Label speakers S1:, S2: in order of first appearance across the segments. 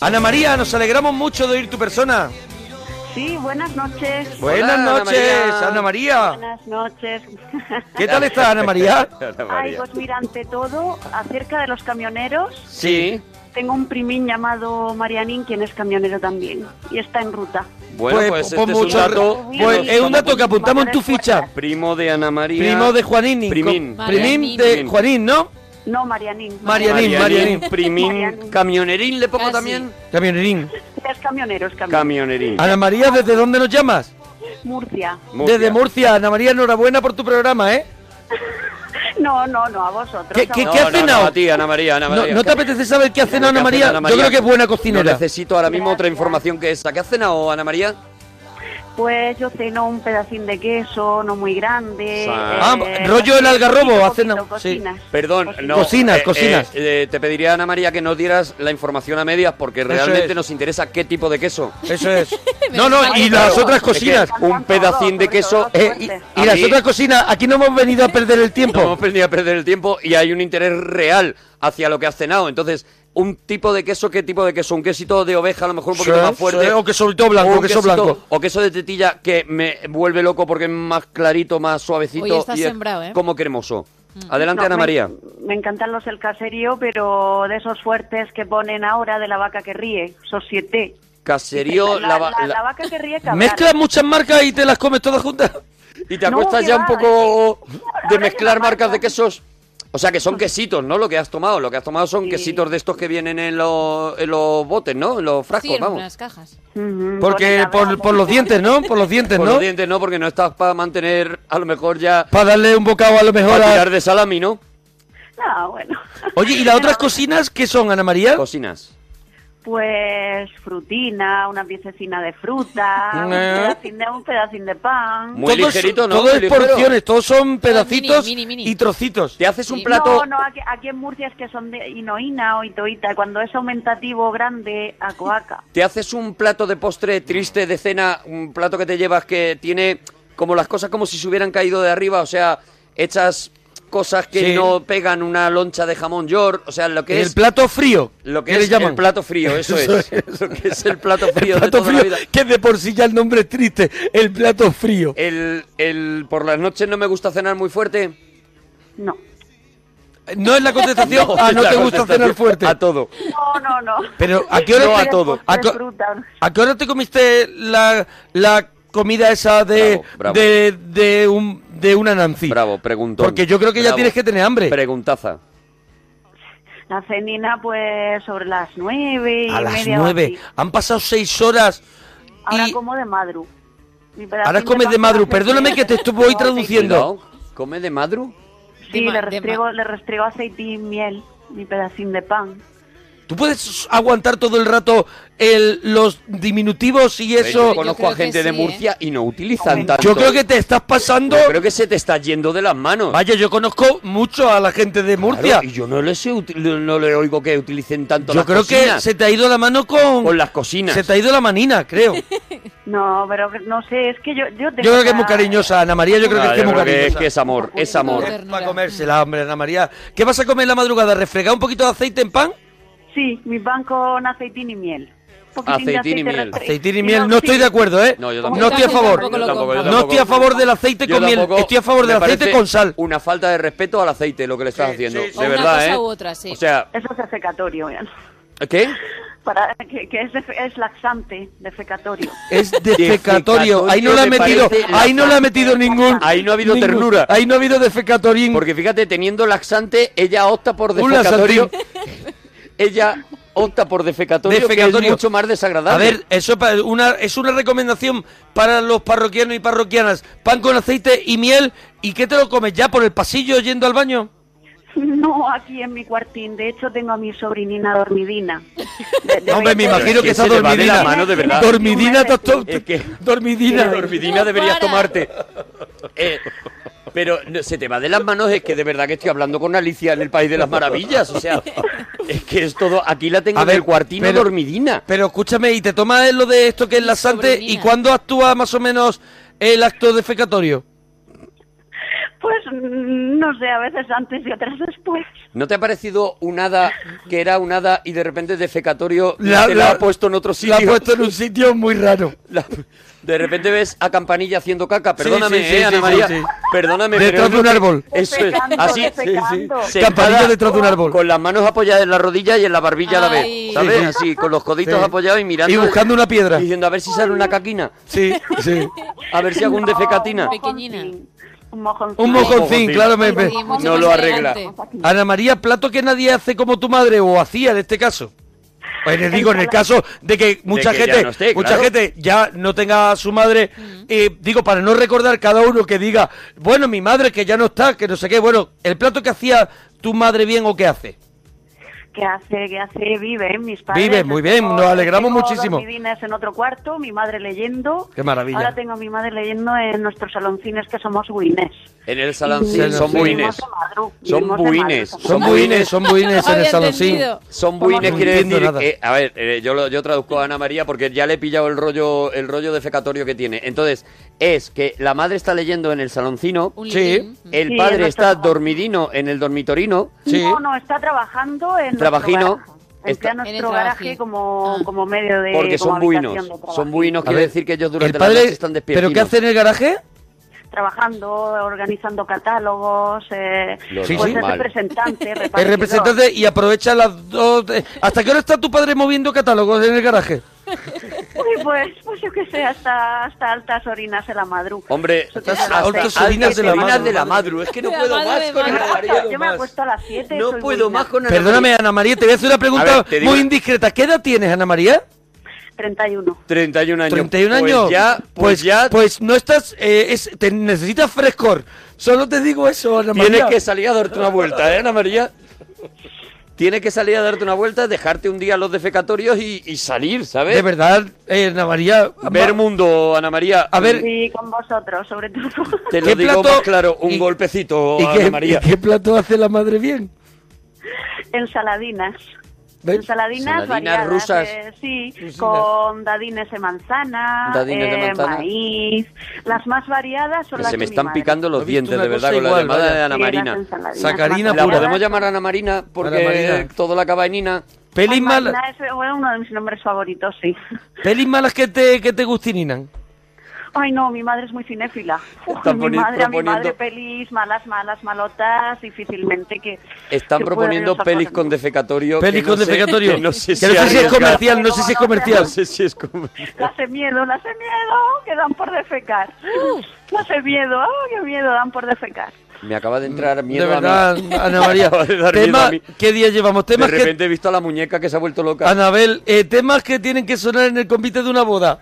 S1: Ana María, nos alegramos mucho de oír tu persona.
S2: Sí, buenas noches.
S1: Buenas
S3: Ana
S1: noches,
S3: María.
S1: Ana María.
S2: Buenas noches.
S1: ¿Qué tal está Ana María?
S3: Ana
S2: Ay,
S3: María.
S2: pues mira, ante todo, acerca de los camioneros,
S3: Sí.
S2: tengo un primín llamado Marianín, quien es camionero también, y está en ruta.
S3: Bueno, pues, este
S1: pon
S3: es
S1: mucho-
S3: un dato.
S2: Muy
S1: pues,
S2: bien.
S1: es un dato que apuntamos en tu
S2: Valores
S1: ficha.
S2: fuertes.
S3: Primo de Ana María.
S1: Primo de Juanín. y-
S3: Primín.
S1: Primín de
S3: Marianín.
S1: Juanín, ¿no?
S2: No, Marianín.
S1: Marianín, Marianín.
S3: Primín.
S2: Marianín. Ah,
S3: Camionerín, le pongo
S4: Casi.
S3: también.
S1: Camionerín.
S2: Es camionero, es camionero.
S3: Camionerín.
S1: Ana María, ¿desde dónde nos llamas?
S2: Murcia.
S3: Murcia.
S1: Desde Murcia. Ana María, enhorabuena por tu programa, ¿eh?
S2: No, no, no, a vosotros.
S1: ¿Qué-
S2: a
S1: qué-
S3: No,
S1: qué-
S2: vosotros.
S1: ha
S3: no, no,
S1: cenado?
S3: a ti, Ana María, Ana
S1: No,
S3: María.
S1: ¿no te apetece saber qué ha cenado Ana
S3: ¿Qué
S1: María?
S3: Ana
S1: Yo creo que es buena cocinera.
S3: No necesito ahora mismo otra información que esta. ¿Qué ha cenado Ana María?
S2: Pues yo ceno un pedacín de queso, no muy grande.
S3: Ah,
S1: rollo el algarrobo,
S2: poquito,
S1: hacen-
S2: Eh, poquito,
S1: sí.
S2: cocinas.
S3: Perdón, no.
S1: Cocinas, cocinas.
S3: eh, te pediría, Ana María, que no dieras la información a medias porque
S1: Eso
S3: realmente
S1: es.
S3: nos interesa qué tipo de queso.
S1: Eso es. No, no, y las otras cocinas.
S3: Un pedacín de queso,
S1: Eh,
S2: Sobre
S1: y,
S2: todo,
S1: y
S3: A
S1: las
S3: mí-
S1: otras cocinas, aquí no hemos venido a perder el
S3: No hemos
S1: tiempo.
S3: venido a perder el tiempo y hay un interés real hacia lo que has cenado. Entonces, un tipo de queso, ¿qué tipo de queso? Un quesito de oveja, a lo mejor un poquito
S1: Sí,
S3: más fuerte.
S1: sí, o queso todo blanco,
S3: un
S1: queso blanco.
S3: O queso de tetilla que me vuelve loco porque es más clarito, más suavecito.
S4: Hoy estás
S3: y es
S4: sembrado, ¿eh?
S3: Como cremoso. Adelante,
S2: Mm. No,
S3: Ana
S2: me-
S3: María.
S2: Me encantan los del caserío, pero de esos fuertes que ponen ahora de la vaca que ríe, esos siete.
S3: Caserío,
S2: la,
S3: lava-
S2: la-
S3: la-
S2: la vaca que ríe cabral.
S1: Mezclas muchas marcas y te las comes todas juntas.
S3: Y te
S2: No,
S3: acuestas
S2: que
S3: ya
S2: va,
S3: un poco
S2: ahora
S3: de
S2: ya
S3: mezclar
S2: la
S3: marcas de
S2: marca.
S3: quesos. O sea, que son quesitos, ¿no? Lo que has tomado. Lo que has tomado son
S2: Sí.
S3: quesitos de estos que vienen en los, en los botes, ¿no? En los
S4: Sí,
S3: frascos,
S4: en
S3: vamos.
S4: unas cajas.
S2: Ujú,
S1: Porque
S2: ponen
S1: por,
S2: cabral,
S1: por los
S2: ponen-
S1: dientes, ¿no? Por los dientes,
S3: Con
S1: ¿no?
S3: los dientes, ¿no? Porque no estás para mantener, a lo mejor ya...
S1: Para darle un bocado a lo mejor
S3: Para
S1: a-
S3: tirar de salami, ¿no?
S2: No, bueno.
S1: Oye, ¿y las otras cocinas qué son, Ana María?
S3: Cocinas.
S2: Pues frutina, una piececina de fruta, un,
S1: Eh.
S2: pedacín de, un pedacín de pan.
S3: Muy ligerito, ¿no?
S1: Todo
S3: Muy
S1: es
S3: ligero.
S1: porciones, todos son pedacitos
S4: mini, mini.
S1: y trocitos.
S3: Te haces un
S4: Sí.
S3: plato...
S2: No, no, aquí, aquí en Murcia es que son de hinoína o itoíta. Cuando es aumentativo grande, acoaca.
S3: Te haces un plato de postre triste de cena, un plato que te llevas que tiene como las cosas como si se hubieran caído de arriba, o sea, hechas cosas que
S1: Sí.
S3: no pegan una loncha de jamón york, o sea, lo que
S1: El
S3: es
S1: plato frío.
S3: lo que
S1: ¿qué le
S3: es
S1: llaman?
S3: el plato frío, eso, es. Lo que es el plato frío
S1: El plato
S3: de toda
S1: frío,
S3: la vida.
S1: que de por sí ya el nombre es triste. El plato frío.
S3: El, el por las noches no me gusta cenar muy fuerte.
S2: No.
S1: No es la contestación. ah,
S3: es
S1: no
S3: la
S1: te gusta
S3: contestación
S1: cenar fuerte.
S3: A todo.
S2: No, no, no.
S1: Pero ¿a qué hora
S3: No
S1: te-
S3: a todo.
S1: ¿A, co-
S2: De fruta.
S1: a qué hora te comiste la, la comida esa de,
S3: Bravo, bravo.
S1: de de un de una Nancy?
S3: Bravo, preguntón.
S1: Porque yo creo que ya
S3: Bravo.
S1: tienes que tener hambre.
S3: Preguntaza.
S2: La cenina, pues, sobre las nueve y
S1: a las
S2: media o
S1: nueve.
S2: así.
S1: Han pasado seis horas.
S2: Ahora
S1: y
S2: como de madru. Mi pedacín
S1: ahora comes
S2: pan
S1: de madru.
S2: hace-
S1: Perdóname que te estuve hoy
S2: No,
S1: traduciendo.
S3: Cuidado. ¿Come de madru?
S4: De
S2: Sí,
S4: ma-
S2: le,
S4: de ma-
S2: restriego, le restriego aceite y miel, mi pedacín de pan.
S1: ¿Tú puedes aguantar todo el rato el, los diminutivos y
S3: Yo
S1: eso?
S4: Yo
S3: conozco
S4: creo
S3: a gente
S4: que
S3: de
S4: sí, ¿eh?
S3: Murcia y no utilizan tanto.
S1: Yo creo que te estás pasando.
S3: Yo creo que se te está yendo de las manos.
S1: Vaya, yo conozco mucho a la gente de Murcia.
S3: Claro, y yo no les he uti- no le oigo que utilicen tanto
S1: Yo
S3: las
S1: creo que
S3: cocinas.
S1: se te ha ido la mano con.
S3: con las cocinas.
S1: Se te ha ido la manina, creo.
S2: No, pero que- no sé, es que yo... Yo, tengo
S1: Yo creo que es
S2: la-
S1: muy cariñosa, Ana María. Yo creo que
S3: Ah,
S1: es que es muy
S3: yo creo que es,
S1: cariñosa.
S3: que es amor, es amor.
S4: Joder. ternura.
S1: Para comérsela, hombre, Ana María. ¿Qué vas a comer en la madrugada? ¿Refregar un poquito de aceite en pan?
S2: Sí, mi pan con aceitín y miel. Un poquitín de
S3: Aceitín y
S2: aceite
S3: miel.
S2: restri-
S1: Aceitín y miel,
S2: no,
S1: no estoy
S2: sí.
S1: de acuerdo, ¿eh?
S3: No, yo
S1: No
S3: tampoco.
S1: estoy a favor.
S4: Yo tampoco, yo
S1: No estoy a favor del aceite
S3: Yo
S1: con miel,
S3: tampoco-
S1: estoy a favor del
S3: me
S1: aceite
S3: parece
S1: con sal.
S3: Una falta de respeto al aceite lo que le estás
S1: Sí,
S3: haciendo,
S1: sí, sí.
S3: de
S4: Una
S3: verdad,
S4: cosa
S3: ¿eh?
S4: u otra, sí.
S3: O sea,
S2: Eso es defecatorio, ya.
S3: ¿qué?
S2: Para, que, que es, defe- es laxante, defecatorio.
S1: Es defecatorio. Ahí no le ha
S3: me
S1: metido,
S3: parece
S1: ahí no le ha
S3: laxante.
S1: metido ningún.
S3: Ahí no ha habido
S1: ningún-
S3: ternura.
S1: Ahí no ha habido defecatorín.
S3: Porque fíjate, teniendo laxante, ella opta por
S1: Un
S3: defecatorio.
S1: laxantín.
S3: ella opta por defecatorio, que
S1: Defecatorio.
S3: es mucho más desagradable.
S1: A ver, eso es pa- una, es una recomendación para los parroquianos y parroquianas. Pan con aceite y miel. ¿Y qué te lo comes? ¿Ya por el pasillo yendo al baño?
S2: No aquí en mi cuartín, de hecho tengo a mi sobrinina dormidina. De- de
S1: No, hombre, me
S2: 20
S1: imagino que
S3: que
S1: está
S3: se le va de la
S1: dormidina.
S3: mano, de verdad.
S1: Dormidina,
S2: Es
S1: doctor.
S3: Es que-
S1: Dormidina.
S3: Dormidina, dormidina
S4: No
S3: deberías
S4: para.
S3: tomarte. Eh, pero no, se te va de las manos, es que de verdad que estoy hablando con Alicia en el País de las Maravillas. O sea, es que es todo. Aquí la tengo
S1: A
S3: en
S1: ver,
S3: el cuartino
S1: pero-
S3: dormidina.
S1: Pero escúchame, ¿y te tomas lo de esto que es laxante? ¿Y
S4: Sobrenina.
S1: cuándo actúa más o menos el acto defecatorio?
S2: Pues mm, no sé, a veces antes y otras después.
S3: ¿No te ha parecido un hada que era un hada y de repente defecatorio
S1: La-
S3: te la,
S1: la-
S3: ha puesto en otro
S1: La
S3: sitio?
S1: ha puesto en un sitio muy raro.
S3: La- de repente ves a Campanilla haciendo caca.
S1: Sí,
S3: Perdóname,
S1: sí, sí,
S3: eh, Ana
S1: sí,
S3: María.
S1: sí, sí.
S3: Perdóname.
S1: Detrás
S3: pero
S1: de un
S3: es-
S1: árbol.
S3: Eso es.
S2: Defecando,
S3: Así.
S2: defecando.
S3: sí, sí.
S1: Campanilla
S3: Sentada
S1: detrás de un árbol.
S3: Con las manos apoyadas en la rodilla y en la barbilla a la vez.
S4: Ay.
S3: ¿Sabes?
S1: Sí, sí.
S3: Así, con los coditos
S1: Sí.
S3: apoyados y mirando.
S1: Y buscando una piedra.
S3: Diciendo a ver si sale una caquina.
S1: Sí, sí.
S3: A ver si hago un
S2: No,
S3: defecatina.
S2: un mojoncín,
S4: Pequeñina.
S2: Un mojoncín.
S1: Un mojoncín,
S3: mojoncín.
S1: claro, me, me-
S4: Sí, mucho
S3: No
S4: más
S3: lo arregla.
S4: elegante.
S1: Ana María, plato que nadie hace como tu madre o hacía en este caso. Pues les digo, en el caso de que mucha
S3: que ya
S1: gente,
S3: no esté,
S1: mucha
S3: claro.
S1: gente ya no tenga a su madre, eh, digo, para no recordar cada uno que diga, bueno, mi madre que ya no está, que no sé qué, bueno, el plato que hacía tu madre bien o qué hace.
S2: ¿Qué hace? ¿Qué hace? Vive, ¿eh? mis padres.
S1: Vive, muy bien,
S2: Tengo-
S1: nos alegramos
S2: tengo
S1: muchísimo.
S2: Dos midines en otro cuarto, mi madre leyendo.
S1: Qué maravilla.
S2: Ahora tengo a mi madre leyendo en nuestros saloncines que somos buines.
S3: En el salancín
S1: Sí,
S3: son
S1: sí.
S3: buines. Son buines.
S1: Son buines, son buines
S4: No
S1: en el
S4: había
S1: saloncín.
S4: entendido.
S3: Son
S2: Como
S3: buines,
S1: no
S3: quiere
S1: entiendo
S3: decir
S1: nada.
S3: que- a ver, eh, yo, lo- yo traduzco a Ana María porque ya le he pillado el rollo, el rollo defecatorio que tiene. Entonces, es que la madre está leyendo en el saloncino,
S4: Un
S1: Sí.
S4: litín.
S3: el
S2: Sí, en
S3: padre
S2: nuestro
S3: está
S2: trabajo.
S3: dormidino en el dormitorino,
S1: Sí.
S2: No, no, está trabajando en
S3: Trabajino.
S2: nuestro garaje.
S3: Está-
S2: Emplea
S4: En el
S2: nuestro
S4: trabaje.
S2: garaje como,
S4: Ah.
S2: como medio de
S3: porque
S2: como
S3: son
S2: habitación
S3: buinos.
S2: de
S3: Son
S2: trabajo.
S3: buinos,
S1: A
S3: quiere
S1: ver,
S3: decir que ellos durante
S1: el padre-
S3: la noche están despiertos.
S1: ¿Pero qué hace en el garaje?
S2: Trabajando, organizando catálogos, eh,
S3: Lo
S2: pues
S1: normal.
S2: es representante,
S1: El
S2: repartidor.
S1: representante y aprovecha las dos... de- ¿Hasta qué hora está tu padre moviendo catálogos en el garaje?
S2: Uy, pues, pues yo qué sé, hasta, hasta altas orinas de la madrugada.
S3: Hombre,
S2: Hasta
S1: altas
S3: altas
S1: orinas de la
S3: orinas
S1: madru.
S3: de la madru. Es que no
S4: La
S3: puedo
S4: madre
S3: más
S4: de
S3: con Ana
S4: madru.
S3: María.
S2: Yo me acuesto a las 7.
S3: No puedo más con Ana
S1: Perdóname, Ana María, te voy a hacer una
S3: A
S1: pregunta
S3: ver, te digo-
S1: muy indiscreta. ¿Qué edad tienes, Ana María?
S2: 31.
S3: 31 años.
S1: 31
S3: Pues
S1: años.
S3: ya, pues ya
S1: pues no estás. eh, es- te necesitas frescor. Solo te digo eso, Ana
S3: Tienes
S1: María.
S3: que salir a darte una vuelta, ¿eh, Ana María? Tienes que salir a darte una vuelta, dejarte un día los defecatorios y, y salir, ¿sabes?
S1: De verdad, eh, Ana María.
S3: Ver
S1: ma-
S3: mundo, Ana María. mm,
S1: A ver,
S2: Sí, con vosotros, sobre todo.
S3: te lo
S1: ¿qué
S3: digo
S1: plato-
S3: más claro, un
S1: y-
S3: golpecito,
S1: ¿y
S3: Ana
S1: qué,
S3: María.
S1: y qué plato hace la madre bien?
S2: Ensaladinas.
S1: ¿Ves?
S2: Ensaladinas
S3: Ensaladinas
S2: variadas,
S3: rusas.
S2: eh, sí,
S1: Rusinas.
S2: con dadines de manzana,
S3: Dadines de
S2: eh,
S3: manzana.
S2: maíz. Las más variadas son
S3: Que
S2: las
S3: se me
S2: que mi
S3: están
S2: madre-
S3: picando
S1: He
S3: los
S1: visto
S3: dientes,
S1: una
S3: de verdad,
S1: cosa
S3: con la
S1: igual,
S3: llamada de
S1: vaya.
S3: Ana
S2: Sí, las
S3: Marina.
S2: ensaladinas
S1: Sacarina
S2: más
S3: La
S1: pura.
S2: variadas.
S3: podemos llamar Ana Marina porque
S1: Ana Marina.
S3: toda la cabañina.
S1: Pelis,
S2: Juan
S1: malas,
S2: Magna es uno de mis nombres favoritos, sí.
S1: pelis malas que te, que te gustininan.
S2: Ay, no, mi madre es muy cinéfila. Uf,
S3: Están
S2: mi
S3: poni-
S2: madre, a mi madre
S3: proponiendo-
S2: pelis, malas, malas, malotas, difícilmente que...
S3: Están
S2: que pueda
S3: proponiendo
S2: yo
S3: pelis
S2: sacarme.
S3: con defecatorio. que
S1: Pelis
S3: no
S1: con
S3: sé-
S1: defecatorio.
S3: que No sé si,
S1: Que no sé si es
S3: arriesgan.
S1: comercial, no sé si es comercial.
S3: No sé si es comercial.
S2: Las de miedo, las de miedo, que dan por defecar. Las de miedo, ah, qué miedo dan por defecar.
S3: Me acaba de entrar miedo
S1: de
S3: a
S1: verdad,
S3: mí.
S1: Ana María.
S3: Acaba de dar miedo
S1: Tema-
S3: a mí.
S1: ¿Qué día llevamos?
S3: De
S1: Temas que,
S3: repente he visto a la muñeca que se ha vuelto loca.
S1: Anabel, eh, temas que tienen que sonar en el convite de una boda.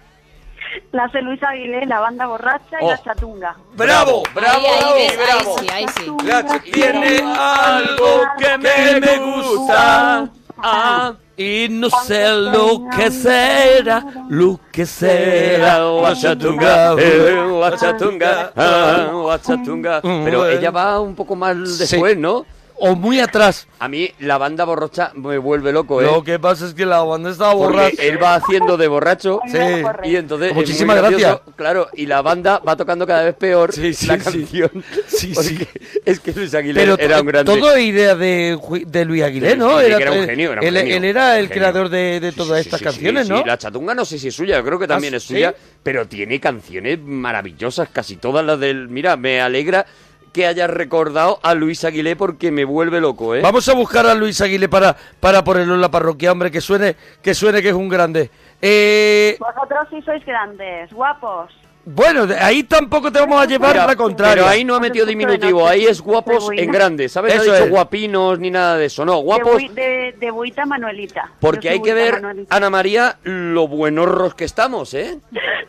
S2: Las de Luis Aguilé, la banda borracha
S3: Oh.
S2: y la chatunga.
S1: ¡Bravo!
S4: Ahí,
S3: ¡Bravo!
S4: ahí, ves, ahí
S3: bravo.
S4: sí, ahí sí.
S2: Chatunga,
S1: tiene
S3: algo que me, gusta. Ah,
S1: Y no sé lo que será, lo que será.
S3: era la chatunga, eh, la chatunga, ah, la chatunga.
S1: Mm,
S3: Pero ella va un poco más después, ¿no?
S1: O muy atrás.
S3: A mí la banda borracha me vuelve loco, ¿eh?
S1: Lo que pasa es que la banda estaba
S3: Porque
S1: borracha.
S3: él va haciendo de borracho
S1: Sí.
S3: y entonces es muy
S1: Muchísimas
S3: gracioso,
S1: gracias.
S3: claro y la banda va tocando cada vez peor
S1: Sí, sí,
S3: la
S1: sí.
S3: canción
S1: Sí, sí.
S3: Porque es que Luis Aguilera
S1: Pero
S3: era un grande
S1: todo idea de, Ju- de Luis Aguilé,
S3: Sí,
S1: ¿no?
S3: sí, que era un
S1: él-
S3: genio, era un
S1: él,
S3: genio,
S1: él era el
S3: genio.
S1: creador de, de
S3: Sí,
S1: todas
S3: sí,
S1: estas
S3: sí,
S1: canciones,
S3: sí,
S1: ¿no?
S3: sí. La chatunga no sé si es suya, yo creo que también
S1: Ah,
S3: es
S1: ¿sí?
S3: suya, pero tiene canciones maravillosas, casi todas las del... Mira, me alegra que hayas recordado a Luis Aguilé porque me vuelve loco, ¿eh?
S1: Vamos a buscar a Luis Aguilé para, para ponerlo en la parroquia, hombre, que suene, que suene que es un grande. Eh,
S2: Vosotros sí sois grandes, guapos.
S1: bueno, de- ahí tampoco te vamos a llevar
S3: Mira,
S1: la contraria.
S3: Pero ahí no ha metido diminutivo, ahí es guapos en grande, ¿sabes? No
S1: Eso
S3: ha dicho
S1: es.
S3: guapinos ni nada de eso, no,
S2: De,
S3: guapos...
S2: bui- de, de buita Manuelita.
S3: Porque
S2: Yo soy
S3: hay que
S2: buita
S3: ver,
S2: Manuelita.
S3: Ana María, lo buenorros que estamos, ¿eh?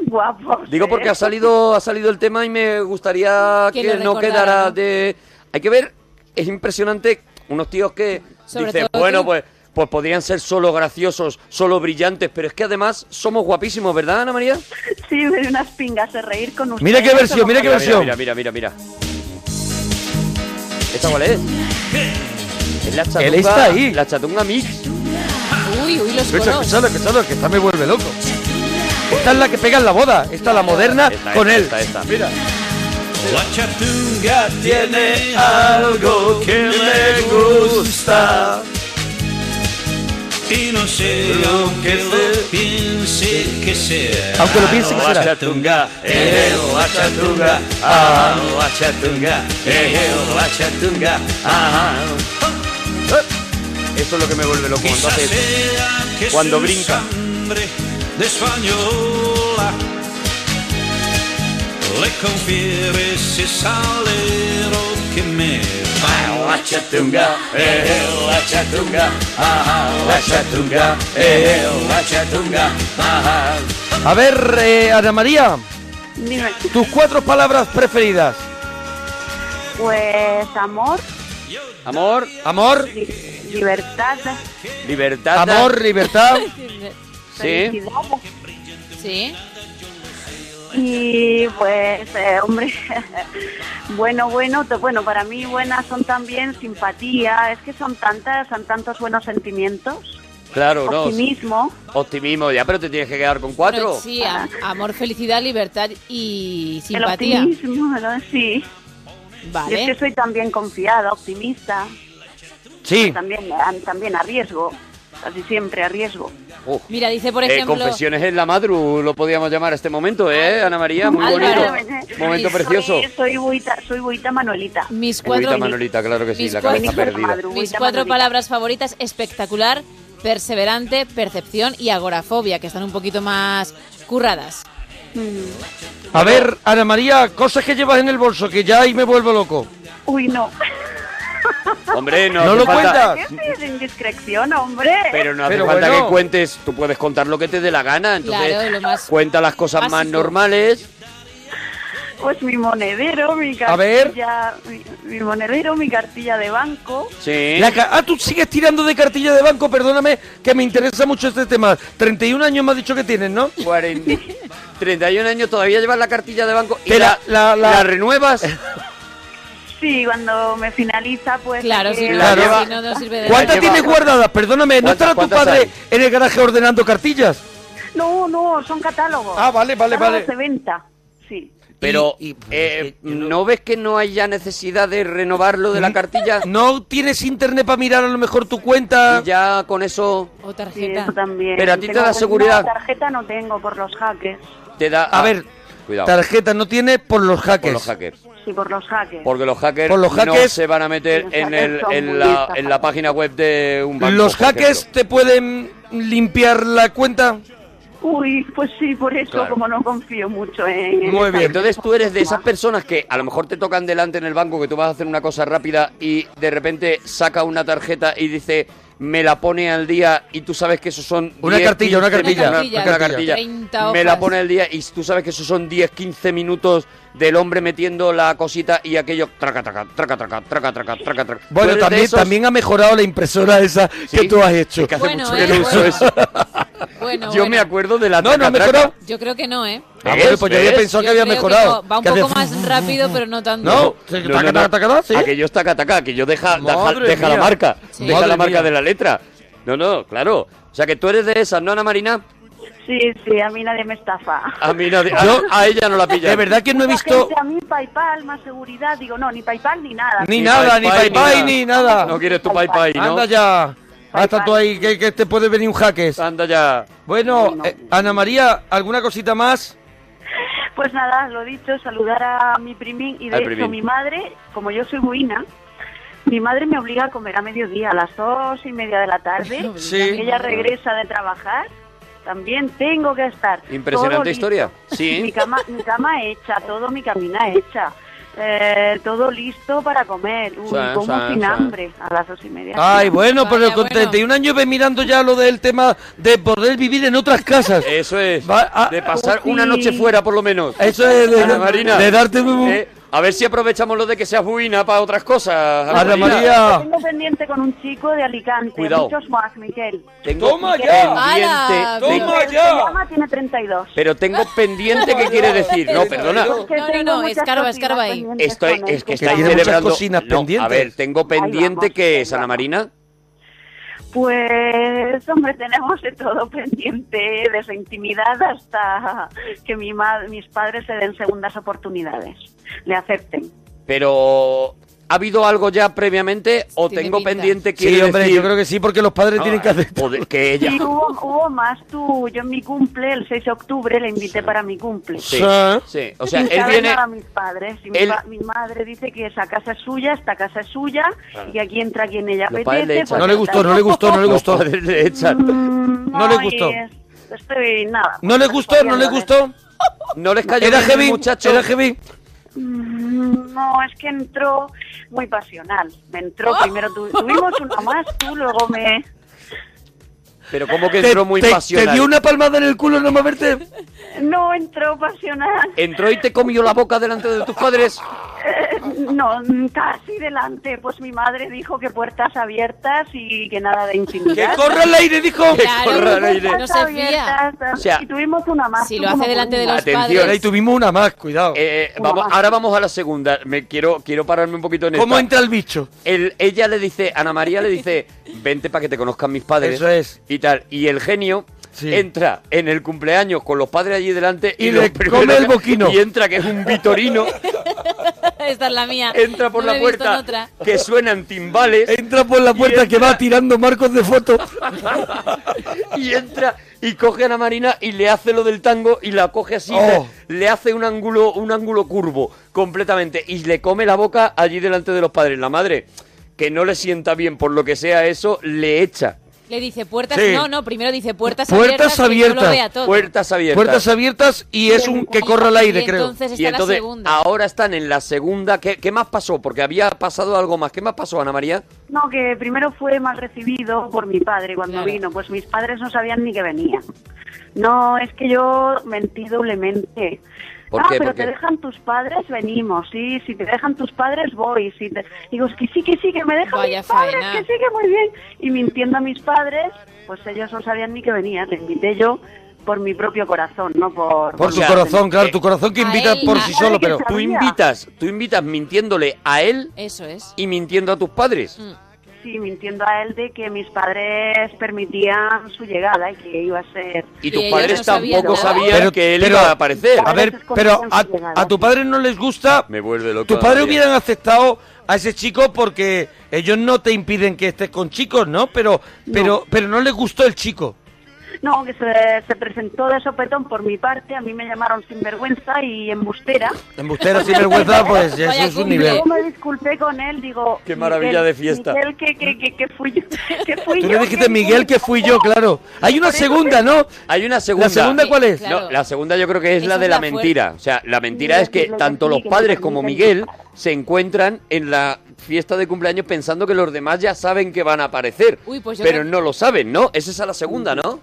S2: Guapos.
S3: Digo porque ha salido, ha salido el tema y me gustaría
S4: Que
S3: que,
S4: lo
S3: no
S4: recordara,
S3: quedara
S4: ¿no?
S3: de... Hay que ver, es impresionante unos tíos que
S4: Sobre
S3: dicen,
S4: todo
S3: bueno,
S4: tú".
S3: pues, pues podrían ser solo graciosos, solo brillantes, pero es que además somos guapísimos, ¿verdad, Ana María?
S2: Sí, me unas pingas de reír con ustedes.
S1: Mira qué versión, mira qué
S3: Mira,
S1: versión.
S3: Mira, mira, mira, mira. ¿Esta cuál es? Es la chatunga,
S1: Él está ahí.
S3: la chatunga mix.
S4: Uy, uy, los
S1: Pero esa-
S4: coros.
S1: escúchalo, escúchalo, que esta me vuelve loco. Esta es la que pega en la boda, esta la moderna
S3: Esta,
S1: con
S3: esta,
S1: él.
S3: esta, esta.
S1: Mira. La chatunga tiene algo que le gusta.
S4: Y no sé lo que lo piense que sea.
S1: Aunque lo piense que será.
S4: Guachatunga, eh, guachatunga, ah, guachatunga, eh, guachatunga, ah.
S3: Eh. Eso es lo que me vuelve loco cuando
S4: Quizás
S3: haces.
S4: sea que
S3: cuando
S4: su
S3: brinca.
S4: sangre de española le confiere ese salero que me
S3: Ah, guachatunga, eh, guachatunga, ah, guachatunga, eh, guachatunga, ah.
S1: A ver, eh, Ana María,
S2: Dime,
S1: tus cuatro palabras preferidas.
S2: pues amor,
S3: Amor,
S1: Amor,
S2: li- libertad,
S3: libertad.
S1: amor, libertad.
S3: Sí.
S2: felicidad
S5: Sí.
S2: y pues, eh, hombre, bueno, bueno, t- bueno, para mí buenas son también simpatía, es que son tantas, son tantos buenos sentimientos,
S3: Claro, no.
S2: optimismo.
S3: Optimismo, ya, pero te tienes que quedar con cuatro.
S5: Pero sí, a- amor, felicidad, libertad y
S2: El
S5: simpatía.
S2: optimismo, ¿no? sí. Yo es
S5: Vale.
S2: que soy también confiada, optimista,
S1: Sí,
S2: también, a- también a riesgo, casi siempre a riesgo.
S3: Uh,
S5: Mira, dice por
S3: eh,
S5: ejemplo.
S3: confesiones en la madru, lo podíamos llamar a este momento, ¿eh, Ana María? Muy bonito.
S5: Álvaro.
S3: Momento
S5: Y
S3: precioso.
S2: Soy, soy buita, soy buita Manuelita.
S5: Mis cuatro,
S3: Buita Manolita, claro que sí,
S5: mis
S3: la cabeza
S5: cuatro-
S3: perdida.
S2: Madru,
S5: mis
S2: buita
S5: cuatro
S2: Manolita.
S5: palabras favoritas: espectacular, perseverante, percepción y agorafobia, que están un poquito más curradas.
S2: Mm.
S1: a ver, Ana María, cosas que llevas en el bolso, que ya ahí me vuelvo loco.
S2: Uy, no.
S3: Hombre, no,
S1: No
S3: hace
S1: lo
S3: falta-
S1: cuentas.
S2: ¿Qué es indiscreción, hombre?
S3: Pero no hace
S1: Pero
S3: falta
S1: bueno.
S3: que cuentes, tú puedes contar lo que te dé la gana, entonces
S5: Claro, lo más
S3: cuenta las cosas más
S5: básico.
S3: normales.
S2: Pues mi monedero, mi
S1: A ver.
S2: cartilla, mi, mi monedero, mi cartilla de banco.
S3: Sí.
S1: La ca- ah, tú sigues tirando de cartilla de banco, perdóname, que me interesa mucho este tema. 31 años me has dicho que tienes, ¿no?
S3: 40, 31 años todavía llevas la cartilla de banco y
S1: Te
S3: la,
S1: la- la- la-
S3: la renuevas.
S2: Sí, cuando me finaliza, pues...
S5: Claro, si
S2: eh,
S5: no,
S1: Claro.
S5: si no, no sirve de
S1: ¿Cuántas
S5: nada.
S3: lleva-
S1: tienes guardadas? Perdóname, ¿no
S3: ¿Cuántas-
S1: estará tu
S3: cuántas
S1: padre
S3: hay?
S1: en el garaje ordenando cartillas?
S2: No, no, son catálogos.
S1: Ah, vale, vale, vale.
S2: Catálogos de venta, sí.
S3: Pero,
S1: Y- y, pues,
S3: eh,
S1: es que yo no- Mm,
S3: ¿no ves que no hay ya necesidad de renovarlo de la cartilla?
S1: ¿No tienes internet para mirar a lo mejor tu cuenta?
S3: Y ya con eso
S5: O
S2: Sí,
S5: tarjeta.
S2: eso también.
S3: Pero a ti te
S2: Tengo-
S3: da seguridad.
S2: No, tarjeta no tengo por los hackers.
S3: te da...
S1: A
S3: ah,
S1: ver,
S3: cuidado,
S1: tarjeta no tiene por los hackers.
S3: por los hackers.
S2: Sí, por los hackers.
S3: Porque los hackers,
S1: Por los
S3: no
S1: hackers-
S3: se van a meter
S2: Los
S3: en,
S2: hackers
S3: el,
S2: son muy
S3: en, la, en la
S2: estafados.
S3: página web de un banco.
S1: ¿Los
S3: por
S1: hackers
S3: ejemplo.
S1: te pueden limpiar la cuenta?
S2: Uy, pues sí, por eso,
S3: Claro.
S2: como no confío mucho en...
S1: Muy bien.
S3: Entonces tú eres de esas personas que a lo mejor te tocan delante en el banco que tú vas a hacer una cosa rápida y de repente saca una tarjeta y dice me la pone al día y tú sabes que eso son
S1: Una
S3: 10,
S1: cartilla, una
S3: 15,
S1: cartilla,
S3: una,
S1: una
S3: cartilla.
S5: cartilla. 30
S3: me la
S5: hojas.
S3: pone al día y tú sabes que eso son 10 15 minutos del hombre metiendo la cosita y aquello traca traca traca traca traca traca traca traca. ¿Tú eres
S1: Bueno,
S3: de
S1: también,
S3: esos?
S1: también ha mejorado la impresora esa
S3: Sí,
S1: que tú has hecho.
S3: es que hace
S5: Bueno,
S3: mucho
S5: eh,
S3: que no uso
S5: bueno.
S3: eso.
S5: Bueno,
S3: Yo
S5: bueno.
S3: me acuerdo de la
S1: No, no ha
S3: traca, traca.
S1: mejorado.
S5: Yo creo que no, ¿eh?
S1: Ah,
S3: ¿Ves?
S1: bueno, pues yo había
S3: ¿Ves?
S1: pensado que
S5: Yo
S1: había
S5: creo
S1: mejorado.
S5: no, va un
S1: que
S5: poco
S1: hace-
S5: más rápido, pero no tanto.
S1: No. Sí, taca, taca, taca, taca, sí.
S3: Aquello es taca, taca, que yo deja, deja,
S1: Madre
S3: deja la
S1: mía.
S3: marca,
S5: Sí.
S3: deja
S1: Madre
S3: la marca
S1: mía.
S3: de la letra. No, no, claro. O sea que tú eres de esas, ¿no, Ana Marina?
S2: Sí, sí, a mí nadie me estafa.
S3: A mí nadie- a- a, ella no la pilla.
S1: De verdad que no he
S2: Mucha
S1: visto
S2: gente a mí PayPal, más seguridad, digo, no, ni PayPal ni nada.
S1: ni
S3: Ni
S1: nada, ni
S3: Pai Pai,
S1: PayPal,
S3: ni
S1: ni nada.
S3: No quieres tu pai pai, ¿no?
S1: Anda ya. Hasta tú ahí, que, que te puede venir un hackers.
S3: Anda ya.
S1: Bueno,
S2: Bueno.
S1: eh, Ana María, ¿alguna cosita más?
S2: Pues nada, lo dicho, saludar a mi primín y de
S3: Al
S2: hecho
S3: primín.
S2: mi madre, como yo soy buina, mi madre me obliga a comer a mediodía, a las dos y media de la tarde.
S1: Sí.
S2: Ella regresa de trabajar, también tengo que estar.
S3: Impresionante
S2: Todo listo.
S3: historia. Sí. ¿eh?
S2: Mi cama, mi cama hecha, todo mi camina hecha. eh, todo listo para comer, Uy,
S3: Sí,
S2: como
S3: sí,
S2: sin
S3: sí.
S2: hambre a las dos y media.
S1: Ay, bueno, pero
S5: Vaya,
S1: con
S5: bueno.
S1: 31 años ves mirando ya lo del tema de poder vivir en otras casas.
S3: Eso es.
S1: Va, ah,
S3: de pasar
S2: sí.
S3: una noche fuera, por lo menos.
S1: Eso es de,
S3: Ana Marina.
S1: de darte un...
S3: Eh, a ver si aprovechamos lo de que seas buina para otras cosas.
S1: Ana
S2: Lo
S1: María.
S2: Tengo pendiente con un chico de Alicante.
S3: Ah. Cuidado.
S2: Muchos más, Miguel.
S3: Tengo
S1: Toma
S3: pendiente-
S5: ya. ¡Hala!
S3: tengo-
S1: Toma
S2: Se
S1: ya.
S2: llama, tiene 32.
S3: pero tengo pendiente que quiere decir. No, perdona.
S1: No,
S2: Que
S5: No, no,
S2: tengo
S5: no,
S2: muchas
S5: escarba,
S2: cosas
S5: escarba ahí.
S2: pendientes
S3: Estoy,
S2: con él,
S3: es que
S1: está-
S2: que
S3: estáis
S1: tiene muchas
S3: celebrando.
S1: cocinas
S3: No,
S1: pendientes.
S3: A ver, tengo pendiente
S2: vamos,
S3: que es
S2: ahí
S3: Ana
S2: vamos.
S3: Marina.
S2: Pues, hombre, tenemos de todo pendiente, desde intimidad hasta que mi ma- mis padres se den segundas oportunidades, le acepten.
S3: Pero, ¿ha habido algo ya previamente o
S5: Tiene
S3: tengo
S5: pinta.
S3: pendiente que
S1: Sí, hombre, yo creo que sí, porque los padres tienen que hacer...
S3: que ella.
S2: Sí, hubo, hubo más tú. Yo en mi cumple, el 6 de octubre, le invité para mi cumple.
S3: Sí,
S1: Sí.
S3: sí. O sea,
S2: Sin
S3: él
S2: saber
S3: viene.
S2: nada a mis padres. Y mi
S3: él-
S2: pa- mi, madre dice que esa casa es suya, esta casa es suya, y aquí entra quien ella
S3: Los padres le
S2: apetece.
S3: echan.
S2: pues
S1: No le
S2: ya
S1: gustó,
S2: está.
S1: no le gustó, no le
S3: Los
S1: gustó.
S3: padres le echan.
S2: Mm,
S1: No le gustó.
S2: y es- estoy nada.
S1: No le gustó, no le gustó.
S3: No les cayó
S1: Era
S3: bien el
S1: heavy,
S3: muchacho.
S1: era heavy.
S2: Mm, No, es que entró muy pasional. Me entró
S5: Oh.
S2: primero, tu- tuvimos uno más, tú luego me...
S3: Pero como que entró muy
S1: te,
S3: pasional.
S1: te dio una palmada en el culo no moverte.
S2: No entró pasional.
S3: Entró y te comió la boca delante de tus padres.
S2: Eh, no, mm, casi delante. Pues mi madre dijo que puertas abiertas y que nada de
S1: Que
S2: intimidad.
S1: corra el aire, dijo.
S5: Claro,
S3: corra el ah. aire.
S5: no se fía.
S2: Abiertas,
S3: O sea,
S2: y tuvimos una más.
S5: Si
S2: tú
S5: lo hace
S2: como
S5: delante de los
S3: Atención,
S1: Y ahí
S5: padres.
S1: tuvimos una más, cuidado.
S3: Eh,
S2: Una
S3: vamos,
S2: más.
S3: ahora vamos a la segunda. Me quiero, quiero pararme un poquito en esta.
S1: ¿Cómo entra el bicho?
S3: El- ella le dice, Ana María le dice, vente para que te conozcan mis padres.
S1: Eso es.
S3: Y tal. Y el genio
S1: Sí.
S3: entra en el cumpleaños con los padres allí delante y,
S1: Y
S3: lo
S1: le
S3: primero
S1: come el
S3: que-
S1: boquino.
S3: Y entra, que es un vitorino,
S5: Esta es la mía.
S3: entra por
S5: No
S3: la
S5: me he visto en
S3: puerta,
S5: otra.
S3: que suenan timbales.
S1: Entra por la puerta
S3: entra-
S1: que va tirando marcos de foto.
S3: y entra y coge a Ana Marina y le hace lo del tango y la coge así,
S1: Oh.
S3: le, le hace un ángulo, un ángulo curvo completamente y le come la boca allí delante de los padres. La madre, que no le sienta bien por lo que sea eso, le echa
S5: Le dice puertas.
S1: Sí.
S5: No, no, primero dice puertas,
S1: Puertas
S5: abiertas. Que yo
S1: abiertas.
S5: lo vea todo.
S3: puertas abiertas.
S1: Puertas abiertas y es un que corra el aire,
S5: Y
S1: creo.
S5: Entonces está
S3: y entonces
S5: la segunda.
S3: ahora están en la segunda. ¿Qué, qué más pasó? Porque había pasado algo más. ¿Qué más pasó, Ana María?
S2: No, que primero fue mal recibido por mi padre cuando
S5: Claro.
S2: vino, pues mis padres no sabían ni que venía. No, es que yo mentí doblemente.
S3: ¿Por
S2: ah,
S3: qué?
S2: pero
S3: ¿Por qué?
S2: te dejan tus padres, venimos, sí, si te dejan tus padres, voy. Si te... Digo, es que sí, que sí, que me dejan
S5: Vaya
S2: mis padres,
S5: faena.
S2: que sí, que muy bien. Y mintiendo a mis padres, pues ellos no sabían ni que venía, le invité yo por mi propio corazón, no por...
S1: Por su
S3: sea,
S1: corazón, claro,
S3: eh,
S1: tu corazón que
S5: a
S1: invita
S5: él,
S1: por
S5: a-
S1: sí solo,
S2: Ay, que
S1: pero...
S2: está-
S3: Tú
S2: Sabía.
S3: invitas, tú invitas mintiéndole a él
S5: Eso es.
S3: y mintiendo a tus padres.
S2: Sí, mintiendo a él de que mis padres permitían su llegada y que iba a ser...
S3: Y
S5: Y
S3: tus
S5: ellos
S3: padres
S5: no sabían
S3: tampoco
S5: nada.
S3: sabían
S1: Pero-
S3: que él
S1: pero-
S3: iba a aparecer.
S1: A ver, pero a, a tu padre no les gusta...
S3: Me vuelve loco.
S1: Tus padres
S3: Ana María.
S1: hubieran aceptado a ese chico porque ellos no te impiden que estés con chicos, ¿no? Pero, pero, pero no les gustó el chico.
S2: No, que se, se presentó de sopetón por mi parte. A mí me llamaron sinvergüenza y embustera.
S1: Embustero sin vergüenza, pues ya
S5: Vaya
S1: eso es un
S5: cumple.
S1: nivel.
S2: Luego me disculpé con él, digo...
S3: Qué maravilla
S2: "Miguel,
S3: de fiesta".
S2: Miguel, que, que, que, que fui yo. Que fui
S1: Tú
S2: yo,
S1: le dijiste Miguel que fui yo, claro. Hay una
S2: Por eso
S1: segunda, ¿no?
S3: Hay una segunda.
S1: ¿La segunda cuál es?
S5: Sí, claro.
S3: No, la segunda yo creo que es
S5: Esa
S3: la de
S5: es
S3: la
S5: la
S3: mentira. O sea, la mentira
S2: Mira,
S3: es que
S2: decirle que
S3: tanto
S2: sí,
S3: los
S2: que no
S3: padres
S2: te
S3: como
S2: permiten.
S3: Miguel se encuentran en la fiesta de cumpleaños pensando que los demás ya saben que van a aparecer.
S5: Uy, pues yo
S3: pero
S5: creo-
S3: no lo saben, ¿no? Esa es a la segunda, ¿no?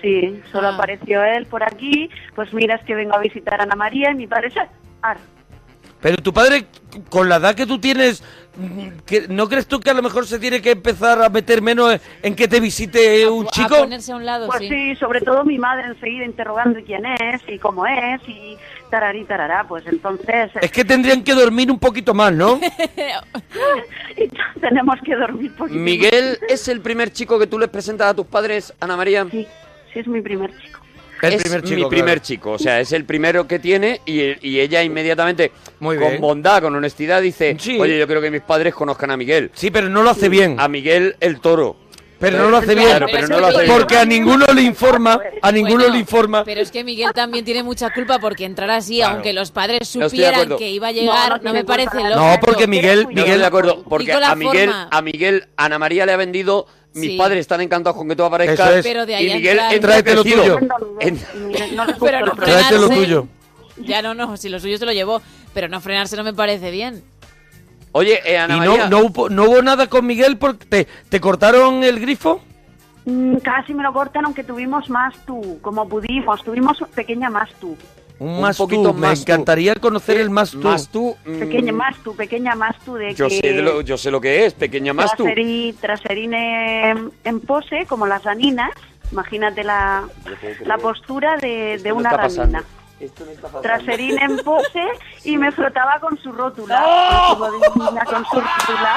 S2: Sí, solo
S5: Ah.
S2: apareció él por aquí. Pues mira, es que vengo a visitar a Ana María y mi padre... "Ah, ar".
S1: Pero tu padre, con la edad que tú tienes, mm, que- ¿no crees tú que a lo mejor se tiene que empezar a meter menos en- en que te visite un
S5: A
S1: chico?
S5: ponerse a un lado,
S2: Pues
S5: sí.
S2: sí, sobre todo mi madre enseguida interrogando quién es y cómo es y tararí, tarará. Pues entonces...
S1: Es que tendrían que dormir un poquito más, ¿no?
S2: tenemos que dormir porque...
S3: Miguel es el primer chico que tú les presentas a tus padres, Ana María.
S2: Sí, sí es mi primer chico.
S1: El
S3: es
S1: primer chico.
S3: mi
S1: claro.
S3: primer chico, o sea, es el primero que tiene y, y ella inmediatamente,
S1: Muy
S3: con
S1: bien.
S3: bondad, con honestidad, dice,
S1: Sí.
S3: oye, yo creo que mis padres conozcan a Miguel,
S1: Sí, pero no lo hace bien.
S3: a Miguel el toro.
S1: Pero no lo hace bien.
S3: Claro, pero no lo hace bien.
S1: Porque a ninguno le informa, a ninguno
S5: Bueno,
S1: le informa.
S5: Pero es que Miguel también tiene mucha culpa porque entrar así, aunque los padres
S3: No estoy de
S5: supieran
S3: acuerdo.
S5: que iba a llegar,
S2: No,
S5: no,
S2: no tiene
S5: me
S2: culpa
S5: parece
S2: nadie.
S5: lógico.
S1: No, porque Miguel,
S3: Yo estoy
S1: Miguel,
S3: de acuerdo, porque
S5: Y con la
S3: a Miguel,
S5: forma.
S3: a Miguel, Ana María le ha vendido, mis
S5: Sí.
S3: padres están encantados con que tú
S1: Eso
S3: aparezcas,
S1: es.
S5: Pero de ahí
S3: y
S5: a
S3: Miguel
S5: entrar-
S3: entra
S1: Tráete lo
S3: crecido.
S1: tuyo.
S3: En-
S2: No les gusta
S5: Pero
S2: lo
S5: no
S2: que-
S1: Tráete lo
S5: frenarse.
S1: tuyo.
S5: Ya no, no, si lo suyo se lo llevó, pero no frenarse no me parece bien.
S3: Oye, eh, Ana
S1: ¿Y
S3: María,
S1: no, no, hubo- no hubo nada con Miguel porque te, te cortaron el grifo?
S2: Mm, Casi me lo cortan, aunque tuvimos más tú, como pudimos, tuvimos pequeña más tú,
S1: Un
S3: Un
S1: más
S3: poquito
S1: tú.
S3: más
S1: Me
S3: tú.
S1: encantaría conocer el más tú.
S3: más tú, mm,
S2: pequeña más tú, pequeña más tú de
S3: yo,
S2: que
S3: sé de lo, yo sé lo que es, pequeña más tú.
S2: traserí- traserín en, en pose, como las aninas, imagínate la, la postura de, de
S3: no
S2: una
S3: está pasando.
S2: ranina. Traserín en pose y me frotaba con su rótula, con su, rodilla, con su rótula.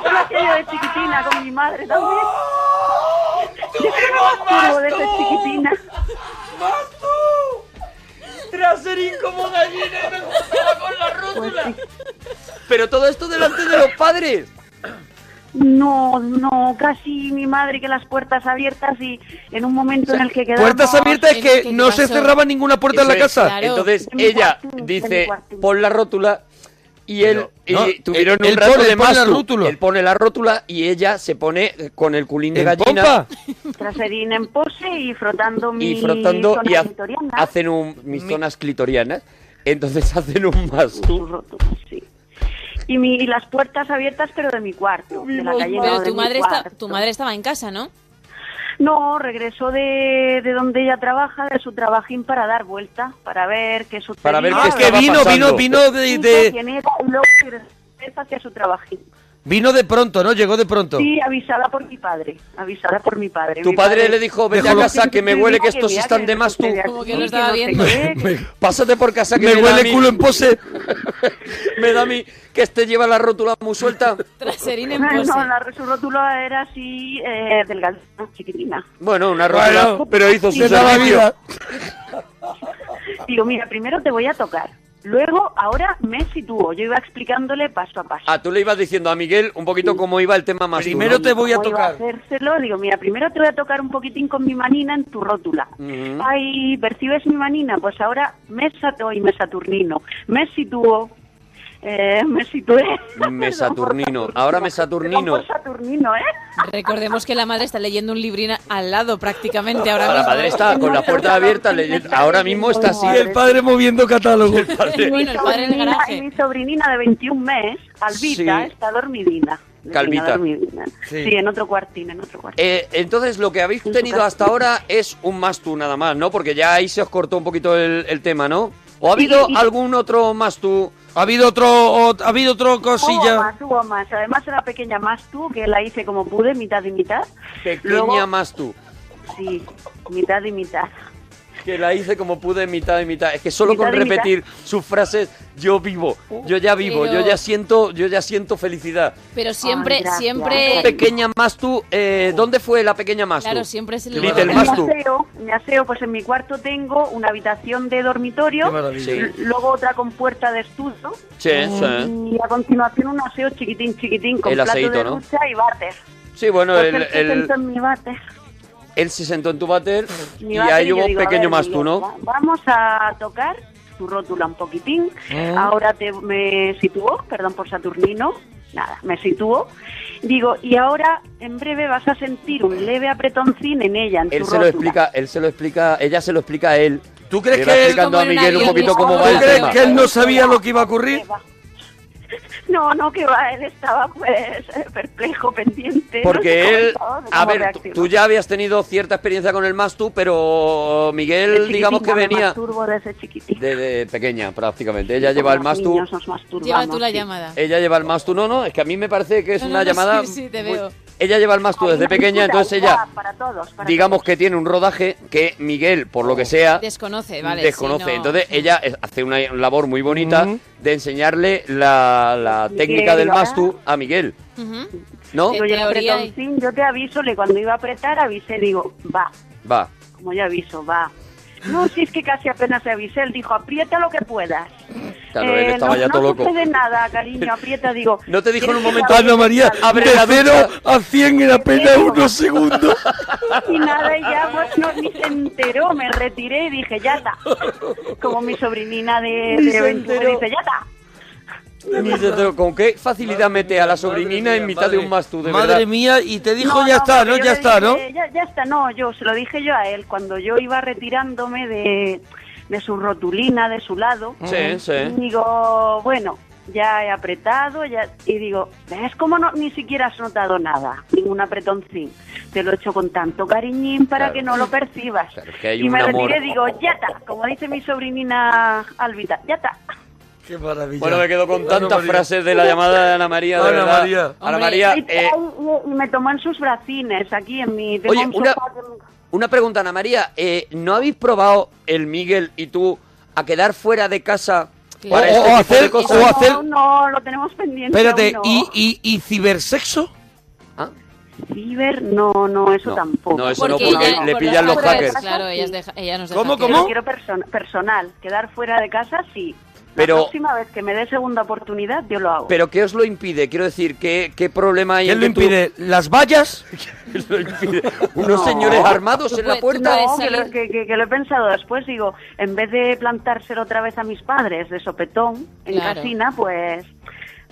S2: Eso lo hacía yo de chiquitina con mi madre también. Yo era más turbo desde chiquitina.
S3: Traserín como gallina me gustaba con la rótula. Pero todo esto delante de los padres.
S2: No, no, casi mi madre que las puertas abiertas y en un momento en el que quedamos...
S1: Puertas abiertas es
S5: ¿qué-
S1: que
S5: qué
S1: no se
S5: pasó?
S1: cerraba ninguna puerta en la
S3: Eso es.
S1: casa.
S5: Claro.
S3: Entonces
S2: De mi
S3: ella
S2: cuartín, de mi
S3: dice,
S2: cuartín.
S3: pon la rótula y él
S1: Pero, no,
S3: y tuvieron
S1: él-
S3: un
S1: él
S3: rato
S1: pone-
S3: de
S1: él pone la
S3: más.
S1: rótula.
S3: Él pone la rótula y ella se pone eh, con el culín de
S1: En
S3: gallina
S1: pompa.
S2: Traserín en pose y frotando mi
S3: y frotando
S2: zona
S3: y ha-
S2: clitoriana.
S3: hacen un mis zonas clitorianas. Entonces hacen un más.
S2: Tus rótulas, sí. Y, mi, y las puertas abiertas, pero de mi cuarto, de la calle. no,
S5: Pero
S2: de
S5: tu
S2: mi
S5: madre, está,
S2: cuarto.
S5: tu madre estaba en casa, ¿no?
S2: No, regresó de, de donde ella trabaja, de su trabajín, para dar vuelta, para ver qué sucedía.
S3: Para ver
S1: Ah,
S3: qué
S1: es que
S3: estaba
S1: vino, vino,
S3: pasando.
S1: vino de, de-
S2: quién era, y luego regresó hacia su trabajín.
S1: vino de pronto, ¿no? Llegó de pronto.
S2: Sí, avisada por mi padre, avisada por mi padre.
S3: Tu
S2: Mi
S3: padre le dijo, vete
S1: Dejó
S3: a
S1: lo-
S3: casa que me huele que estos
S2: mira,
S3: están de
S2: no
S3: más tú.
S2: sucede
S5: Como
S2: aquí,
S5: que lo estaba
S2: no sé
S5: viendo.
S2: qué.
S3: Pásate por casa que
S1: Me
S3: da a
S1: huele
S3: mí-
S1: culo en pose.
S3: Me da a mí que este lleva la rótula muy suelta.
S5: Traserín en
S2: No,
S3: pues,
S5: pose.
S3: eh.
S2: no, la su rótula era así, eh, delgadita, chiquitina.
S3: Bueno, una rótula,
S1: Bueno,
S3: pero hizo su
S1: Se daba
S3: servicio.
S1: vida.
S3: Ah.
S2: Digo, mira, primero te voy a tocar. Luego, ahora me sitúo. Yo iba explicándole paso a paso.
S3: Ah, tú le ibas diciendo a Miguel un poquito cómo iba el tema más.
S1: Primero te voy a
S2: ¿Cómo iba
S1: tocar.
S2: hacérselo? Digo, mira, primero te voy a tocar un poquitín con mi manina en tu rótula.
S1: Mm.
S3: Ujú.
S2: Ay, ¿percibes mi manina? Pues ahora me sató y me saturnino. Me sitúo. Eh, me situé.
S3: Me
S2: Perdón por
S3: saturnino. Ahora me
S2: Perdón por
S3: saturnino.
S2: saturnino, ¿eh?
S5: Recordemos que la madre está leyendo un librín al lado prácticamente ahora
S3: Ahora
S5: mismo.
S3: la madre está con la puerta abierta leyendo. Ahora mismo está así.
S1: Y el padre moviendo catálogo.
S5: Bueno, el padre en el
S2: Sobrinina-
S5: garaje.
S2: y mi sobrinina de 21 meses, Albita,
S3: Sí.
S2: está dormidina. Dormidina,
S3: Calvita.
S2: dormidina.
S1: Sí.
S2: Sí. en otro cuartín, en otro cuartín.
S3: Eh, entonces lo que habéis
S2: En su
S3: tenido
S2: casa.
S3: hasta ahora es un mastú nada más, ¿no? Porque ya ahí se os cortó un poquito el, el tema, ¿no? ¿O ha habido
S2: Sí, sí.
S3: algún otro mastú?
S1: Ha habido otro, o- ha habido otro
S2: Hubo
S1: cosilla.
S2: más, hubo más. Además era pequeña más tú, que la hice como pude, mitad y mitad.
S3: Pequeña
S2: Luego-
S3: mastú.
S2: Sí, mitad y mitad.
S3: Que la hice como pude, mitad y mitad. Es que solo
S2: Mitad
S3: con
S2: y mitad.
S3: repetir sus frases, yo vivo, yo ya vivo,
S5: Pero-
S3: yo ya siento, yo ya siento felicidad.
S5: Pero siempre,
S2: Ay, gracias.
S5: siempre...
S3: Pequeña Mastu, eh, ¿dónde fue la pequeña Mastu?
S5: Claro, siempre es el...
S3: Little
S2: En mi
S3: Mastu.
S2: aseo, en mi aseo, pues en mi cuarto tengo una habitación de dormitorio,
S1: Qué maravilla.
S3: Sí.
S2: l- luego otra con puerta de estudio
S3: Sí, sí.
S2: y a continuación un aseo chiquitín, chiquitín, con
S3: El
S2: plato
S3: aseíto,
S2: de
S3: ¿no?
S2: ducha y váter.
S3: Sí, bueno,
S2: Pues
S3: el-
S2: él se
S3: el-
S2: sentó en mi váter.
S3: él se sentó en tu váter
S2: mi
S3: y
S2: váter
S3: ahí
S2: yo
S3: hubo un
S2: digo, a
S3: pequeño
S2: ver,
S3: Mastu,
S2: digo,
S3: ¿no?
S2: va- pues, Vamos a tocar tu rótula un poquitín.
S3: Ah.
S2: Ahora te me sitúo, perdón por Saturnino. Nada, me sitúo. Digo, y ahora en breve vas a sentir un leve apretoncín en ella, en
S3: Él
S2: tu
S3: se lo
S2: rótula.
S3: explica, él se lo explica, ella se lo explica a él.
S1: ¿Tú crees
S3: Le
S1: que
S3: va
S1: él-
S3: explicando a
S5: Como en
S3: Miguel un
S5: avión,
S3: poquito
S5: ¿no?
S3: cómo
S5: ¿Tú
S3: va el
S1: crees
S3: tema?
S1: que él no sabía lo que iba a ocurrir?
S2: Que va. No, no, que va, él estaba pues perplejo, pendiente. no sé
S3: Porque
S2: cómo
S3: él,
S2: estaba, de
S3: a
S2: cómo
S3: ver, tú-
S2: reaccionó.
S3: tú ya habías tenido cierta experiencia con el Mastu, pero Miguel,
S2: Desde
S3: digamos que
S2: chiquitina me
S3: venía
S2: masturbo desde chiquitín.
S3: de, de pequeña prácticamente. Ella lleva el
S2: Como los
S3: Mastu,
S2: niños nos masturbamos,
S5: Lleva tú la
S2: sí.
S5: llamada.
S3: ella lleva el Mastu. No, no, es que a mí me parece que es
S5: No, no,
S3: una
S5: no,
S3: llamada.
S5: sí, sí, te
S3: muy-
S5: veo.
S3: Ella lleva el Mastu
S2: Hay
S3: desde
S2: una
S3: pequeña,
S2: disputa
S3: entonces ella,
S2: igual para todos, para
S3: digamos
S2: todos.
S3: que tiene un rodaje que Miguel, por lo que sea,
S5: Desconoce, Eh, vale. sí,
S3: desconoce.
S5: no.
S3: Entonces ella es- hace una labor muy bonita
S1: Ujú.
S3: de enseñarle la, la
S2: Miguel,
S3: técnica del
S2: ¿verdad?
S3: Mastu a Miguel,
S5: Ujú.
S3: ¿no?
S5: Sí.
S2: Digo, Eh, yo,
S5: teoría
S2: apretón, sí, yo te aviso, le cuando iba a apretar avisé, digo, va,
S3: Va.
S2: como yo aviso, va. No, si es que casi apenas te avisé, él dijo, aprieta lo que puedas. Eh,
S3: Claro, él estaba
S2: no,
S3: ya todo
S2: no
S3: loco.
S2: sucede nada, cariño, aprieta, digo.
S3: No te dijo en
S2: "Tienes
S3: un
S2: que
S3: momento,
S2: saber
S1: Ana María,
S2: que
S3: abre
S1: abre
S3: la
S1: de cero
S3: ducha.
S1: a 100 en apenas unos segundos.
S2: Y nada, y ya pues no, ni se enteró, me retiré y dije, ya está. Como mi sobrinina de,
S3: Ni
S2: de
S3: se
S2: 21
S3: enteró.
S2: dice, ya está.
S3: Ni te- te- ¿Con qué facilidad mete a la sobrinina en mitad de un Mastu, de
S1: Madre
S3: verdad?
S1: mía, y te dijo
S2: No,
S1: ya
S2: no,
S1: está,
S2: porque
S1: ¿no?
S2: yo
S1: Ya
S2: le
S1: está, ¿no?
S2: dije, Ya, ya está, no, yo se lo dije yo a él cuando yo iba retirándome de, de su rotulina, de su lado.
S3: Sí, sí.
S2: Digo, bueno, ya he apretado ya, y digo, ¿ves cómo no, ni siquiera has notado nada? Ningún apretoncín. Te lo he hecho con tanto cariñín para
S3: Claro.
S2: que no lo percibas.
S3: Claro, que hay
S2: y
S3: un
S2: me
S3: amor.
S2: retiré y digo, ya está, como dice mi sobrinina Alvita, ya está.
S1: Qué maravilla.
S3: Bueno, me quedo con
S1: Ana
S3: tantas
S1: María.
S3: frases de la llamada de Ana María, de
S1: Ana
S3: verdad.
S1: María.
S3: Ana
S5: Hombre.
S3: María,
S2: Y,
S3: eh,
S2: y- y me tomó en sus bracines, aquí en mi... tengo
S3: Oye,
S2: un
S3: una,
S2: sofá que-
S3: una pregunta, Ana María. eh, ¿No habéis probado el Miguel y tú a quedar fuera de casa
S1: Para este tipo de cosas.
S2: Eso
S1: o hacer-
S2: aún no lo tenemos pendiente.
S1: Espérate,
S2: aún no.
S1: ¿y, y, y cibersexo?
S2: Ciber, no, no, eso tampoco.
S3: no, eso no, porque
S5: ella-
S3: le
S5: por
S3: pillan los
S5: las hackers,
S3: hackers.
S5: Claro, ellas deja- ella nos deja
S1: ¿Cómo,
S5: que-
S2: Pero
S1: cómo?
S2: quiero perso- personal, quedar fuera de casa, sí. La
S3: Pero-
S2: próxima vez que me dé segunda oportunidad, yo lo hago.
S3: Pero ¿qué os lo impide? Quiero decir, ¿qué, qué problema hay
S1: ¿Quién
S3: en
S1: lo
S3: que tú-
S1: impide? ¿Las vallas?
S3: ¿Qué lo impide? ¿Unos
S2: No.
S3: señores armados
S5: Tú
S3: en la
S5: puedes- tú
S3: puerta?
S5: puedes-
S2: No, que lo,
S5: Pues, salir.
S2: que- que- que lo he pensado después, digo, en vez de plantárselo otra vez a mis padres de sopetón en
S5: Claro.
S2: casina, pues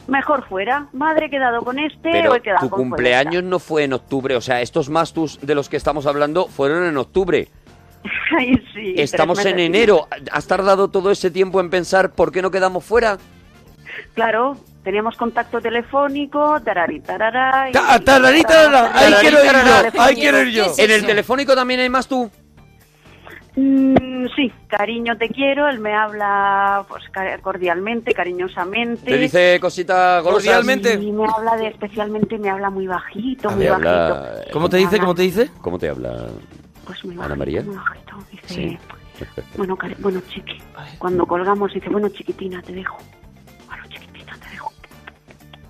S2: mejor fuera. Madre, he quedado con este
S3: Pero
S2: o he quedado
S3: tu
S2: con
S3: cumpleaños
S2: fulanita.
S3: no fue en octubre, o sea, estos mastus de los que estamos hablando fueron en octubre.
S2: Ay, sí, tres
S3: Estamos en
S2: meses.
S3: enero. ¿Has tardado todo ese tiempo en pensar por qué no quedamos fuera?
S2: Claro, teníamos contacto telefónico, tarari, tarara, y-
S1: Ta- tarari, tarara, Ah, ahí
S2: Tarari,
S1: quiero ir yo,
S2: tarara.
S1: ahí quiero ir yo.
S5: ¿Qué es
S3: En el
S5: eso?
S3: telefónico también hay más tú.
S2: Mm, sí, cariño te quiero, él me habla pues, ca- cordialmente, cariñosamente.
S3: Te dice cosita golosas.
S1: Cordialmente.
S2: Y me habla de, especialmente me habla muy bajito,
S3: A
S2: muy
S3: ver,
S2: bajito.
S3: Ah, habla, eh,
S1: ¿Cómo te dice? ¿Cómo te dice?
S3: ¿Cómo te habla?
S2: Pues muy
S3: Ana
S2: bajito,
S3: María?
S2: muy bajito. Dice,
S3: Sí.
S2: bueno, cari- bueno, chiqui. Cuando colgamos dice, bueno, chiquitina, te dejo. Bueno, chiquitina, te dejo.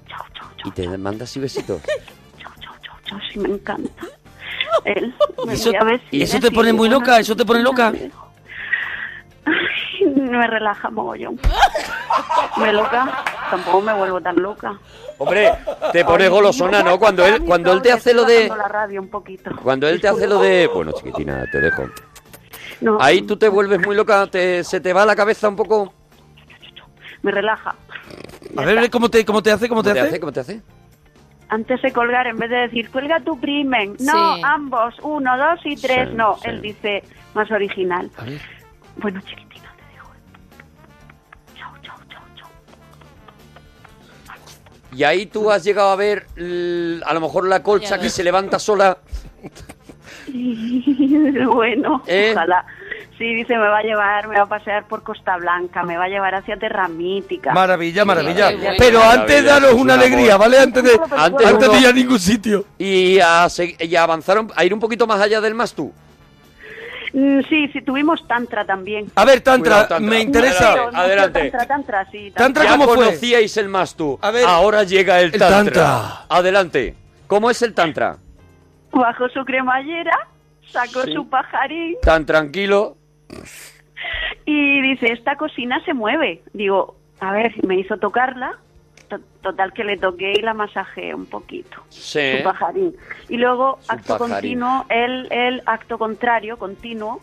S2: Chao, chao,
S3: Y
S2: chao,
S3: te manda así besitos.
S2: chao, chao, chao, chao, sí, me encanta. Él, me
S1: Eso-
S2: voy a ver si
S1: y eso
S2: viene,
S1: te pone
S2: sí,
S1: muy
S2: bueno,
S1: loca, eso te pone
S2: chiquitina,
S1: loca.
S2: te dejo. Ay, me relaja mogollón. Me loca, tampoco me vuelvo tan loca.
S3: Hombre, te pones
S2: Ay,
S3: golosona,
S2: mira,
S3: ¿no? Cuando él,
S2: mi
S3: cuando él te
S2: sol,
S3: hace lo
S2: estoy
S3: de.
S2: bajando la radio un poquito.
S3: Cuando él te hace lo de. Bueno, chiquitina, te dejo.
S2: No,
S3: Ahí tú te vuelves muy loca, te- se te va la cabeza un poco.
S2: Me relaja.
S1: A ver, ¿cómo te, cómo te hace? ¿Cómo te hace?
S3: ¿Cómo te hace?
S2: Antes de colgar, en vez de decir, cuelga tu primen, no,
S5: Sí.
S2: ambos, uno, dos y tres,
S3: Sí,
S2: no,
S3: sí.
S2: él dice más original.
S3: A ver.
S2: Bueno, chiquitina, te dejo. Chao, chao, chao, chao.
S3: Y ahí tú has llegado a ver l- a lo mejor la colcha
S5: Ya
S3: que
S5: ves.
S3: se levanta sola.
S2: bueno,
S3: ¿Eh?
S2: ojalá. Sí, dice, me va a llevar, me va a pasear por Costa Blanca, me va a llevar hacia Terra Mítica.
S1: Maravilla, maravilla.
S5: Qué bueno.
S1: Pero antes
S3: Maravilla,
S1: danos
S3: es un
S1: una
S3: amor.
S1: alegría, ¿vale? Antes de,
S3: Antes
S1: antes
S3: uno-
S1: de ir a ningún sitio.
S3: Y, a se- y avanzaron a ir un poquito más allá del más tú.
S2: Mm, sí, sí, tuvimos Tantra también.
S1: A ver, Tantra,
S3: Cuidado, Tantra.
S1: me
S2: No,
S1: interesa.
S2: no, no,
S3: adelante.
S2: Tantra, tantra, sí.
S1: Tantra
S3: Ya
S1: ¿Cómo fue?
S3: conocíais el más tú.
S1: A ver.
S3: Ahora llega el,
S1: El
S3: tantra.
S1: tantra.
S3: Adelante. ¿Cómo es el tantra?
S2: Bajó su cremallera, sacó
S3: Sí.
S2: su pajarín
S3: Tan tranquilo.
S2: y dice, esta cocina se mueve. Digo, a ver, me hizo tocarla. To- Total que le toqué y la masajeé un poquito.
S3: Sí.
S2: Su pajarín. Y luego,
S3: Su
S2: acto
S3: pajarín.
S2: continuo, él, él, acto contrario, continuo,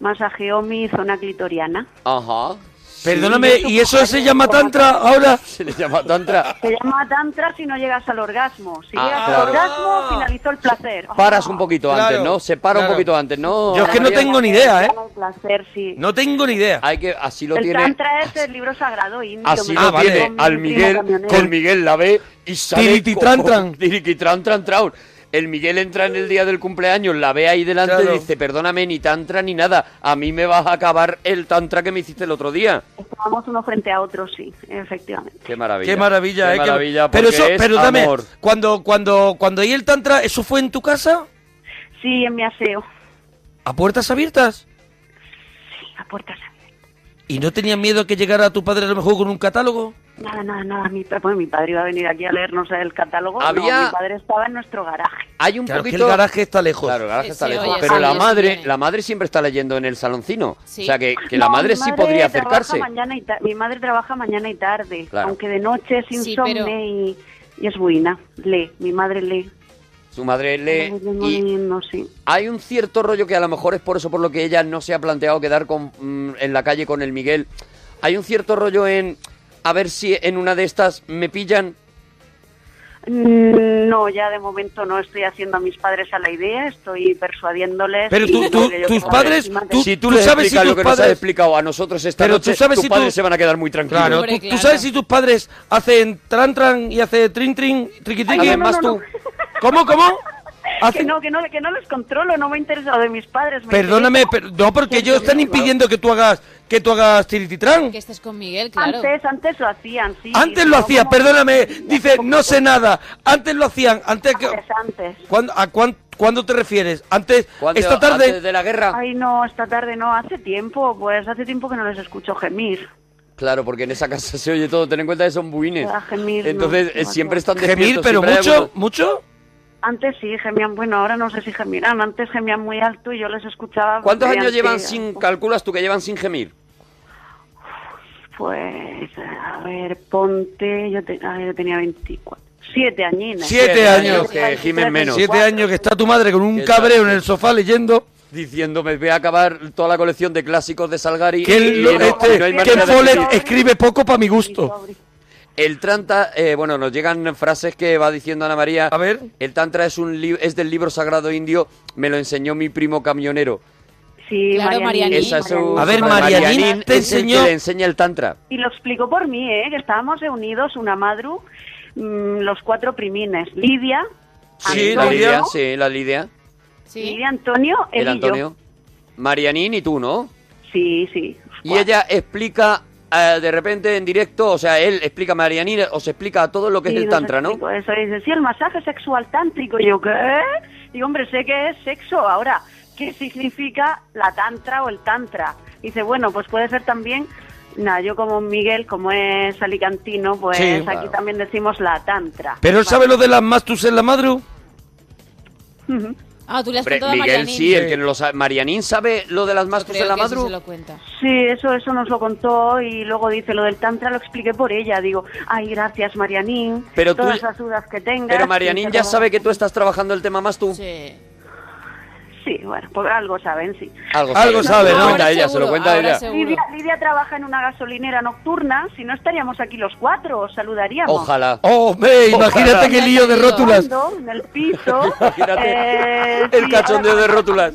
S2: masajeó mi zona clitoriana.
S3: Ajá.
S1: Perdóname, ¿y eso se llama Tantra ahora?
S3: Se le llama tantra.
S2: Se llama tantra si no llegas al orgasmo. Si
S3: Ah,
S2: llegas
S3: claro. Ah.
S2: al orgasmo, finalizó el placer.
S3: Paras un poquito
S1: Claro,
S3: antes, ¿no? Se para
S1: claro.
S3: un poquito antes, ¿no?
S1: Yo es que no
S3: María?
S1: tengo ni idea, ¿eh?
S2: El placer, sí.
S1: No tengo ni idea.
S3: Hay que así lo
S2: el
S3: tiene.
S2: Tantra es el libro sagrado indio.
S3: Así
S2: me
S3: lo
S1: Ah,
S3: tiene
S2: con mi
S3: al
S2: primo
S3: Miguel,
S2: camionero.
S3: con Miguel la ve y sale
S1: Tirititran,
S3: como-
S1: tran.
S3: tirititran, tran, traun. El Miguel entra en el día del cumpleaños, la ve ahí delante
S1: Claro.
S3: y dice, perdóname, ni tantra ni nada, a mí me vas a acabar el tantra que me hiciste el otro día.
S2: Estábamos uno frente a otro, sí, efectivamente.
S3: Qué maravilla.
S1: Qué maravilla,
S3: Qué
S1: eh, qué-
S3: maravilla,
S1: pero
S3: porque
S1: eso,
S3: es
S1: pero dame,
S3: amor.
S1: cuando, cuando, cuando hay el tantra, ¿eso fue en tu casa?
S2: Sí, en mi aseo,
S1: ¿A puertas abiertas?
S2: a puertas abiertas.
S1: ¿Y no tenías miedo que llegara tu padre a lo mejor con un catálogo?
S2: Nada, nada, nada. Mi, pa- bueno, mi padre iba a venir aquí a leernos el catálogo. No,
S3: Había-
S2: mi padre estaba en nuestro garaje.
S3: Hay un
S1: Claro, que
S3: poquito...
S1: el garaje está lejos.
S3: Claro, el garaje
S5: Sí,
S3: está
S5: sí,
S3: lejos.
S5: oye,
S3: pero
S5: sí,
S3: la
S5: sí,
S3: madre,
S5: viene.
S3: la madre siempre está leyendo en el saloncino.
S5: Sí.
S3: O sea que, que la
S2: No,
S3: madre
S2: mi
S3: sí podría
S2: trabaja
S3: acercarse.
S2: mañana y ta- mi madre trabaja mañana y tarde,
S3: Claro.
S2: aunque de noche es
S5: Sí,
S2: insomne
S5: pero-
S2: y, y es buena. Lee, mi madre lee.
S3: Su madre lee y
S2: Ay, No sé.
S3: Hay un cierto rollo que a lo mejor es por eso por lo que ella no se ha planteado quedar con, mm, en la calle con el Miguel. Hay un cierto rollo en a ver si en una de estas me pillan.
S2: Mm, No, ya de momento no estoy haciendo a mis padres a la idea, estoy persuadiéndoles.
S1: Pero
S2: y
S1: tú- tú-
S2: creo yo
S1: tus
S2: que-
S1: padres, tú-
S3: si tú,
S1: tú
S3: les
S1: sabes si
S3: explicas lo
S1: tus
S3: que nos has
S1: padres-
S3: explicado a nosotros esta
S1: Pero tú
S3: noche,
S1: sabes
S3: tus
S1: si
S3: padres
S1: tú-
S3: se van a quedar muy tranquilos.
S1: Claro,
S5: Hombre,
S1: tú, tú
S5: claro.
S1: sabes si tus padres hacen tran tran y hacen trin trin, triqui triqui.
S2: Ay, no, no,
S3: Además
S2: no,
S3: tú.
S2: no.
S1: ¿Cómo, cómo?
S2: Que
S1: Hacen-
S2: no, que no, que no les controlo, no me interesa lo de mis padres. me
S1: Perdóname,
S2: interesa-
S1: pero, no, porque
S2: Sí,
S1: ellos
S2: sí,
S1: están
S2: sí,
S1: impidiendo que tú hagas, que tú hagas tirititran.
S5: Que estés con Miguel, claro.
S2: Antes, antes lo hacían, sí.
S1: Antes
S2: sí,
S1: lo
S2: no,
S1: hacías,
S2: como-
S1: perdóname,
S2: Sí,
S1: dice,
S2: como-
S1: no sé nada. Antes lo hacían, antes que...
S2: Antes, antes.
S1: ¿Cuándo, ¿A cuán- cuándo te refieres? ¿Antes?
S3: ¿Cuándo-
S1: ¿Esta tarde?
S3: antes de la guerra.
S2: Ay, no, esta tarde no, hace tiempo, pues hace tiempo que no les escucho gemir.
S3: Claro, porque en esa casa se oye todo. Ten en cuenta que son buines.
S2: Ah, gemir, no,
S3: Entonces, eh,
S2: no,
S3: siempre
S2: no.
S3: están
S1: Gemir,
S3: despiertos.
S1: pero
S3: siempre hay
S1: mucho,
S3: algunos-
S1: mucho.
S2: Antes sí gemían, bueno, ahora no sé si gemían, antes gemían muy alto y yo les escuchaba.
S3: ¿Cuántos años
S2: mediante-
S3: llevan sin, calculas tú que llevan sin gemir?
S2: Pues, a ver, ponte, yo, te- a ver, yo tenía 24, siete añinas.
S1: Siete años.
S3: Que gimen menos.
S1: Siete años que está tu madre con un
S3: Que está-
S1: cabreo en el sofá leyendo.
S3: Diciéndome, voy a acabar toda la colección de clásicos de Salgari.
S1: Que
S3: y
S1: el,
S3: no-
S1: este,
S3: no hay
S1: que
S3: manera
S1: el
S3: de
S1: Follett
S3: hacerlo.
S1: escribe poco para mi gusto.
S3: El Tranta, eh, bueno, nos llegan frases que va diciendo Ana María.
S1: A ver.
S3: El Tantra es, un li- es del libro sagrado indio, me lo enseñó mi primo camionero.
S2: Sí,
S5: Claro, Marianín.
S3: Esa es su,
S1: A ver,
S3: su-
S1: Marianín te
S3: es el
S1: enseñó-
S3: que le enseña el Tantra.
S2: Y lo explicó por mí, ¿eh? que estábamos reunidos una madru, mm, los cuatro primines, Lidia,
S1: Sí,
S3: la
S2: Antonio,
S1: Lidia,
S3: Lidia, sí, la Lidia.
S5: Sí.
S2: Lidia, Antonio,
S3: El
S2: él y yo.
S3: Antonio. Marianín y tú, ¿no?
S2: Sí, sí.
S3: Y ella explica eh, de repente en directo, o sea, él explica a Marianín, os explica a todos lo que
S2: Sí,
S3: es el
S2: nos
S3: Tantra, ¿no?
S2: explicó Eso dice, sí, el masaje sexual tántrico. Y yo, ¿qué? Digo, hombre, sé que es sexo. Ahora, ¿qué significa la tantra o el tantra? Dice, bueno, pues puede ser también... Nada, yo como Miguel, como es alicantino, pues
S1: Sí,
S2: aquí
S1: claro.
S2: también decimos la tantra.
S1: Pero él
S2: Vale.
S1: sabe lo de las mastus en la madru.
S5: Ah, tú le has
S3: Hombre,
S5: contado a
S3: Miguel
S5: Marianín.
S3: sí, el que no lo sabe. Marianín sabe lo de las
S5: Yo
S3: mascos
S5: creo
S3: en la
S5: que eso
S3: madru.
S5: se lo cuenta.
S2: Sí, eso, eso nos lo contó y luego dice lo del tantra, lo expliqué por ella. Digo, ay, gracias Marianín,
S3: Pero tú-
S2: todas las dudas que tengas.
S3: Pero Marianín ya sabe que tú estás trabajando el tema más tú.
S5: Sí.
S2: Sí, bueno, por algo saben, sí.
S3: Algo
S1: Algo sabe,
S3: Se lo
S1: ¿no?
S3: cuenta
S5: Ahora
S3: ella, se lo
S5: seguro,
S3: cuenta
S5: ahora
S3: ella.
S5: seguro.
S2: Lidia, Lidia trabaja en una gasolinera nocturna, si no estaríamos aquí los cuatro, os saludaríamos.
S3: Ojalá.
S1: Oh, Hombre, imagínate
S3: Ojalá.
S1: qué lío de rótulas.
S2: Ando En el piso.
S3: Imagínate
S2: eh,
S3: el
S2: sí,
S3: cachondeo
S2: ahora-
S3: de rótulas.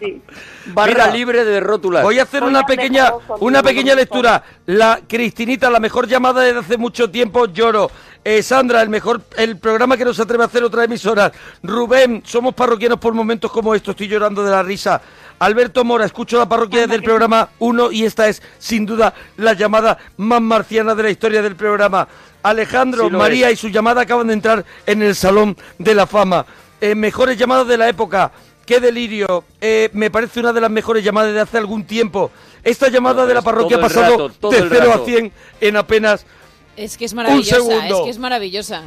S2: Sí.
S3: Barra libre de rótulas.
S1: Voy a hacer
S2: Voy
S1: una
S2: a
S1: pequeña,
S2: dejaros con
S1: una
S2: mi
S1: pequeña
S2: corazón.
S1: lectura. La Cristinita, la mejor llamada desde hace mucho tiempo, lloro. Eh, Sandra, el mejor, el programa que nos atreve a hacer otra emisora. Rubén, somos parroquianos por momentos como estos, estoy llorando de la risa. Alberto Mora, escucho la parroquia desde el programa 1 y esta es, sin duda, la llamada más marciana de la historia del programa. Alejandro,
S3: Sí lo
S1: María
S3: es.
S1: y su llamada acaban de entrar en el Salón de la Fama. Eh, mejores llamadas de la época. ¡Qué delirio! Eh, me parece una de las mejores llamadas de hace algún tiempo. Esta llamada
S3: No,
S1: de la
S3: es
S1: parroquia ha
S3: todo el
S1: pasado
S3: rato, todo
S1: de
S3: el
S1: 0 a
S3: rato.
S1: 100 en apenas.
S5: Es que es maravillosa,
S1: segundo.
S5: es que es maravillosa.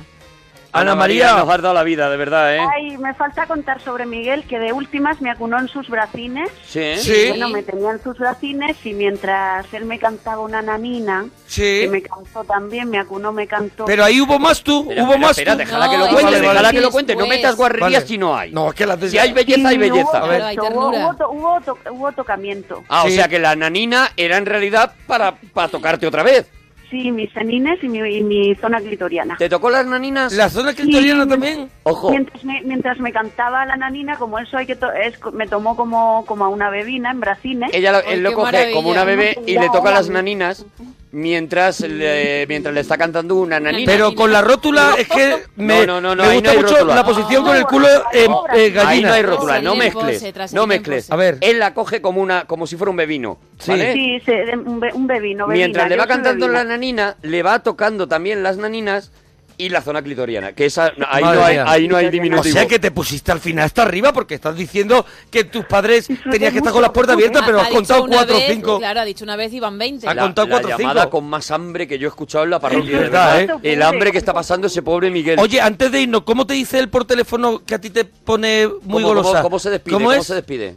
S1: Ana María.
S3: nos has dado la vida, de verdad, ¿eh?
S2: Ay, me falta contar sobre Miguel, que de últimas me acunó en sus bracines.
S3: Sí.
S1: Sí.
S2: Bueno, me tenía en sus bracines y mientras él me cantaba una nanina,
S1: Sí.
S2: que me cantó también, me acunó, me cantó.
S1: eh, Pero ahí hubo más tú,
S3: Espera,
S1: hubo
S3: espera,
S1: más
S3: espera,
S1: tú.
S3: déjala que
S5: No,
S3: lo
S5: es
S3: cuente,
S5: que
S3: déjala que lo
S5: después-
S3: cuente. No metas guarrerías
S1: Vale.
S3: si no hay.
S1: No, es que las de-
S3: Si hay
S2: Sí,
S3: belleza, hay belleza.
S2: Hubo,
S1: A ver.
S5: Claro, hay
S2: tocho,
S5: ternura.
S2: hubo to- hubo to- hubo tocamiento.
S3: Ah,
S1: Sí.
S3: o sea que la nanina era en realidad para, para tocarte otra vez.
S2: Sí, mis anines y mi, y mi zona clitoriana.
S3: ¿Te tocó las naninas?
S1: La zona cristiana
S2: Sí.
S1: también.
S3: Ojo.
S2: Mientras me, mientras me cantaba la nanina, como eso hay que to- es, me tomó como, como a una bebina en bracines.
S3: Ella lo-
S5: Ay,
S3: él lo
S5: qué
S3: coge
S5: maravilla.
S3: como una bebé y le
S2: Ya,
S3: toca
S2: hola.
S3: las naninas mientras le, mientras le está cantando una nanina.
S1: Pero con la rótula es que me,
S3: No, no, no,
S1: me
S3: ahí no
S1: gusta
S3: hay
S1: mucho
S3: rótula.
S1: la posición
S2: Ah, No,
S1: con el culo eh, eh,
S2: no, no,
S3: Ahí no
S1: gallina.
S3: hay rótula, no
S5: Traserín
S3: mezcles.
S5: pose, traserín
S3: no mezcles.
S5: pose.
S1: A ver.
S3: Él la coge como una como si fuera un bebino.
S1: Sí.
S3: ¿vale?
S2: Sí, se- de- un, be- un bebino. bebina,
S3: Mientras le
S2: yo
S3: va
S2: soy
S3: cantando
S2: bebina.
S3: la nanina, le va tocando también las naninas y la zona clitoriana. Que esa, ahí,
S1: Madre
S3: no hay,
S1: mía.
S3: ahí no hay
S1: O
S3: diminutivo.
S1: sea que te pusiste al final hasta arriba porque estás diciendo que tus padres tenías que estar con las puertas abiertas,
S5: Ha-
S1: pero
S5: ha
S1: has
S5: dicho
S1: contado
S5: una
S1: cuatro o
S5: vez,
S1: cinco.
S5: Claro, ha dicho una vez y van 20.
S1: Ha
S3: La-
S1: contado
S3: la
S1: cuatro,
S3: llamada
S1: cinco.
S3: con más hambre que yo he escuchado en la parroquia.
S1: Es
S3: de
S1: verdad,
S2: ¿eh?
S3: El hambre que está pasando ese pobre Miguel.
S1: Oye, antes de irnos, ¿cómo te dice él por teléfono que a ti te pone muy
S3: ¿Cómo- cómo-
S1: golosa?
S3: ¿Cómo, se despide?
S1: ¿Cómo,
S3: ¿Cómo
S1: es?
S3: se despide?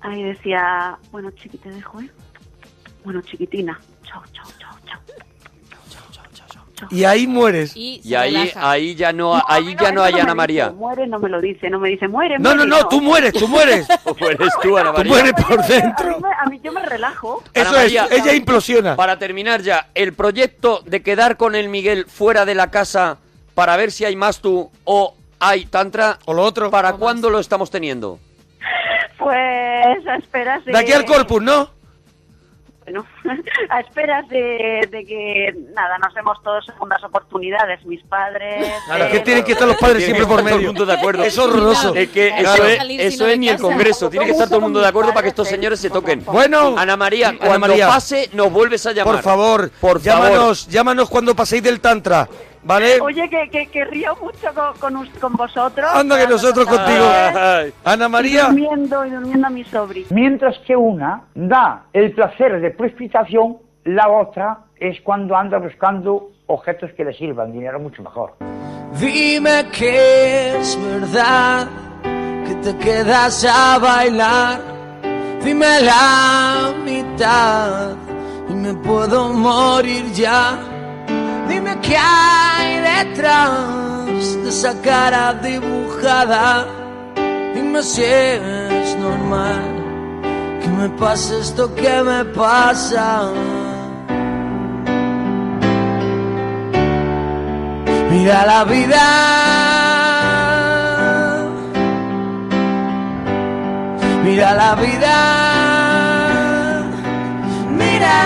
S2: Ahí decía, bueno, chiqui, te dejo, ¿eh? Bueno, chiquitina. Chao, chao, chao, chao.
S1: Y ahí mueres.
S5: Y, se
S3: Y ahí,
S5: relaja.
S3: ahí ya no, ahí ya no, hay Ana María.
S2: Muere, no me lo dice, no me dice, muere.
S1: No, no,
S2: muere",
S1: no, tú mueres, tú mueres.
S3: ¿O eres tú, Ana
S1: tú
S3: María?
S1: mueres
S2: Pues yo-
S1: por
S2: yo- A
S1: dentro.
S2: mí, me- a mí yo me relajo.
S3: Ana
S1: Eso es,
S3: María.
S1: ella implosiona.
S3: Para terminar ya, el proyecto de quedar con el Miguel fuera de la casa para ver si hay más tú o hay tantra,
S1: O lo otro.
S3: ¿para cuándo lo estamos teniendo?
S2: Pues a esperas de...
S1: De aquí al corpus, ¿no?
S2: Bueno, a esperas de, de que, nada, nos demos todos segundas oportunidades, mis padres...
S1: Claro,
S2: eh,
S1: es que tienen que estar los padres siempre por
S3: Todo el
S1: medio.
S3: mundo de acuerdo.
S1: Es horroroso.
S3: Es que
S5: Claro.
S3: eso es,
S5: Salir si
S3: eso
S5: no
S3: es
S5: de
S3: ni el
S5: casa.
S3: Congreso. Tiene que estar todo el mundo de acuerdo para que estos señores se toquen.
S1: Bueno,
S3: Ana María,
S1: Ana
S3: cuando
S1: María.
S3: pase, nos vuelves a llamar.
S1: Por favor,
S3: Por
S1: llámanos, llámanos cuando paséis del tantra, ¿vale?
S2: Oye, que, que, que río mucho con, con, us- con vosotros.
S1: Anda que nosotros
S2: Tantas
S1: contigo.
S2: veces,
S3: Ay.
S1: Ana María,
S2: Durmiendo y durmiendo a mi sobrino.
S6: Mientras que una da el placer de precipitación La otra es cuando anda buscando objetos que le sirvan, dinero mucho mejor.
S7: Dime que es verdad que te quedas a bailar. Dime la mitad y me puedo morir ya. Dime qué hay detrás de esa cara dibujada. Dime si es normal que me pase esto que me pasa. Mira la vida. Mira la vida. Mira.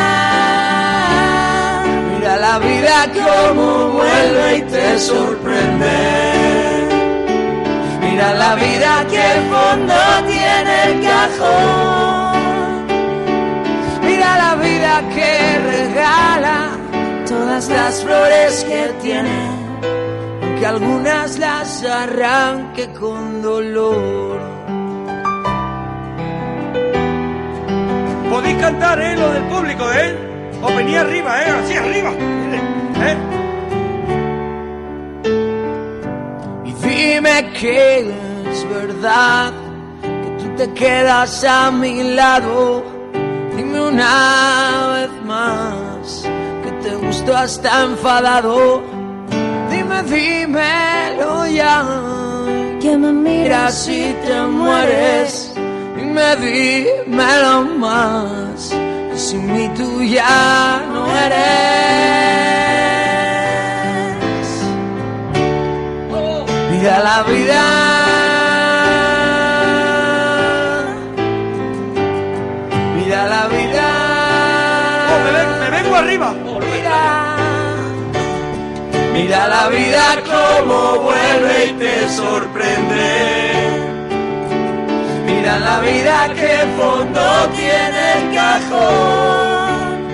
S7: Mira la vida como vuelve y te sorprende. Mira la vida que fondo tiene el cajón. Mira la vida que regala todas las flores que tiene que algunas las arranque con dolor.
S8: Podéis cantar, ¿eh? Lo del público, ¿eh? O venía arriba, ¿eh? Así arriba. ¿Eh?
S7: Y dime que es verdad que tú te quedas a mi lado. Dime una vez más que te gustó hasta enfadado. Dime, dímelo ya. Que me miras si te mueres. Dime, dímelo más. Que sin mí tú ya no eres. Oh, Mira la vida. Mira la vida.
S3: Oh,
S8: me, vengo arriba.
S7: Mira la vida como vuelve y te sorprende. Mira la vida que fondo tiene el cajón.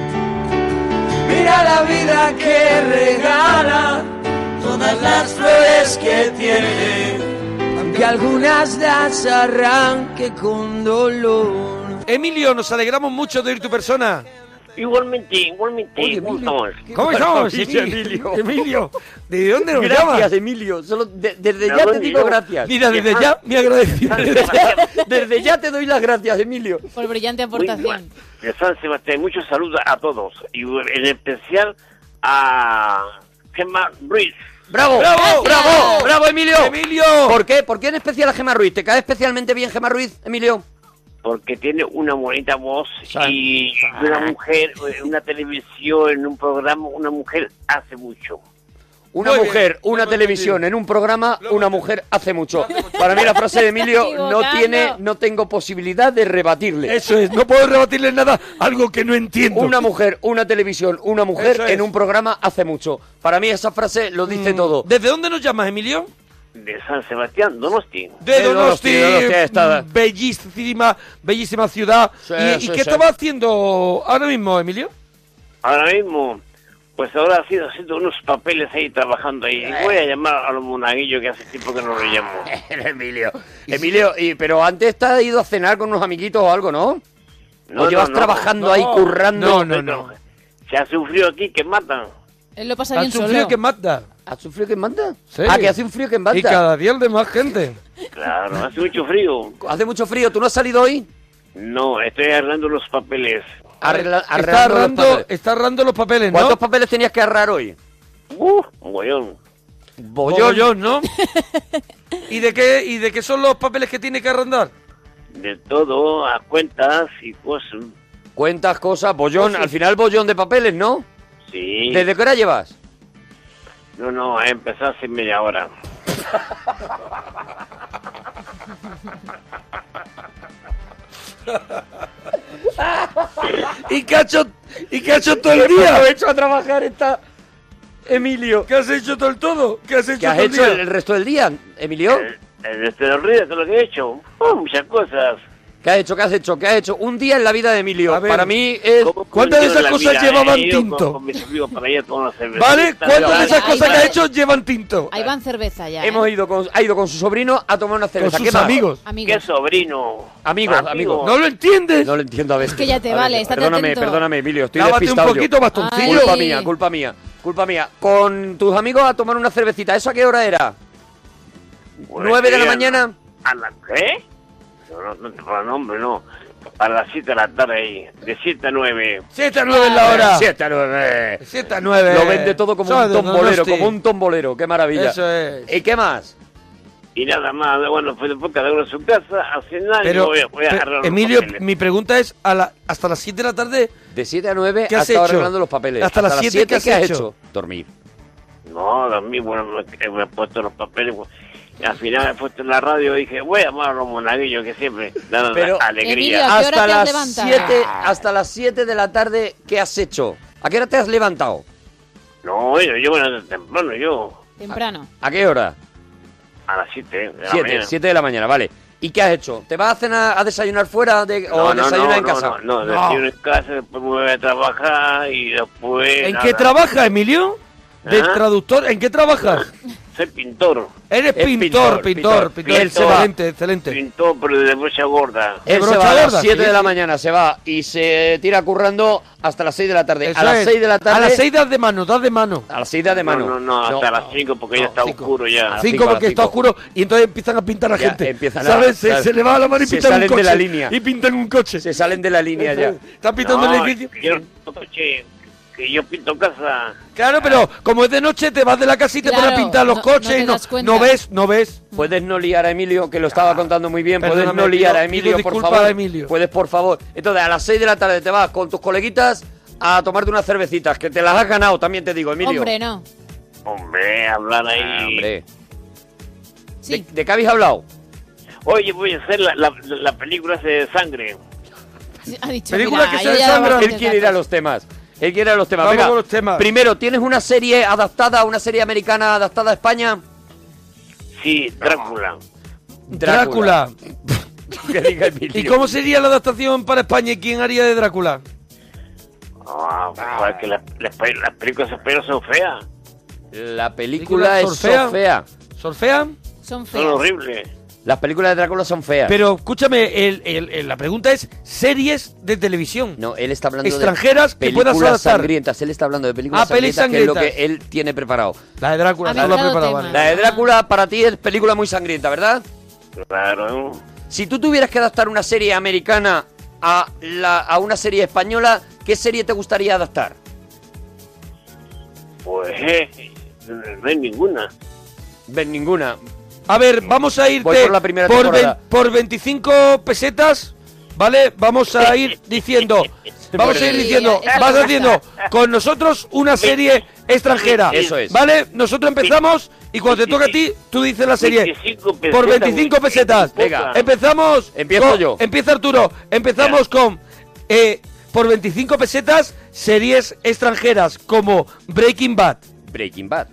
S7: Mira la vida que regala todas las flores que tiene. Aunque algunas las arranque con dolor.
S1: Emilio, nos alegramos mucho de oír tu persona.
S9: Igualmente, igualmente.
S1: Oye,
S9: ¿cómo
S1: Emilio,
S9: estamos?
S1: ¿Cómo estamos,
S3: maravilla,
S1: Emilio?
S3: Emilio.
S1: Emilio, ¿de dónde nos
S3: Gracias,
S1: llamas?
S3: Emilio. Solo de- desde
S9: ¿De
S3: ya te
S9: dónde
S3: digo
S9: yo?
S3: gracias.
S1: Mira, desde ya me agradecido.
S9: San Sebastián.
S3: Desde ya te doy las gracias, Emilio.
S5: Por brillante
S9: Muy
S5: aportación.
S9: bien. De San Sebastián, muchos saludos a todos. Y en especial a Gemma Ruiz.
S3: ¡Bravo!
S1: ¡Bravo!
S3: ¡Bravo! ¡Bravo, Emilio!
S1: Emilio,
S3: ¿Por qué? ¿Por qué en especial a Gemma Ruiz? ¿Te cae especialmente bien Gemma Ruiz, Emilio?
S9: Porque tiene una bonita voz
S3: San-
S9: y una mujer, eh, una televisión, en un programa, una mujer hace mucho.
S3: Una
S1: Muy bien,
S3: mujer,
S1: lo
S3: una
S1: hemos
S3: televisión,
S1: entendido.
S3: en un programa, una mujer hace mucho. Para mí la frase de Emilio no
S5: equivocando.
S3: tiene, no tengo posibilidad de rebatirle.
S1: eso es, no puedo rebatirle nada, algo que no entiendo.
S3: Una mujer, una televisión, una mujer
S1: Eso es.
S3: en un programa hace mucho. Para mí esa frase lo dice todo.
S1: ¿Desde dónde nos llamas, Emilio?
S9: De San Sebastián, Donosti.
S1: De
S3: De Donosti,
S1: Donosti, mm,
S3: de Donosti, está.
S1: bellísima, bellísima ciudad.
S3: Sí,
S1: ¿Y, y
S3: sí,
S1: qué
S3: sí.
S1: estaba haciendo ahora mismo, Emilio?
S9: Ahora mismo, pues ahora ha sido haciendo unos papeles ahí trabajando ahí.
S3: Eh.
S9: Y voy a llamar a los monaguillos que hace tiempo que no lo llamo.
S3: Emilio. Emilio, y- pero antes te has ido a cenar con unos amiguitos o algo, ¿no?
S9: No,
S3: o llevas
S9: no, no.
S3: trabajando ahí
S1: No,
S3: currando.
S1: no, no, no.
S9: Se ha sufrido aquí que matan.
S5: Él lo pasa
S1: Tan
S5: bien
S1: sufrido
S5: solo.
S1: que mata.
S3: ¿Hace un frío que en banda?
S1: Sí.
S3: Ah, que hace un frío que en
S1: Y
S3: banda.
S1: cada día el de más gente.
S9: Claro, hace mucho frío.
S3: Hace mucho frío. ¿Tú no has salido hoy?
S9: No, estoy arreglando los papeles.
S3: Arregla-
S1: está,
S3: arreglando los
S1: arrando,
S3: papeles.
S1: está arrando los papeles,
S3: ¿Cuántos
S1: ¿no?
S3: papeles tenías que arrar hoy?
S9: ¡Uh! Mogollón.
S1: Bollón, ¿no? ¿Y de, qué, ¿Y de qué son los papeles que tiene que arrendar?
S9: De todo, a cuentas y cosas.
S3: Cuentas cosas, bollón. Al final bollón de papeles, ¿no?
S9: Sí.
S3: ¿Desde qué hora llevas?
S9: No, no, he empezado hace media hora.
S1: ¿Y qué ha hecho, y qué ha hecho todo el día?
S3: hecho a trabajar está Emilio.
S1: ¿Qué has hecho todo el todo? ¿Qué has hecho
S3: ¿Qué has
S1: todo el
S3: hecho
S1: día?
S3: el, el resto del día, Emilio?
S9: Eh, eh, Desde los ríos es lo que he hecho. Oh, muchas cosas.
S3: ¿Qué has hecho? ¿Qué has hecho? ¿Qué has hecho? Un día en la vida de Emilio. Para mí es...
S1: ¿Cuántas de esas cosas llevaban
S9: Con,
S1: tinto?
S9: con mis amigos para allá a tomar una cerveza.
S1: ¿Vale? ¿Cuántas de esas
S5: Ahí
S1: cosas
S5: va.
S1: que ha hecho llevan tinto?
S5: Ahí van cerveza ya. ¿eh?
S1: Em-
S3: Hemos ido con, ha ido con su sobrino a tomar una
S1: Con
S3: cerveza.
S1: sus
S3: más?
S1: amigos.
S9: ¡Qué
S5: Amigos.
S9: sobrino!
S3: Amigos, amigos.
S1: ¿No lo entiendes?
S3: No lo entiendo a veces.
S5: Es que ya te
S3: A
S5: vale,
S3: veces.
S5: estate
S3: Perdóname,
S5: atento.
S3: perdóname, Emilio. Estoy
S1: Lávate un
S3: despistado yo.
S1: poquito, bastoncillo.
S5: Ay.
S3: Culpa mía, culpa mía, culpa mía. Con tus amigos a tomar una cervecita. ¿Eso a qué hora era?
S9: Pues
S3: ¿Nueve de la
S9: sí, a-
S3: mañana?
S9: ¿A la qué? No, no, no te pongas nombre, no. A las 7 de la tarde ahí. De 7 a 9.
S1: 7 a 9 es la hora.
S3: Siete a nueve.
S1: 7 a 9.
S3: Lo vende todo como un tombolero, como un tombolero. Qué maravilla.
S1: Eso es.
S3: ¿Y qué más?
S9: Y nada más. Bueno, fue después cada uno a su casa, a cenar. y
S1: Pero,
S9: voy a, voy a
S1: pe-
S9: agarrar los
S1: Emilio,
S9: papeles.
S1: mi pregunta es, a la- hasta las 7 de la tarde,
S3: De 7 a 9
S1: ¿Qué
S3: has
S1: has
S3: estado
S1: hecho?
S3: arreglando los papeles.
S1: Hasta las siete, ¿qué has hecho?
S3: Dormir.
S9: No, a mí, bueno, me, eh, me he puesto los papeles. bueno, y al final me he puesto en la radio y dije, voy a llamar a los monaguillos que siempre dan
S3: Pero-
S9: alegría.
S5: Emilio, ¿A qué hora
S3: Hasta
S5: te has
S3: las,
S5: levantado?
S3: siete, hasta las 7 de la tarde, ¿qué has hecho? ¿A qué hora te has levantado?
S9: No, yo, yo bueno, temprano, yo
S5: Temprano.
S3: ¿A qué hora?
S9: a las 7 de la
S3: 7,
S9: mañana.
S3: 7 de la mañana, vale. ¿Y qué has hecho? ¿Te vas a cenar, a desayunar fuera de-
S9: No,
S3: o
S9: no,
S3: desayunar
S9: no,
S3: Oh, en
S9: no,
S3: casa?
S9: No, no, desayuno en casa, después me voy a trabajar y después...
S1: ¿en
S9: nada.
S1: qué trabaja, Emilio? De
S9: ¿Ah?
S1: traductor, ¿en qué trabajas?
S9: Soy pintor,
S1: Eres
S3: Es
S1: pintor, pintor,
S3: pintor,
S1: pintor.
S3: pintor.
S9: Él se va.
S1: Excelente, excelente.
S9: pintor, pero de brocha gorda.
S1: De
S3: Él se
S1: brocha
S3: va a las
S1: gorda,
S3: 7
S1: sí,
S3: de la
S1: sí.
S3: mañana, se va y se tira currando hasta las 6 de la tarde.
S1: Eso
S3: a las
S1: es.
S3: 6 de la tarde.
S1: A las 6 das de mano, das de mano.
S3: a las 6 de la mano.
S9: No, no, no,
S3: No,
S9: hasta las 5 porque ya
S1: no,
S9: está
S1: cinco.
S9: oscuro ya.
S3: A las
S1: Cinco
S3: cinco, a
S1: porque
S3: las
S1: está
S3: cinco.
S1: oscuro y entonces empiezan a pintar a
S3: Ya,
S1: gente.
S3: empiezan a-
S1: ¿Sabes? Se,
S3: ¿sabes?
S1: se le va la mano y
S3: Se
S1: pintan un
S3: salen de
S1: coche.
S3: la línea.
S1: Y pintan un coche.
S3: Se salen de la línea ya.
S1: Están pintando
S9: No,
S1: el edificio.
S9: Yo, no pinto, che, que yo pinto casa.
S1: Claro, pero como es de noche, te vas de la casa y te
S5: Claro,
S1: pones a pintar los
S5: no- no te
S1: coches
S5: das
S1: y no,
S5: cuenta.
S1: no ves, no ves.
S3: Puedes no liar a Emilio, que lo estaba contando muy bien. Puedes
S1: Ah, perdóname,
S3: no liar a
S1: pido-
S3: Emilio,
S1: pido
S3: por
S1: disculpas
S3: favor.
S1: a Emilio.
S3: Puedes, por favor. Entonces, a las 6 de la tarde te vas con tus coleguitas a tomarte unas cervecitas, que te las has ganado, también te digo, Emilio.
S5: Hombre, no.
S9: Hombre, hablar ahí.
S3: Ah, hombre. ¿De,
S5: Sí.
S3: de qué habéis hablado?
S9: Oye, voy a hacer la, la, la película esa de sangre.
S5: Ha dicho,
S1: Película
S5: mira,
S1: que
S5: yo
S1: se
S5: ya daba
S1: desangra.
S5: bastantes
S3: Él quiere ir a
S5: datos.
S3: los temas. Él quiere ir a los temas.
S1: Vamos
S3: Venga,
S1: con los temas.
S3: Primero, ¿tienes una serie adaptada, una serie americana adaptada a España?
S9: Sí, Drácula.
S1: Drácula.
S3: que diga Emilio.
S1: ¿Y cómo sería la adaptación para España y quién haría de Drácula?
S9: Ah, pues, joder, que las, las pe- las películas españolas son feas.
S3: La película es
S1: Sorfea.
S3: fea.
S1: ¿Sorfea?
S5: Son
S9: Son
S5: feos.
S9: horribles.
S3: Las películas de Drácula son feas.
S1: Pero escúchame, el- el- el- la pregunta es series de televisión.
S3: No, él está hablando
S1: Extranjeras
S3: de
S1: que puedas
S3: películas
S1: adaptar.
S3: sangrientas. Él está hablando de películas
S1: Ah, pelis
S3: sangrientas, que es lo
S1: sangrientas.
S3: que él tiene preparado.
S1: La de Drácula,
S5: Ha
S1: tú la
S5: mezclado
S1: preparabas.
S5: temas.
S3: La de Drácula para ti es película muy sangrienta, ¿verdad?
S9: Claro.
S3: Si tú tuvieras que adaptar una serie americana a, la, a una serie española, ¿qué serie te gustaría adaptar?
S9: Pues eh, no hay ninguna.
S3: Ver ninguna.
S1: A ver, vamos a irte
S3: Voy por la primera
S1: por,
S3: temporada.
S1: ve- por 25 pesetas, ¿vale? Vamos a ir diciendo, vamos a ir
S3: Sí,
S1: diciendo,
S5: eso me
S1: vas
S5: gusta.
S1: haciendo con nosotros una serie extranjera.
S3: Eso es.
S1: ¿Vale? Nosotros empezamos y cuando te toca a ti, tú dices la serie.
S9: 25 pesetas,
S1: Por 25
S9: güey.
S1: pesetas.
S3: Venga.
S1: Empezamos.
S3: Empiezo
S1: con-
S3: yo.
S1: Empieza Arturo. Empezamos con. eh, por 25 pesetas, series extranjeras como Breaking Bad.
S3: Breaking Bad.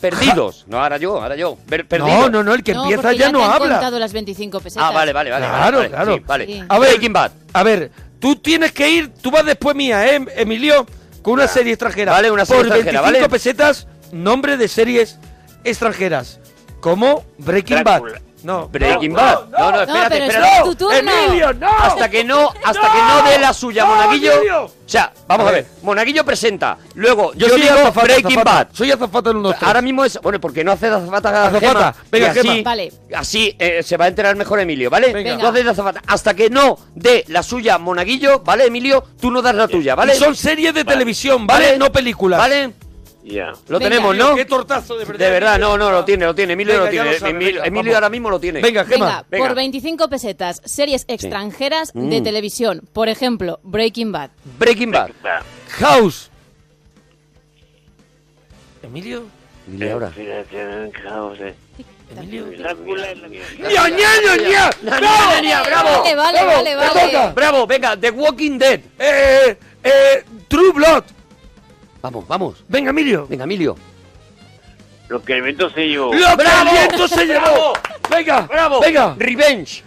S3: Perdidos. No, ahora yo, ahora yo. Ver- perdidos.
S1: No, no, no, el que empieza
S5: porque
S1: ya, no
S5: te han
S1: habla.
S5: contado las 25 pesetas.
S3: Ah, vale, vale, vale.
S1: Claro,
S3: vale,
S1: claro.
S3: sí, vale.
S5: Sí.
S1: A ver.
S3: Breaking Bad.
S1: A ver, tú tienes que ir, tú vas después mía, ¿eh, Emilio? Con una serie extranjera.
S3: Vale, una serie
S1: Por
S3: extranjera,
S1: 25
S3: ¿vale?
S1: pesetas, nombre de series extranjeras. Como Breaking Bad.
S9: Drácula.
S1: No.
S3: Breaking
S1: no,
S3: Bad. No, no,
S5: No,
S3: espérate,
S5: pero
S3: espérate.
S5: es tu turno.
S1: Emilio, no.
S3: Hasta que no, hasta que no dé la suya,
S1: ¡No,
S3: Monaguillo.
S1: Emilio!
S3: O sea, vamos a
S1: A
S3: ver.
S1: ver.
S3: Monaguillo presenta. Luego, yo,
S1: Yo,
S3: sigo
S1: soy azafata,
S3: Breaking
S1: azafata.
S3: Bad.
S1: Soy azafata en un dos, tres.
S3: Ahora mismo es. Bueno, porque no haces azafata a
S1: Azafata,
S3: Gema?
S1: venga,
S3: Y así,
S1: Gema.
S5: Vale.
S3: Así eh, se va a enterar mejor Emilio, ¿vale?
S1: Venga.
S3: No haces azafata. Hasta que no dé la suya Monaguillo, ¿vale, Emilio? Tú no das la tuya, ¿vale?
S1: Y son series de televisión, ¿vale? No películas.
S3: ¿Vale?
S9: Ya.
S3: Lo
S5: Venga.
S3: tenemos, ¿no?
S1: Qué tortazo de verdad.
S3: De verdad, no, no, lo tiene, lo tiene. Emilio
S1: Venga, ya
S3: lo tiene.
S1: lo sabe,
S3: Emilio,
S1: venga,
S3: Emilio
S1: vamos.
S3: ahora mismo lo tiene.
S1: Venga,
S5: Venga,
S1: Gema.
S3: venga. Mm.
S5: por 25 pesetas, series extranjeras de televisión. Por ejemplo, Breaking Bad.
S3: Breaking Bad.
S1: House. Emilio.
S3: Emilio ahora.
S9: Drácula es la que-
S1: ¡Ña, ña, ña, ña!
S3: ¡Bravo! ¡Bravo!
S1: bravo,
S5: Vale, vale, vale,
S1: te
S5: vale.
S1: toca.
S3: ¡Bravo! Venga, The Walking Dead.
S1: Eh, eh, eh, True Blood.
S3: Vamos, vamos.
S1: Venga, Emilio.
S3: Venga, Emilio.
S9: Lo que el viento se llevó.
S1: ¡Lo que
S3: ¡Bravo!
S1: el viento se
S3: ¡Bravo!
S1: llevó! Venga,
S3: ¡Bravo!
S1: venga.
S3: Revenge.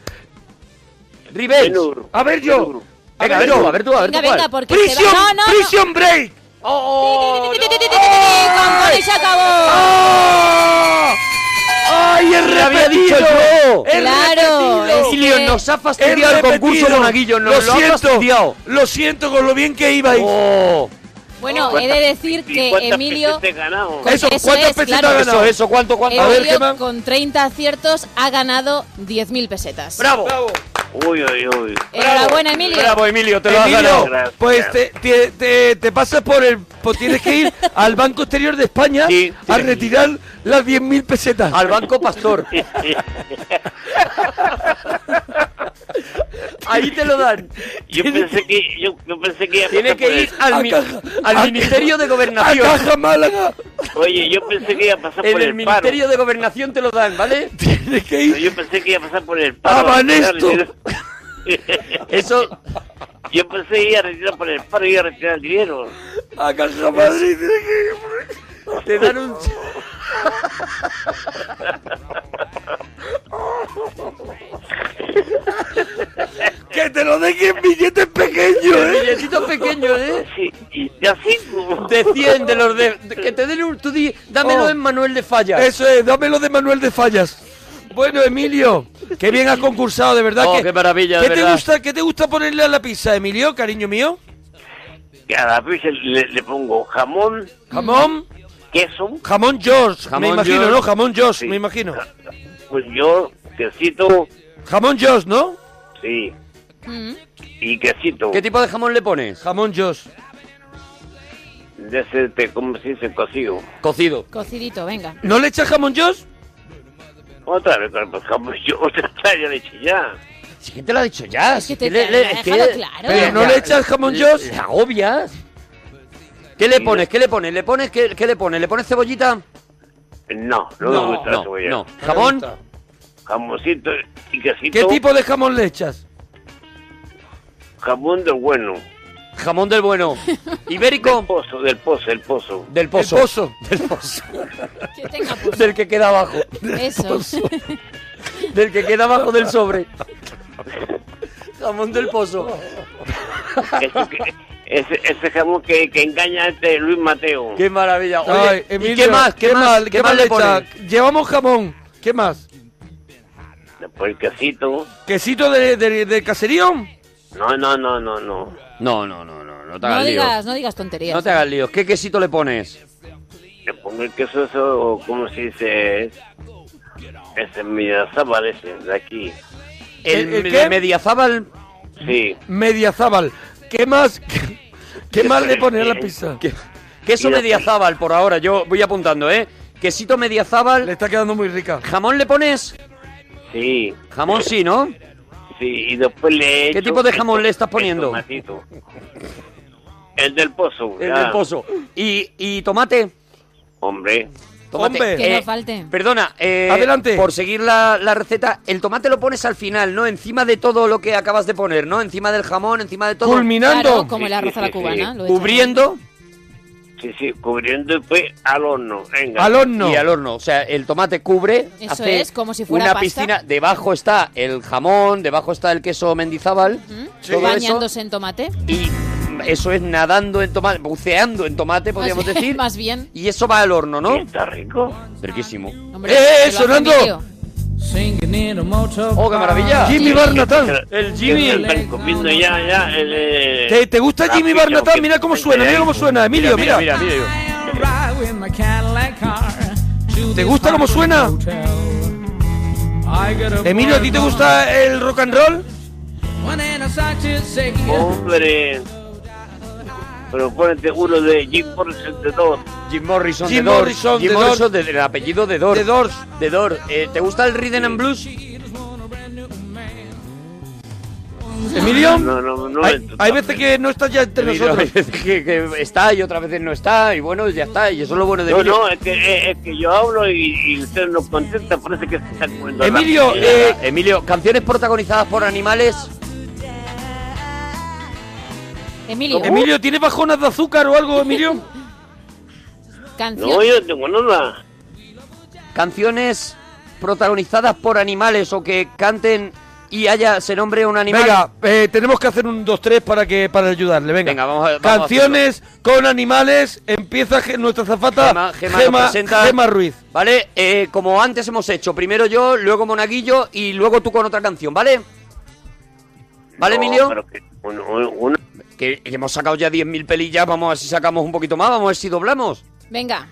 S3: Revenge.
S9: Benur.
S1: A ver yo.
S9: Benur.
S3: Venga, a ver tú, a ver tú, a ver
S5: Venga,
S3: tú cuál.
S5: venga, porque se
S1: Prison,
S5: va. No, no, no.
S1: prison break.
S3: ¡Oh!
S5: Ti, ti, ti, ti, ti, ti, ti, ti, con todo y se acabó.
S1: ¡Ah!
S7: ¡Oh!
S1: ¡Ay, he
S3: ¡Lo había
S1: repetido!
S3: dicho yo!
S1: ¡He
S5: Claro,
S1: repetido!
S5: es
S3: Emilio,
S5: que-
S3: nos ha
S1: He
S3: fastidiado el concurso,
S1: repetido.
S3: Monaguillo. Nos lo, ha
S1: siento,
S3: fastidiado.
S1: lo siento con lo bien que ibais.
S3: ¡Oh!
S5: Bueno, he de decir que Emilio.
S9: Te he ganado?
S5: con-
S1: Eso, ¿cuántas pesetas ha
S3: Eso,
S1: ganado?
S3: eso, ¿cuánto, cuánto? A ver,
S5: Eh, Emilio,
S3: ¿qué más?
S5: con 30 aciertos, ha ganado 10.000 pesetas.
S3: ¡Bravo!
S1: Bravo.
S9: Uy, uy, uy.
S5: Enhorabuena, Emilio.
S3: ¡Bravo, Emilio! ¡Te lo has
S1: Emilio,
S3: ganado!
S9: Gracias.
S1: pues te, te, te- te pasas por el. pues tienes que ir al Banco Exterior de España
S3: Sí,
S1: a
S3: tienes que ir.
S1: retirar las 10.000 pesetas.
S3: Al Banco Pastor. Ahí te lo dan.
S9: Yo pensé que yo, yo pensé que iba a
S3: Tiene
S9: pasar por
S3: que ir
S9: el-
S1: A
S3: al, mi-
S1: caja-
S3: al
S1: a
S3: Ministerio
S1: caja-
S3: de Gobernación.
S1: A Caja Málaga.
S9: Oye, yo pensé que iba a pasar
S3: En
S9: por
S3: el
S9: el
S3: Ministerio de Gobernación te lo dan, ¿vale?
S1: Tienes que
S9: paro.
S1: ir.
S9: Yo pensé que iba a pasar por el paro.
S1: ¡Hagan esto!
S3: Eso,
S9: Yo pensé que iba a retirar por el paro y iba a retirar el dinero.
S1: A Caja Madrid. Tienes que ir.
S3: te dan un...
S1: Que te lo dejen en billetes pequeños, ¿eh?
S3: billetito pequeño, ¿eh?
S9: Sí, y y así como...
S3: De 100, de los de... de- Que te den un... Tú di, dámelo
S1: Oh.
S3: en Manuel de Falla.
S1: Eso es, dámelo de Manuel de Fallas. Bueno, Emilio, qué bien has concursado, de verdad.
S3: Oh,
S1: que,
S3: qué maravilla, de
S1: ¿qué te
S3: verdad.
S1: Gusta, ¿Qué te gusta ponerle a la pizza, Emilio, cariño mío?
S9: Que a la pizza le, le pongo jamón,
S1: Jamón,
S9: queso,
S1: jamón George, me
S3: Jamón
S1: imagino,
S3: George.
S1: ¿no? Jamón George,
S9: Sí.
S1: me imagino.
S9: pues yo, quesito,
S1: Jamón George, ¿no?
S9: sí,
S5: Mm.
S9: y quesito.
S3: ¿Qué tipo de jamón le pones?
S1: Jamón George.
S9: De ese, te- ¿cómo se dice? Cocido.
S3: Cocido.
S5: Cocidito, venga.
S1: ¿No le echas jamón George?
S9: Otra vez, pues jamón, yo otra vez ya le eché ya.
S3: Si que te lo ha dicho ya.
S5: Es
S3: si
S5: que te-
S3: le-
S5: te
S3: le-
S5: lo ha
S3: es que-
S5: dejado claro.
S1: Pero no
S3: ya,
S1: le echas jamón Josh.
S3: Le agobias. ¿Qué le pones? ¿Qué le pones? ¿Le pones qué, qué le pones? ¿Le pones cebollita?
S9: No, no, me gusta la
S3: no,
S9: cebolla.
S3: no. ¿Jamón?
S9: Jamoncito y quesito.
S1: ¿Qué tipo de jamón le echas?
S9: Jamón del bueno.
S3: Jamón del bueno.
S9: Del
S3: Ibérico
S9: pozo, del pozo, el pozo.
S3: del pozo.
S1: El pozo.
S3: Del pozo.
S5: Que tenga pues,
S3: Del que queda abajo.
S5: Eso.
S3: Del que queda abajo del sobre. Jamón del pozo.
S9: Ese, Este que- ese, ese jamón que, que engaña a este Luis Mateo.
S3: Qué maravilla. Oye,
S1: Ay,
S3: ¿y qué más? ¿Qué, más? ¿Qué, más
S1: le
S3: le pones?
S1: echas? Llevamos jamón. ¿Qué más?
S9: Después el quesito.
S1: ¿Quesito de, de, de caserío?
S9: No, no, no, no, no.
S3: No, no, no, no. No te hagas
S5: No
S3: lío.
S5: digas, no digas tonterías.
S3: No te hagas lío. ¿Qué quesito le pones?
S9: Le pongo el queso eso, o como se dice, ese midazábal ese de aquí.
S1: ¿El-
S3: ¿El,
S1: el
S3: de
S1: qué?
S3: mediazábal?
S9: Sí.
S1: Mediazábal. ¿Qué más? ¿Qué, qué más le pones a la pizza?
S3: Que- Queso
S9: Y la-
S3: mediazábal, por ahora, yo voy apuntando, ¿eh? Quesito
S1: Le
S3: mediazábal,
S1: está quedando muy rica.
S3: jamón le pones,
S9: Sí,
S3: jamón sí, ¿no?
S9: sí, y después le he
S3: ¿Qué
S9: hecho
S3: tipo de jamón
S9: el-
S3: le estás
S9: el
S3: poniendo?
S9: tomatito. El del pozo.
S3: El
S9: ya.
S3: del pozo. Y, y tomate,
S9: Hombre,
S3: tomate.
S1: Hombre.
S5: Que
S3: eh,
S5: no falte.
S3: Perdona, eh,
S1: Adelante.
S3: por seguir la, la receta, el tomate lo pones al final, ¿no? Encima de todo lo que acabas de poner, ¿no? Encima del jamón, encima de todo.
S1: Culminando.
S5: Claro, como el arroz a la cubana. lo echas ahí.
S3: Cubriendo
S9: sí, sí, cubriendo después al horno. Venga.
S1: Al horno.
S3: y al horno. O sea, el tomate cubre.
S5: Eso
S3: hace
S5: es, como si fuera
S3: Una
S5: pasta.
S3: piscina. Debajo está el jamón, debajo está el queso mendizábal.
S5: ¿Mm?
S1: Sí.
S3: todo eso.
S5: Bañándose en tomate.
S3: y eso es nadando en tomate, buceando en tomate, podríamos
S5: Más-
S3: decir.
S5: Pues, Más bien.
S3: Y eso va al horno, ¿no?
S9: Está rico.
S3: Riquísimo.
S5: Hombre,
S1: ¡Eh,
S5: que
S1: eh,
S5: lo hace
S1: sonando!
S5: Emilio.
S3: ¡Oh, qué
S9: Ah,
S3: maravilla!
S1: Jimmy Barnatán.
S3: El Jimmy.
S9: Están comiendo ya, ya. El, eh,
S1: ¿Te, te gusta
S9: la
S1: Jimmy
S9: pizza,
S1: Barnatán?
S9: aunque-
S1: Mira cómo suena, mira cómo suena, Emilio, mira.
S3: Mira, mira, yo.
S1: ¿Te gusta cómo suena? Emilio, ¿a ti te gusta el rock and roll?
S3: Oh.
S9: Hombre. Pero ponete uno de Jim Morrison de dos.
S3: Jim Morrison
S1: Jim
S3: de Doors.
S1: Morrison
S3: Jim
S1: de
S3: Morrison de- del apellido de Dor.
S1: De Doors.
S3: De Doors. Eh, ¿Te gusta el Rhythm and Blues?
S1: Emilio,
S9: No, no, no,
S1: hay,
S9: esto
S1: hay
S9: está-
S1: veces que no estás ya entre
S3: Emilio,
S1: nosotros.
S3: que, que está y otras veces no está y bueno, ya está. Y eso es lo bueno de
S9: No,
S3: Emilio.
S9: no, es que, eh, es que yo hablo y, y usted no contesta, parece que se está comiendo. la
S1: Emilio,
S9: pizza.
S1: eh,
S3: Emilio, canciones protagonizadas por animales.
S5: Emilio,
S1: Emilio, ¿tienes bajonas de azúcar o algo, Emilio?
S5: canción.
S9: No, yo no tengo nada.
S3: Canciones protagonizadas por animales o que canten y haya se nombre un animal.
S1: Venga, eh, tenemos que hacer un 2-3 para que para ayudarle. Venga,
S3: Venga, vamos a- vamos a
S1: Canciones con animales. Empieza ge- nuestra zafata
S3: Gema, Gema lo presenta.
S1: Ruiz.
S3: ¿Vale? Eh, como antes hemos hecho, primero yo, luego Monaguillo y luego tú con otra canción, ¿vale? ¿Vale,
S9: No,
S3: Emilio?
S9: pero que un- un- un-
S3: Que hemos sacado ya 10.000 pelillas, vamos a ver si sacamos un poquito más, vamos a ver si doblamos.
S5: Venga,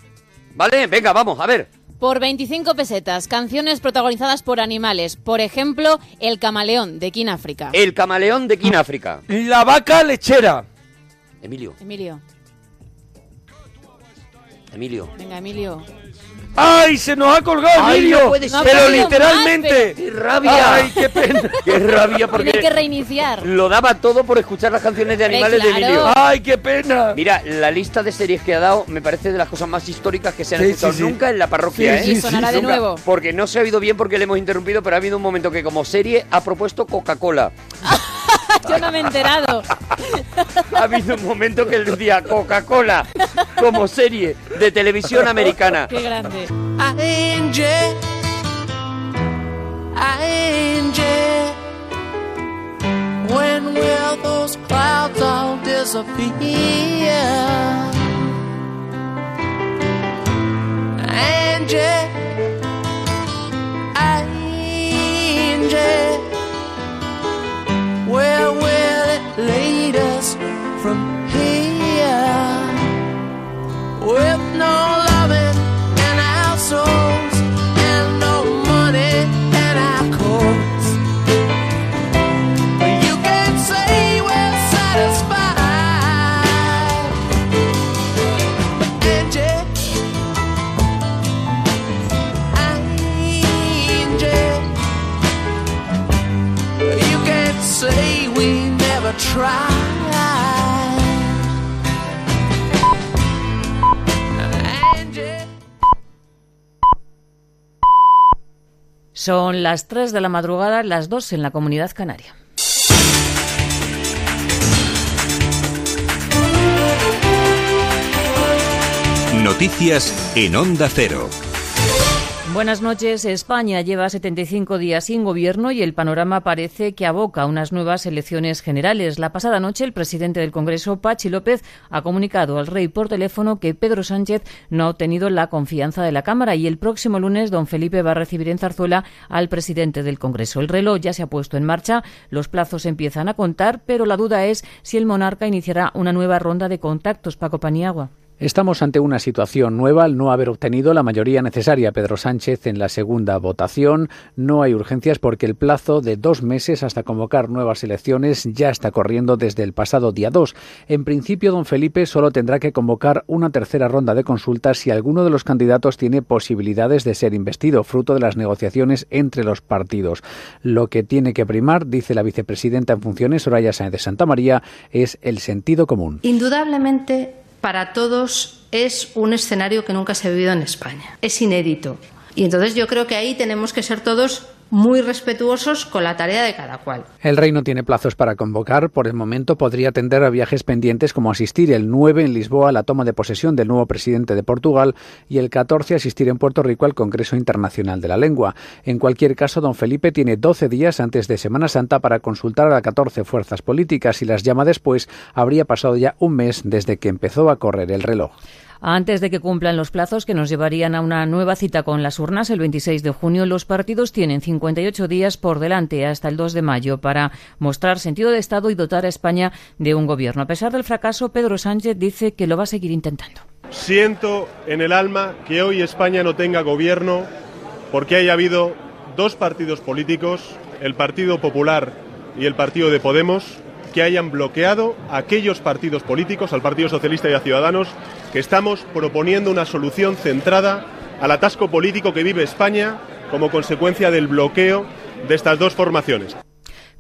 S3: ¿Vale? Venga, vamos, a ver.
S5: por 25 pesetas, canciones protagonizadas por animales. Por ejemplo, El Camaleón, de King África.
S3: El camaleón de Quináfrica.
S1: La vaca lechera.
S3: Emilio,
S5: Emilio,
S3: Emilio.
S5: venga, Emilio.
S1: ¡Ay, se nos ha colgado
S3: Ay,
S1: Emilio!
S3: no puede ser.
S1: pero
S5: No ha podido
S1: literalmente.
S5: más,
S3: ¡Qué rabia!
S1: ¡Ay, qué pena!
S3: ¡Qué rabia!
S5: Tiene que
S3: Porque
S5: reiniciar.
S3: lo daba todo por escuchar las canciones de
S5: Hombre,
S3: animales de
S5: Eh, claro.
S3: Emilio.
S1: ¡Ay, qué pena!
S3: Mira, la lista de series que ha dado me parece de las cosas más históricas que se han
S1: Sí,
S3: escuchado
S1: sí, sí.
S3: nunca en la parroquia,
S1: Sí,
S3: ¿eh?
S1: sí,
S5: Y sonará de
S3: Nunca.
S5: nuevo.
S3: Porque no se ha oído bien porque le hemos interrumpido, pero ha habido un momento que como serie ha propuesto Coca-Cola.
S5: Yo no me he enterado.
S3: Ha habido un momento que él decía Coca-Cola como serie de televisión americana.
S5: Qué grande.
S7: ANG ANG When will those clouds all disappear? ANG ANG Where will it lead us from here? with no loving in our souls and no money in our coats. But you can say we're satisfied. But Angie, Angie, you can't say we never tried. Angie.
S10: Son las 3 de la madrugada, las 2 en la comunidad canaria.
S4: Noticias en Onda Cero.
S10: Buenas noches. España lleva 75 días sin gobierno y el panorama parece que aboca a unas nuevas elecciones generales. La pasada noche, el presidente del Congreso, Pachi López, ha comunicado al rey por teléfono que Pedro Sánchez no ha obtenido la confianza de la Cámara y el próximo lunes don Felipe va a recibir en Zarzuela al presidente del Congreso. El reloj ya se ha puesto en marcha, los plazos empiezan a contar, pero la duda es si el monarca iniciará una nueva ronda de contactos. Paco Paniagua.
S11: Estamos ante una situación nueva al no haber obtenido la mayoría necesaria Pedro Sánchez en la segunda votación. No hay urgencias porque el plazo de dos meses hasta convocar nuevas elecciones ya está corriendo desde el pasado día 2. En principio, don Felipe solo tendrá que convocar una tercera ronda de consultas si alguno de los candidatos tiene posibilidades de ser investido, fruto de las negociaciones entre los partidos. Lo que tiene que primar, dice la vicepresidenta en funciones, Soraya Sáenz de Santa María, es el sentido común.
S12: Indudablemente, para todos es un escenario que nunca se ha vivido en España. Es inédito. Y entonces yo creo que ahí tenemos que ser todos muy respetuosos con la tarea de cada cual.
S11: El rey no tiene plazos para convocar. Por el momento podría atender a viajes pendientes como asistir el 9 en Lisboa a la toma de posesión del nuevo presidente de Portugal y el 14 asistir en Puerto Rico al Congreso Internacional de la Lengua. En cualquier caso, don Felipe tiene 12 días antes de Semana Santa para consultar a las 14 fuerzas políticas y las llama después. Habría pasado ya un mes desde que empezó a correr el reloj.
S10: Antes de que cumplan los plazos que nos llevarían a una nueva cita con las urnas el 26 de junio, los partidos tienen 58 días por delante hasta el 2 de mayo para mostrar sentido de Estado y dotar a España de un gobierno. A pesar del fracaso, Pedro Sánchez dice que lo va a seguir intentando.
S13: Siento en el alma que hoy España no tenga gobierno porque haya habido dos partidos políticos, el Partido Popular y el Partido de Podemos, que hayan bloqueado a aquellos partidos políticos, al Partido Socialista y a Ciudadanos, que estamos proponiendo una solución centrada al atasco político que vive España como consecuencia del bloqueo de estas dos formaciones.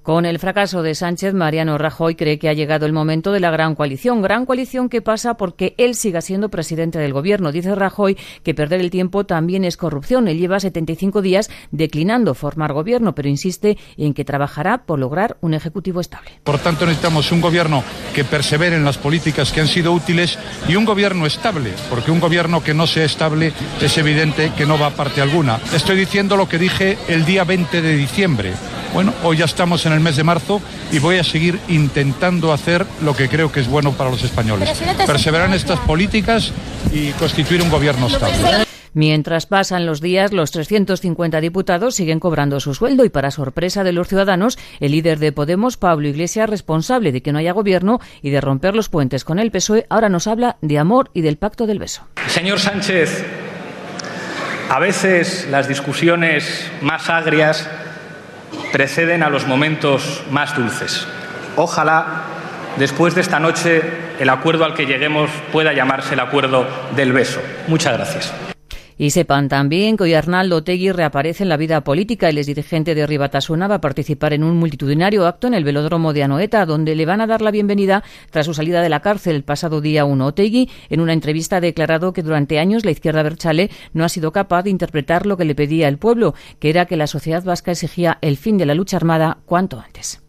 S10: Con el fracaso de Sánchez, Mariano Rajoy cree que ha llegado el momento de la gran coalición, gran coalición que pasa porque él siga siendo presidente del gobierno. Dice Rajoy que perder el tiempo también es corrupción. Él lleva 75 días declinando formar gobierno, pero insiste en que trabajará por lograr un ejecutivo estable.
S14: Por tanto, necesitamos un gobierno que persevere en las políticas que han sido útiles y un gobierno estable, porque un gobierno que no sea estable es evidente que no va a parte alguna. Estoy diciendo lo que dije el día 20 de diciembre. Bueno, hoy ya estamos en el mes de marzo y voy a seguir intentando hacer lo que creo que es bueno para los españoles.
S15: Presidente,
S14: Perseverar en estas políticas y constituir un gobierno estable.
S10: Mientras pasan los días, los 350 diputados siguen cobrando su sueldo y, para sorpresa de los ciudadanos, el líder de Podemos, Pablo Iglesias, responsable de que no haya gobierno y de romper los puentes con el PSOE, E, ahora nos habla de amor y del pacto del beso.
S16: Señor Sánchez, a veces las discusiones más agrias preceden a los momentos más dulces. Ojalá después de esta noche el acuerdo al que lleguemos pueda llamarse el acuerdo del beso. Muchas gracias.
S10: Y sepan también que hoy Arnaldo Tegui reaparece en la vida política. El exdirigente de Ribatasuna va a participar en un multitudinario acto en el velódromo de Anoeta, donde le van a dar la bienvenida tras su salida de la cárcel el pasado día 1. Otegui, en una entrevista, ha declarado que durante años la izquierda Berchale no ha sido capaz de interpretar lo que le pedía el pueblo, que era que la sociedad vasca exigía el fin de la lucha armada cuanto antes.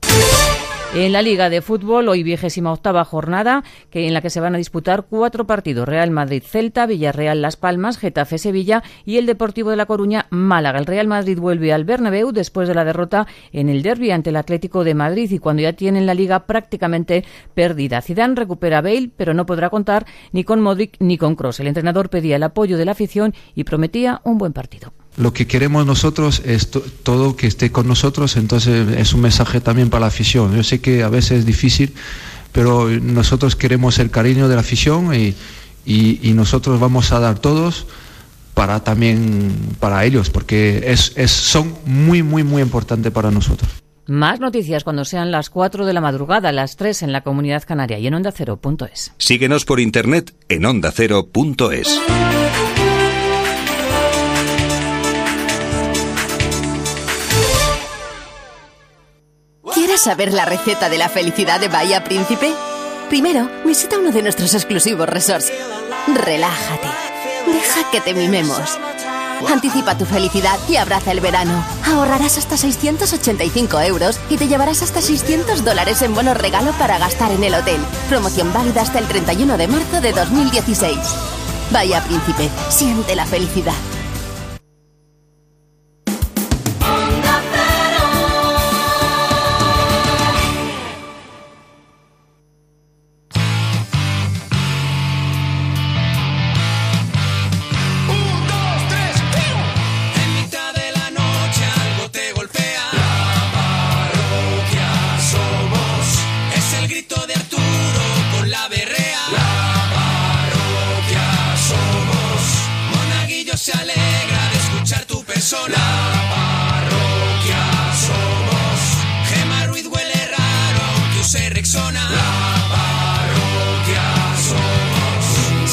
S10: En la Liga de Fútbol, hoy vigésima octava jornada, que en la que se van a disputar cuatro partidos: Real Madrid, Celta, Villarreal, Las Palmas, Getafe, Sevilla y el Deportivo de La Coruña, Málaga. El Real Madrid vuelve al Bernabéu después de la derrota en el derby ante el Atlético de Madrid y cuando ya tienen la Liga prácticamente perdida. Zidane recupera a Bale, pero no podrá contar ni con Modric ni con Cross. El entrenador pedía el apoyo de la afición y prometía un buen partido.
S17: Lo que queremos nosotros es to- todo que esté con nosotros, entonces es un mensaje también para la afición. Yo sé que a veces es difícil, pero nosotros queremos el cariño de la afición y, y- y nosotros vamos a dar todos para también para ellos, porque es, es- son muy, muy, muy importantes para nosotros.
S10: Más noticias cuando sean las 4 de la madrugada, las 3 en la Comunidad Canaria y en onda Cero.es.
S18: Síguenos por internet en ondacero.es.
S19: ¿Quieres saber la receta de la felicidad de Bahía Príncipe? Primero, visita uno de nuestros exclusivos resorts. Relájate. Deja que te mimemos. Anticipa tu felicidad y abraza el verano. Ahorrarás hasta 685 euros y te llevarás hasta 600 dólares en bono regalo para gastar en el hotel. Promoción válida hasta el 31 de marzo de 2016. Bahía Príncipe, siente la felicidad.
S4: Un, dos, tres, pero En mitad de la noche algo te golpea. La parroquia somos. Es el grito de Arturo con la berrea. La parroquia somos. Monaguillo se alegra de escuchar tu persona. La parroquia somos. Gema Ruiz huele raro aunque use Rexona. La parroquia somos.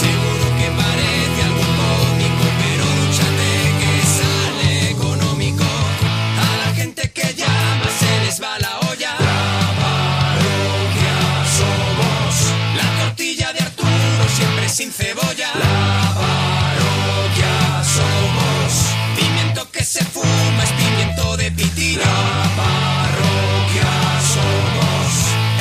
S4: Seguro que parece algo cómico, pero dúchate que sale económico. A la gente que llama se les va la olla. La parroquia somos. La tortilla de Arturo siempre sin cebolla. La parroquia somos. Pimiento que se fuma es pimiento de pitillo. La parroquia somos.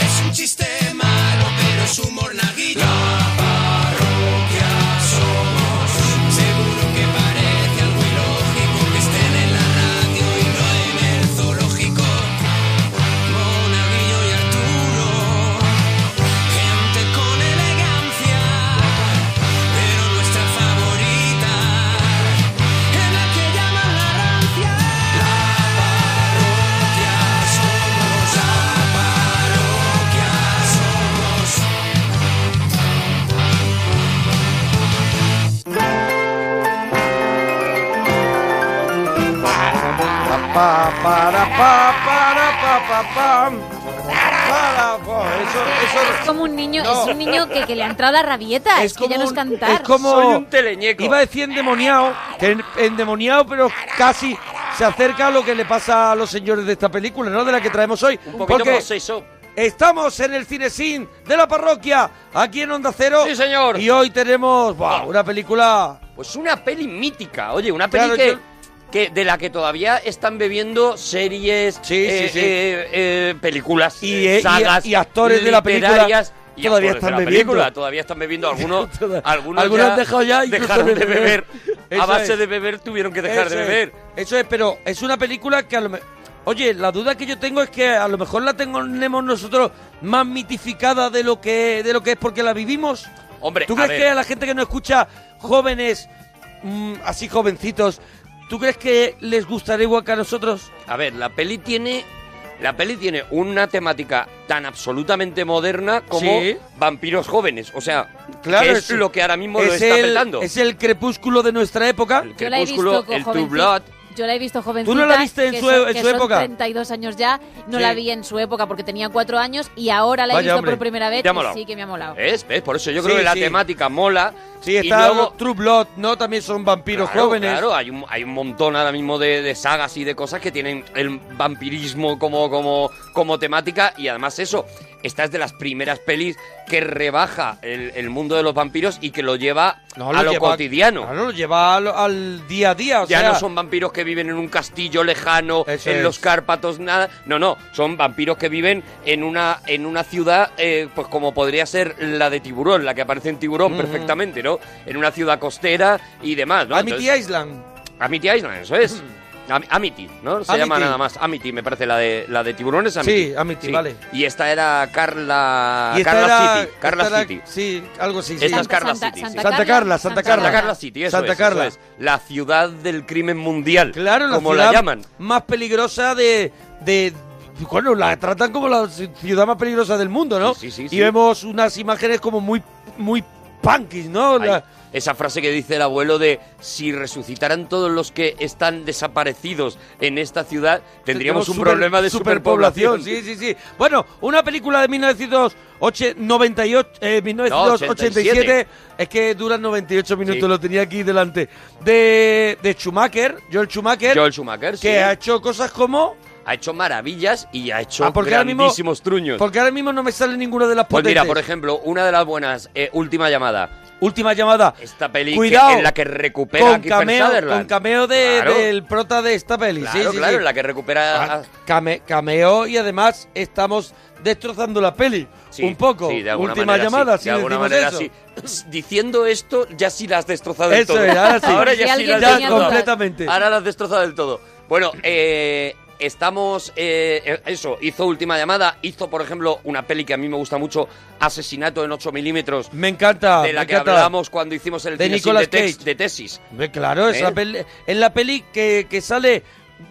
S4: Es un chiste malo, pero es humor naguillo. La parroquia somos. Seguro que parece algo ilógico que estén en la radio y no en el zoológico. Monaguillo y Arturo, gente con elegancia, pero nuestra favorita es la que llaman la rancia. La parroquia somos, la parroquia somos.
S1: Pa, para, pa, para, pa, pa, pam. Para, pa. Eso- eso-
S5: Es como un niño,
S1: No.
S5: es un niño que, que le ha entrado la rabieta, es, que ya no es cantar.
S1: Es como. teleñeco. Iba a decir endemoniado, que en- endemoniado, pero casi se acerca a lo que le pasa a los señores de esta película, ¿no? De la que traemos hoy. Un
S3: poquito más eso.
S1: Estamos en el Cinesín de la parroquia, aquí en Onda Cero. Sí, señor. Y hoy tenemos buah, una película.
S3: Oh. Pues una peli mítica, oye, una peli
S1: Claro,
S3: que,
S1: yo-
S3: que de la que todavía están bebiendo series, eh,
S1: sí.
S3: eh, eh, películas,
S1: Y,
S3: eh,
S1: eh, y-
S3: sagas,
S1: y actores de la película
S3: literarias, y
S1: todavía
S3: actores de
S1: están
S3: la
S1: bebiendo.
S3: película, todavía están bebiendo algunos, algunos,
S1: Algunos
S3: ya
S1: han dejado ya incluso
S3: dejaron de
S1: de beber.
S3: beber. A
S1: Eso
S3: base
S1: es.
S3: de beber tuvieron que dejar
S1: Eso
S3: de
S1: es,
S3: beber.
S1: eso es, pero es una película que a lo me- Oye, la duda que yo tengo es que a lo mejor la tenemos nosotros más mitificada de lo que, de lo que es porque la vivimos.
S3: Hombre,
S1: ¿tú
S3: a
S1: crees
S3: ver.
S1: que a la gente que no escucha, jóvenes, mm, así jovencitos, ¿tú crees que les gustará igual que a nosotros?
S3: A ver, la peli tiene. La peli tiene una temática tan absolutamente moderna como
S1: Sí.
S3: vampiros jóvenes. O sea,
S1: Claro,
S3: que es,
S1: es-
S3: lo que ahora mismo lo
S1: es
S3: está
S1: el-
S3: petando.
S1: es el crepúsculo de nuestra época.
S5: Yo la he visto con
S3: el True
S5: jovenci-
S3: Blood.
S5: Yo la he visto jovencita.
S1: ¿Tú no la viste en
S5: que
S1: su- e-,
S5: son-
S1: en
S5: que
S1: su
S5: son
S1: época?
S5: 32 años ya. No
S3: Sí.
S5: la vi en su época porque tenía 4 años y ahora la he
S3: Vaya,
S5: visto
S3: hombre.
S5: por primera vez
S3: Te ha
S5: y
S3: molado.
S5: sí que me ha molado.
S3: ¿Ves? ¿Ves? Por eso yo
S1: Sí,
S3: creo que la
S1: sí.
S3: temática mola.
S1: Sí,
S3: y
S1: está
S3: luego,
S1: True Blood, ¿no? También son vampiros
S3: Claro,
S1: jóvenes.
S3: Claro, hay un, hay un montón ahora mismo de, de sagas y de cosas que tienen el vampirismo como, como, como temática y además eso, esta es de las primeras pelis que rebaja el, el mundo de los vampiros y que lo lleva
S1: No,
S3: a lo
S1: lleva-
S3: cotidiano.
S1: Claro, lo lleva al, al día a día. o
S3: ya
S1: sea,
S3: no son vampiros que viven en un castillo lejano, en
S1: es.
S3: los Cárpatos, nada. No, no, son vampiros que viven en una, en una ciudad, eh, pues como podría ser la de Tiburón, la que aparece en Tiburón
S1: Ujú.
S3: perfectamente, ¿no? En una ciudad costera y demás, ¿no?
S1: Amity
S3: Entonces-
S1: Island. Mm.
S3: Amity Island, eso es. Am- Amity, ¿no? Se llama
S1: Amity.
S3: nada más. Amity, me parece, la de, la de tiburones. Amity.
S1: Sí, Amity, vale.
S3: Y esta era Carla,
S1: Y esta
S3: Ah, Carla
S1: era-
S3: City. Carla
S1: esta era-
S3: City.
S1: Sí, algo así. sí.
S3: Esta es Carla City. sí.
S1: Santa, Carla, Santa Carla.
S3: City, eso
S1: Santa
S3: es, eso
S1: Carla.
S3: es. La ciudad del crimen mundial.
S1: Claro, la
S3: Como la
S1: ciudad
S3: llaman.
S1: Más peligrosa de, de. Bueno, la tratan como la ci- ciudad más peligrosa del mundo, ¿no?
S3: Sí, sí, sí,
S1: Y
S3: sí.
S1: vemos unas imágenes como muy, muy punkis, ¿no?
S3: Ahí.
S1: La-
S3: Esa frase que dice el abuelo de si resucitaran todos los que están desaparecidos en esta ciudad, tendríamos un
S1: super-
S3: problema de superpoblación.
S1: Sí, sí, sí. Bueno, una película de 1998, eh, 1987, es que duran 98 minutos,
S3: Sí.
S1: lo tenía aquí delante, de, de Schumacher, Joel Schumacher.
S3: Joel Schumacher,
S1: Que
S3: sí.
S1: ha hecho cosas como...
S3: Ha hecho maravillas y ha hecho
S1: Ah, porque ahora mismo-
S3: grandísimos truños.
S1: Porque ahora mismo no me sale ninguna de las
S3: Pues
S1: potentes.
S3: mira, por ejemplo, una de las buenas, eh, Última Llamada.
S1: Última Llamada.
S3: Esta peli que-
S1: Cuidado.
S3: en la que recupera a
S1: con
S3: Kiefer
S1: cameo,
S3: Sutherland.
S1: con cameo de-
S3: Claro.
S1: del prota de esta peli.
S3: Claro,
S1: sí, sí,
S3: claro,
S1: sí.
S3: en la que recupera...
S1: Ah, came- cameo y además estamos destrozando la peli.
S3: Sí,
S1: un poco.
S3: sí, de alguna
S1: Última
S3: manera
S1: llamada,
S3: sí,
S1: si
S3: de alguna
S1: decimos
S3: manera
S1: eso.
S3: sí. Pss, Diciendo esto, ya sí la has destrozado del
S1: Eso
S3: todo.
S1: es, ahora sí. Si
S3: ya sí
S1: alguien
S3: la has
S1: tenía
S3: destrozado.
S1: dudas. Completamente.
S3: Ahora la has destrozado del todo. Bueno, eh, estamos... eh, eh, eso, hizo Última Llamada, hizo, por ejemplo, una peli que a mí me gusta mucho, Asesinato en 8 milímetros,
S1: Me encanta.
S3: de la
S1: me
S3: que
S1: encanta.
S3: hablábamos cuando hicimos el
S1: De
S3: cine sin
S1: Nicolas
S3: detex-
S1: Cage.
S3: de tesis.
S1: Hombre, Claro, es,
S3: ¿Eh?
S1: la peli, es la peli que, que sale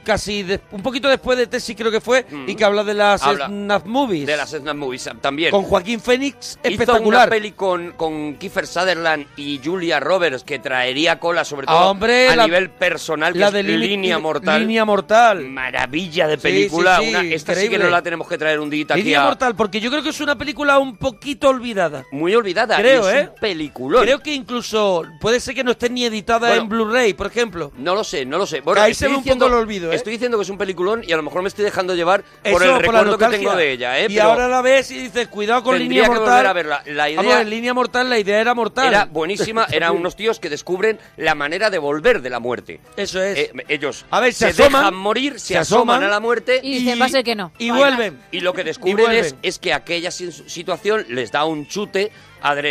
S1: casi de- un poquito después de Tesis, creo que fue, y que habla de las
S3: Mm. Habla
S1: snuff movies.
S3: De las Snap Movies también.
S1: Con Joaquín Phoenix,
S3: Hizo
S1: espectacular.
S3: una peli con, con Kiefer Sutherland y Julia Roberts que traería cola, sobre
S1: Ah,
S3: todo
S1: hombre,
S3: a
S1: la-
S3: nivel personal, que
S1: la
S3: es
S1: de Lini-
S3: Línea Mortal.
S1: Línea Mortal.
S3: Maravilla de
S1: Sí,
S3: película.
S1: sí, sí,
S3: una- esta sí que
S1: increíble.
S3: no la tenemos que traer un día aquí
S1: Línea
S3: a-
S1: Mortal, porque yo creo que es una película un poquito olvidada.
S3: Muy olvidada. y
S1: Creo,
S3: es
S1: ¿eh?
S3: Un peliculón.
S1: Creo que incluso puede ser que no esté ni editada
S3: Bueno,
S1: en Blu-ray, por ejemplo.
S3: No lo sé, no lo sé. Bueno,
S1: Ahí
S3: estoy
S1: se ve un
S3: diciendo-
S1: poco el olvido, ¿eh?
S3: Estoy diciendo que es un peliculón y a lo mejor me estoy dejando llevar por
S1: Eso,
S3: el
S1: la
S3: recuerdo que
S1: nostalgia.
S3: tengo de ella, ¿eh?
S1: Y
S3: Pero
S1: ahora la ves y dices, cuidado con Línea
S3: tendría que
S1: Mortal.
S3: volver a verla. La idea...
S1: Vamos, en Línea Mortal la idea era mortal.
S3: Era buenísima, eran unos tíos que descubren la manera de volver de la muerte.
S1: Eso es.
S3: Eh, ellos
S1: A ver, se
S3: dejan
S1: asoman,
S3: morir, se,
S1: se
S3: asoman,
S1: asoman
S3: a la muerte
S5: Y dicen, va a ser que no.
S1: y vuelven.
S3: Y lo que descubren es,
S1: vuelven.
S3: es que aquella sin- situación les da un chute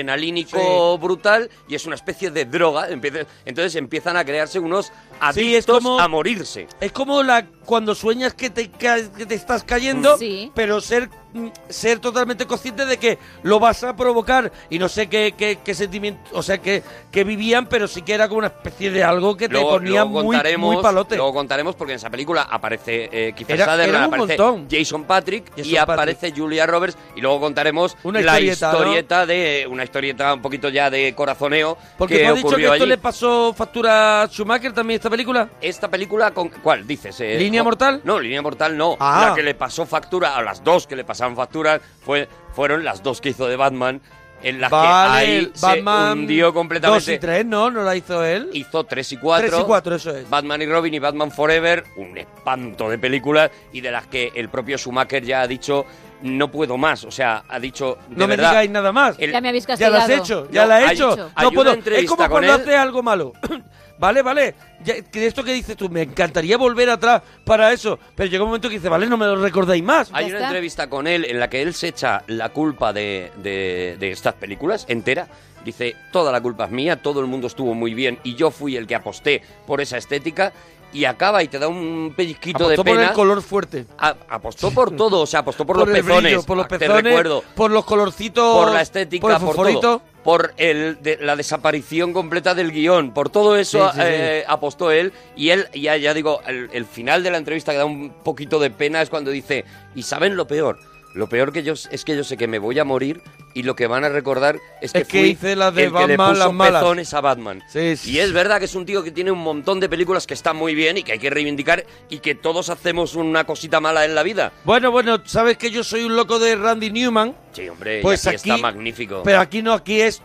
S3: adrenalínico brutal y es una especie de droga. Empieza- Entonces empiezan a crearse unos adictos
S1: Sí, es como-
S3: a morirse.
S1: Es como la cuando sueñas que te, ca- que te estás cayendo,
S5: Sí.
S1: pero ser, mm, ser totalmente consciente de que lo vas a provocar. Y no sé qué, qué, qué sentimiento, o sea, que, que vivían, pero sí que era como una especie de algo que te
S3: Luego,
S1: ponía
S3: luego
S1: muy,
S3: contaremos,
S1: muy palote.
S3: Luego contaremos porque en esa película aparece eh, Kiefer
S1: Era-
S3: Sutherland,
S1: eran un
S3: aparece
S1: montón.
S3: Jason Patrick y
S1: Jason
S3: aparece Julia Roberts y luego contaremos
S1: Una
S3: la
S1: historieta,
S3: historieta,
S1: ¿no?
S3: de una historieta un poquito ya de corazoneo
S1: Porque
S3: que
S1: tú has dicho que
S3: ocurrió
S1: esto
S3: allí.
S1: le pasó factura a Schumacher también, esta película.
S3: Esta película con cuál dices eh,
S1: ¿Línea
S3: jo-
S1: Mortal?
S3: No, Línea Mortal no.
S1: Ah.
S3: La que le pasó factura a las dos que le pasaron factura fue fueron las dos que hizo de Batman en las
S1: Vale,
S3: que ahí
S1: Batman
S3: se hundió completamente.
S1: 2 y 3, ¿no? ¿No la hizo él?
S3: Hizo 3 y 4.
S1: 3 y 4, eso es.
S3: Batman y Robin y Batman Forever, un espanto de películas y de las que el propio Schumacher ya ha dicho no puedo más, o sea, ha dicho de
S1: No me
S3: verdad,
S1: digáis nada más.
S3: el-
S5: Ya me habéis
S1: Ya
S5: castigado.
S1: la has hecho, ya
S3: No,
S1: la he
S3: hay-
S1: hecho.
S3: hay
S1: No
S3: una
S1: puedo. Es
S3: entrevista
S1: como
S3: con
S1: cuando
S3: él.
S1: haces algo malo. vale, vale. Ya, que esto que dices tú, me encantaría volver atrás para eso. Pero llega un momento que dice, vale, no me lo recordáis más.
S3: Hay una entrevista con él en la que él se echa la culpa de, de- de estas películas entera. Dice, toda la culpa es mía, todo el mundo estuvo muy bien y yo fui el que aposté por esa estética. y acaba y te da un pellizquito
S1: Apostó por
S3: de
S1: el
S3: pena.
S1: color fuerte.
S3: apostó por todo, o sea, apostó por, los
S1: el
S3: pezones.
S1: brillo,
S3: Ah,
S1: por los
S3: te
S1: pezones,
S3: recuerdo.
S1: por los colorcitos,
S3: por la estética,
S1: por el
S3: por,
S1: fosforito.
S3: todo, por el, de- la desaparición completa del guión, por todo eso
S1: Sí, sí, sí.
S3: eh, apostó él. Y él, ya, ya digo, el, el final de la entrevista que da un poquito de pena es cuando dice, y saben lo peor. Lo peor que yo es que yo sé que me voy a morir y lo que van a recordar es que,
S1: Es que
S3: fui
S1: hice las de
S3: el que le
S1: Batman,
S3: puso
S1: las malas".
S3: pezones a Batman.
S1: Sí, sí.
S3: Y es verdad que es un tío que tiene un montón de películas que están muy bien y que hay que reivindicar y que todos hacemos una cosita mala en la vida.
S1: Bueno, bueno, sabes que yo soy un loco de Randy Newman,
S3: Sí, hombre, y
S1: Pues
S3: aquí está
S1: aquí-
S3: magnífico.
S1: pero aquí no, aquí es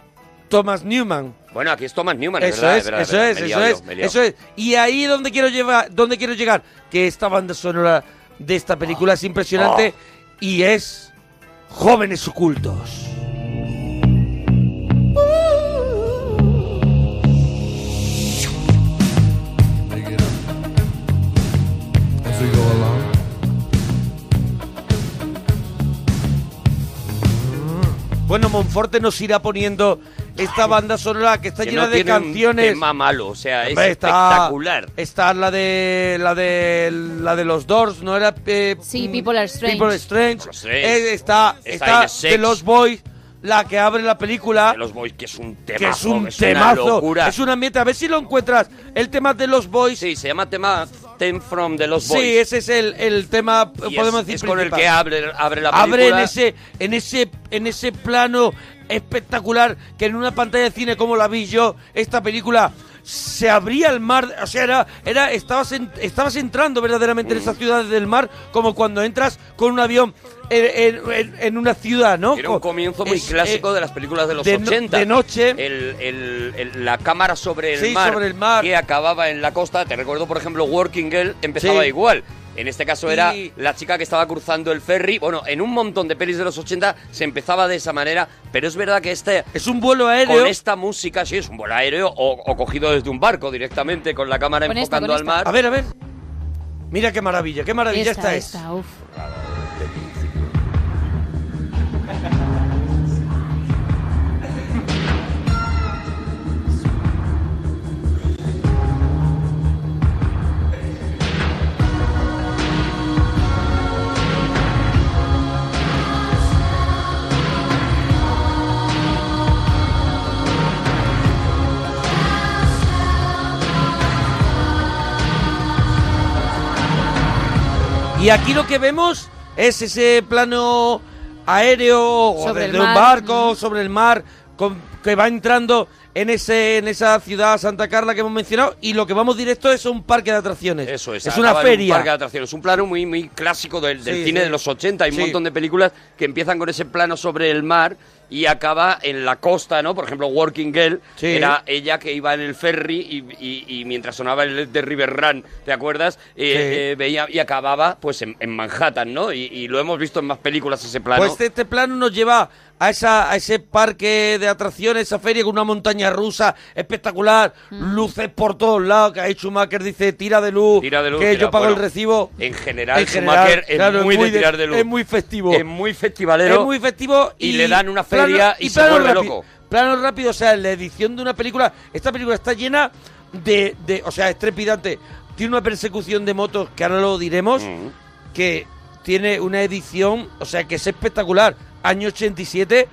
S1: Thomas Newman.
S3: Bueno, aquí es Thomas Newman, es
S1: eso
S3: verdad,
S1: es,
S3: es verdad,
S1: eso
S3: verdad,
S1: es,
S3: me he
S1: eso
S3: liado
S1: es,
S3: yo, me he liado.
S1: eso es. Y ahí donde quiero llevar, donde quiero llegar, que esta banda sonora de esta película es impresionante
S3: Oh.
S1: y es Jóvenes ocultos.
S15: as we go along.
S1: Bueno, Monforte nos irá poniendo esta banda sonora que está
S3: Que
S1: llena
S3: no
S1: de
S3: tiene un
S1: canciones.
S3: tema malo, o sea, es
S1: Hombre, está-
S3: espectacular.
S1: Está la de la de la de los Doors, no era eh,
S5: Sí,
S1: mm,
S5: People Are Strange.
S1: People Are Strange.
S3: People Are Strange.
S1: Eh, está está
S3: Está In the Sex.
S1: de los Boys, la que abre la película.
S3: De los Boys, que es un temazo,
S1: que es un
S3: una
S1: temazo,
S3: locura.
S1: es un ambiente, a ver si lo encuentras, el tema de los boys.
S3: Sí, se llama tema Ten From de los Boys.
S1: Sí, ese es el, el tema,
S3: Y
S1: podemos
S3: es,
S1: decir,
S3: es con el
S1: principal.
S3: que abre, abre la película.
S1: Abre en ese, en ese, en ese plano espectacular que en una pantalla de cine como la vi yo, esta película se abría el mar, o sea, era, era, estabas, en- estabas entrando verdaderamente en esas ciudades del mar, como cuando entras con un avión en, en- en- en una ciudad, ¿no?
S3: Era un comienzo muy
S1: Es, eh,
S3: clásico de las películas de los
S1: de no-
S3: 80.
S1: de noche.
S3: El- el- el- la cámara sobre el,
S1: Sí,
S3: mar,
S1: sobre el
S3: Que acababa en la costa. Te recuerdo, por ejemplo, Working Girl empezaba
S1: Sí.
S3: igual. En este caso era
S1: Y-
S3: la chica que estaba cruzando el ferry. Bueno, en un montón de pelis de los 80 se empezaba de esa manera. Pero es verdad que este...
S1: Es un vuelo aéreo.
S3: Con esta música, sí, es un vuelo aéreo o, o cogido desde un barco directamente con la cámara
S1: Con esta,
S3: enfocando
S1: con
S3: al
S1: esta.
S3: mar.
S1: A ver, a ver. Mira qué maravilla, qué maravilla esta,
S5: Esta,
S1: es.
S5: esta, uf.
S1: Y aquí lo que vemos es ese plano aéreo o
S5: Sobre el
S1: desde un
S5: mar.
S1: barco sobre el mar con- que va entrando en ese en esa ciudad Santa Carla que hemos mencionado y lo que vamos directo es a un parque de atracciones. Eso
S3: Pues
S1: es una
S3: acaba en un
S1: feria.
S3: parque de atracciones. Un plano muy, muy clásico del, del
S1: Sí,
S3: cine
S1: sí.
S3: de los 80. Hay
S1: Sí.
S3: un montón de películas que empiezan con ese plano sobre el mar y acaba en la costa, ¿no? Por ejemplo, Working Girl
S1: Sí.
S3: era ella que iba en el ferry y, y- y mientras sonaba el de River Run, ¿te acuerdas? Eh,
S1: Sí.
S3: eh, veía y acababa pues en, en Manhattan, ¿no? Y, y lo hemos visto en más películas ese plano.
S1: Pues este, este plano nos lleva a, esa, a ese parque de atracciones, esa feria con una montaña rusa espectacular,
S5: Mm.
S1: luces por todos lados, que ahí Schumacher dice tira de luz,
S3: Tira de luz,
S1: que
S3: tira-
S1: yo pago
S3: bueno,
S1: el recibo.
S3: en general,
S1: En general,
S3: Schumacher es
S1: claro,
S3: muy, de
S1: de-
S3: tirar de luz.
S1: es muy festivo.
S3: Es muy festivalero.
S1: Es muy festivo y,
S3: Y le dan una feria y se vuelve
S1: rápido-
S3: loco.
S1: Plano rápido, o sea, la edición de una película. Esta película está llena de. de- o sea, es trepidante. Tiene una persecución de motos, que ahora lo diremos,
S3: Mm.
S1: que tiene una edición, o sea, que es espectacular. Año 87,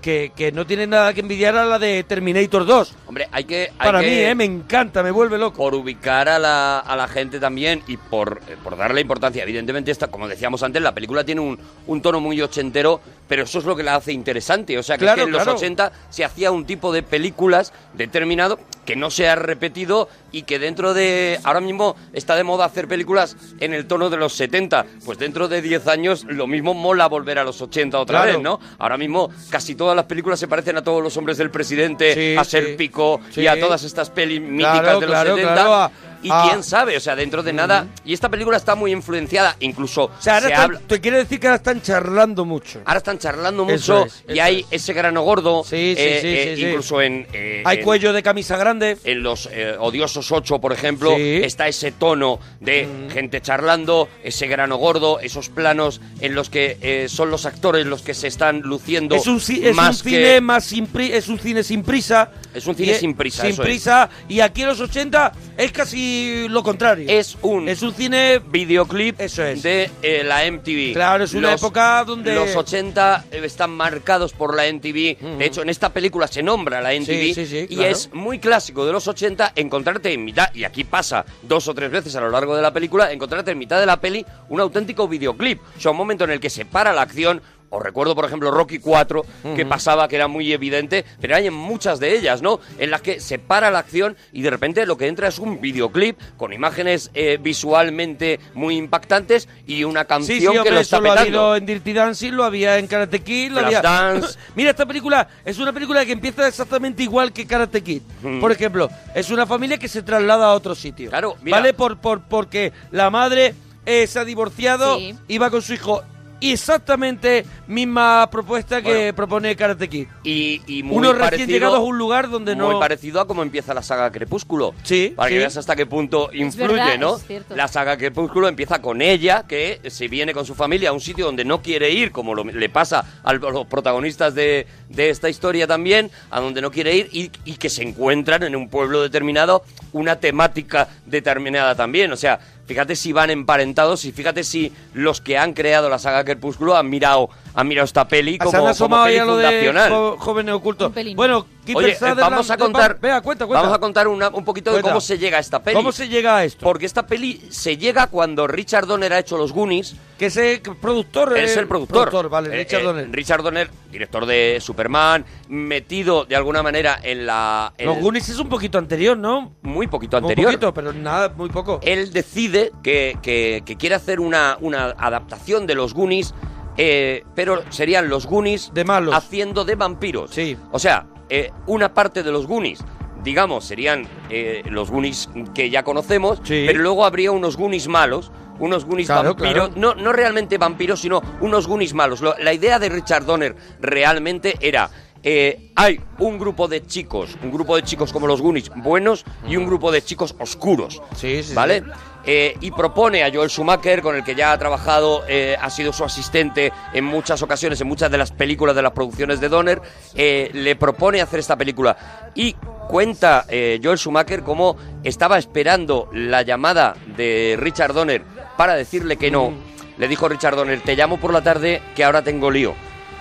S1: que, que no tiene nada que envidiar a la de Terminator 2.
S3: Hombre, hay que... hay
S1: Para
S3: que-
S1: mí, ¿eh? Me encanta, me vuelve loco.
S3: Por ubicar a la, a la gente también y por, eh, por darle importancia. Evidentemente, esta, como decíamos antes, la película tiene un, un tono muy ochentero, pero eso es lo que la hace interesante. O sea, que, es
S1: Claro,
S3: que en
S1: claro.
S3: los 80 se hacía un tipo de películas determinado que no se ha repetido y que dentro de... Ahora mismo está de moda hacer películas en el tono de los 70. Pues dentro de 10 años lo mismo mola volver a los 80 otra
S1: Claro.
S3: vez, ¿no? Ahora mismo casi todas las películas se parecen a todos los hombres del presidente,
S1: Sí,
S3: a Ser
S1: sí.
S3: Pico
S1: Sí.
S3: y a todas estas pelis míticas
S1: Claro,
S3: de los
S1: claro,
S3: 70.
S1: claro, a-
S3: y
S1: a- Mm.
S3: quién sabe, o sea, dentro de nada. Y esta película está muy influenciada, incluso
S1: O sea, ahora
S3: se
S1: están-
S3: habla-
S1: te quiere decir que ahora están charlando mucho.
S3: Ahora están charlando
S1: Eso
S3: mucho
S1: es,
S3: y hay ese grano gordo,
S1: Sí, sí,
S3: eh,
S1: sí,
S3: eh,
S1: sí, sí.
S3: incluso en... eh,
S1: Hay
S3: en-
S1: cuello de camisa grande.
S3: en los eh, odiosos 8, por ejemplo,
S1: Sí. Mm.
S3: está ese tono de gente charlando, ese grano gordo, esos planos en los que eh, son los actores los que se están luciendo
S1: Es un, ci- es
S3: más
S1: un
S3: que-
S1: cine más sin pri- es un cine sin prisa.
S3: Es un
S1: Y-
S3: cine
S1: e
S3: sin prisa,
S1: Sin
S3: eso es.
S1: prisa. Y aquí en los 80 es casi y lo contrario.
S3: Es un
S1: es un cine
S3: videoclip de eh, la MTV.
S1: Claro, es una época donde-
S3: Los 80 están marcados por la MTV. De hecho, en esta película se nombra la MTV.
S1: Sí, sí, sí,
S3: y
S1: claro.
S3: es muy clásico de los 80 encontrarte en mitad, y aquí pasa dos o tres veces a lo largo de la película, encontrarte en mitad de la peli un auténtico videoclip. O sea, un momento en el que se para la acción. Os recuerdo, por ejemplo, Rocky 4, que
S1: Ujú.
S3: pasaba, que era muy evidente, pero hay en muchas de ellas, ¿no? En las que se para la acción y de repente lo que entra es un videoclip con imágenes eh, visualmente muy impactantes y una canción
S1: Sí, sí,
S3: que
S1: hombre,
S3: lo
S1: eso
S3: está
S1: lo ha
S3: petando.
S1: habido en Dirty Dancing, lo había en Karate Kid, lo
S3: Flash
S1: había...
S3: Dance.
S1: Mira, esta película es una película que empieza exactamente igual que Karate Kid.
S3: Mm.
S1: Por ejemplo, es una familia que se traslada a otro sitio. Claro,
S3: mira.
S1: ¿Vale? Por, por, porque la madre eh, se ha divorciado
S3: Sí.
S1: y va con su hijo. Y exactamente misma propuesta que
S3: Bueno.
S1: propone Karate Kid.
S3: Y, y muy
S1: Uno recién
S3: parecido-
S1: llegado a un lugar donde no...
S3: Muy parecido a cómo empieza la saga Crepúsculo. Sí. Para que
S1: sí.
S3: veas hasta qué punto influye,
S1: verdad,
S3: ¿no?
S1: es cierto.
S3: La saga Crepúsculo empieza con ella, que se viene con su familia a un sitio donde no quiere ir, como lo- le pasa a los protagonistas de, de esta historia también, a donde no quiere ir y, y que se encuentran en un pueblo determinado una temática determinada también. O sea, fíjate si van emparentados y fíjate si los que han creado la saga Crepúsculo han mirado, han mirado esta peli
S1: Ah, Se
S3: como,
S1: han asomado
S3: como peli
S1: ahí a lo de
S3: fundacional.
S1: jo- jóvenes ocultos. Bueno, Keeper
S3: Oye, eh,
S1: Sutherland-
S3: vamos a
S1: de-
S3: contar,
S1: Vea, cuenta, cuenta.
S3: Vamos a contar una- un poquito de
S1: Cuenta.
S3: cómo se llega a esta peli.
S1: ¿Cómo se llega a esto?
S3: Porque esta peli se llega cuando Richard Donner ha hecho los Goonies.
S1: Que es el productor.
S3: Es
S1: eh,
S3: el productor. Eh,
S1: productor, vale, Richard Donner.
S3: Richard Donner, director de Superman, metido de alguna manera en la... en-
S1: Los Goonies es un poquito anterior, ¿no?
S3: Muy poquito anterior.
S1: Un poquito, pero nada, muy poco.
S3: Él decide que, que- que quiere hacer una, una adaptación de los Goonies, eh, pero serían los Goonies de malos. haciendo de vampiros. Sí. O sea, eh, una parte de los Goonies, digamos, serían eh, los Goonies que ya conocemos, pero luego habría unos Goonies malos. Unos Goonies
S1: Claro,
S3: vampiros,
S1: claro.
S3: no, no realmente vampiros, sino unos Goonies malos. Lo- la idea de Richard Donner realmente era... eh, hay un grupo de chicos, un grupo de chicos como los Goonies buenos y un grupo de chicos oscuros.
S1: sí,
S3: ¿Vale?
S1: sí.
S3: Eh, y propone a Joel Schumacher, con el que ya ha trabajado, eh, ha sido su asistente en muchas ocasiones, en muchas de las películas de las producciones de Donner, eh, le propone hacer esta película. Y cuenta eh, Joel Schumacher cómo estaba esperando la llamada de Richard Donner para decirle que
S1: Mm.
S3: no. Le dijo Richard Donner, te llamo por la tarde que ahora tengo lío.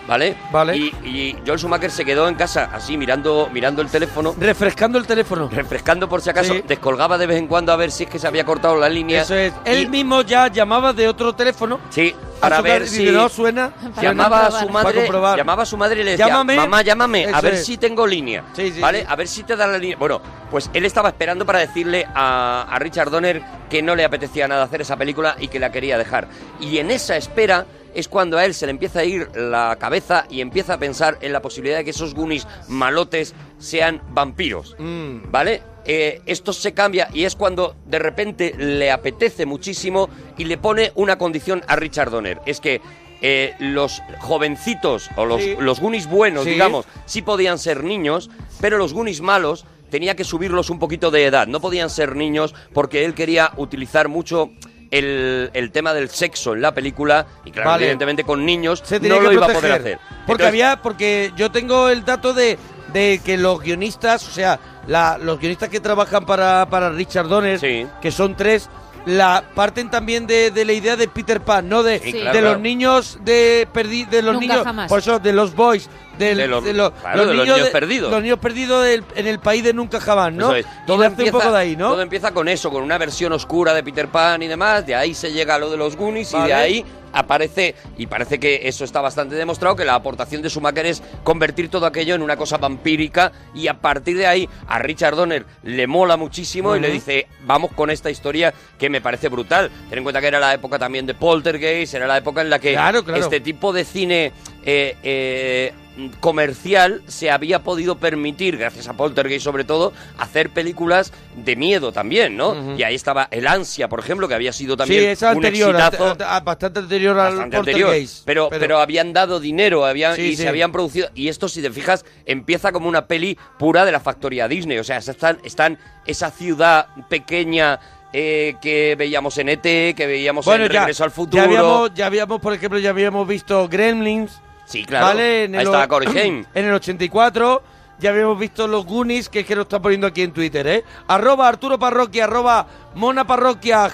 S3: ¿Vale? Vale. Y, y Joel Schumacher se quedó en casa así mirando, mirando el teléfono.
S1: Refrescando el teléfono.
S3: Refrescando por si acaso. Descolgaba de vez en cuando a ver si es que se había cortado la línea.
S1: Eso es. Él mismo ya llamaba de otro teléfono.
S3: Sí,
S1: a
S3: para
S1: su
S3: ver
S1: casa y
S3: si
S1: dice, No suena.
S3: llamaba a su madre,
S1: Para comprobar.
S3: llamaba a su madre y le decía,
S1: Llámame.
S3: mamá, llámame, a
S1: Eso
S3: ver
S1: es.
S3: si tengo línea, ¿vale? A ver si te da la línea. Bueno, pues él estaba esperando para decirle a, a Richard Donner que no le apetecía nada hacer esa película y que la quería dejar. Y en esa espera es cuando a él se le empieza a ir la cabeza y empieza a pensar en la posibilidad de que esos Goonies malotes sean vampiros.
S1: Mm.
S3: ¿Vale? Eh, esto se cambia y es cuando de repente le apetece muchísimo y le pone una condición a Richard Donner. Es que eh, los jovencitos o los,
S1: Sí.
S3: los Goonies buenos,
S1: Sí.
S3: digamos, sí podían ser niños, pero los Goonies malos tenía que subirlos un poquito de edad. No podían ser niños porque él quería utilizar mucho... El, el tema del sexo en la película y claro
S1: Vale.
S3: evidentemente con niños
S1: Se tenía
S3: no
S1: que
S3: lo iba a poder
S1: proteger.
S3: hacer
S1: Porque había, porque yo tengo el dato de, de que los guionistas, o sea, la- los guionistas que trabajan para, para Richard Donner, que son tres, la parten también de, de la idea de Peter Pan, no de,
S3: Sí,
S1: de
S3: claro,
S1: los
S3: claro.
S1: niños de perdi- de los
S5: Nunca
S1: niños,
S5: jamás.
S1: por eso de los boys, del-
S3: De los-
S1: lo-
S3: claro, de los niños perdidos.
S1: los niños perdidos del- en el país de nunca jamás, ¿no?
S3: Eso es. Y
S1: Todo
S3: todo
S1: hace un poco de ahí, ¿no?
S3: Todo empieza con eso, con una versión oscura de Peter Pan y demás. De ahí se llega a lo de los Goonies y
S1: Vale.
S3: de ahí aparece, y parece que eso está bastante demostrado, que la aportación de Schumacher es convertir todo aquello en una cosa vampírica y a partir de ahí a Richard Donner le mola muchísimo y le
S1: Ujú.
S3: dice, vamos con esta historia que me parece brutal. Ten en cuenta que era la época también de Poltergeist, era la época en la que
S1: Claro, claro.
S3: este tipo de cine eh, eh, comercial se había podido permitir, gracias a Poltergeist sobre todo, hacer películas de miedo también, ¿no?
S1: Ujú.
S3: Y ahí estaba El Ansia, por ejemplo, que había sido también
S1: sí, es anterior,
S3: un exitazo
S1: ante- ante- bastante anterior al
S3: bastante anterior,
S1: Poltergeist,
S3: pero, pero, habían dado dinero habían,
S1: Sí,
S3: y
S1: sí.
S3: se habían producido. Y esto, si te fijas, empieza como una peli pura de la factoría Disney. O sea, están, están esa ciudad pequeña eh, que veíamos en ET, que veíamos en Regreso al Futuro.
S1: Ya habíamos, ya habíamos, por ejemplo, ya habíamos visto Gremlins.
S3: Sí, claro.
S1: ¿vale? En
S3: Ahí
S1: el
S3: estaba
S1: o-
S3: Corey Haim.
S1: En el 84. ya habíamos visto los Goonies, que es que nos está poniendo aquí en Twitter, ¿eh? Arroba Arturo Parroquia, arroba Mona Parroquia,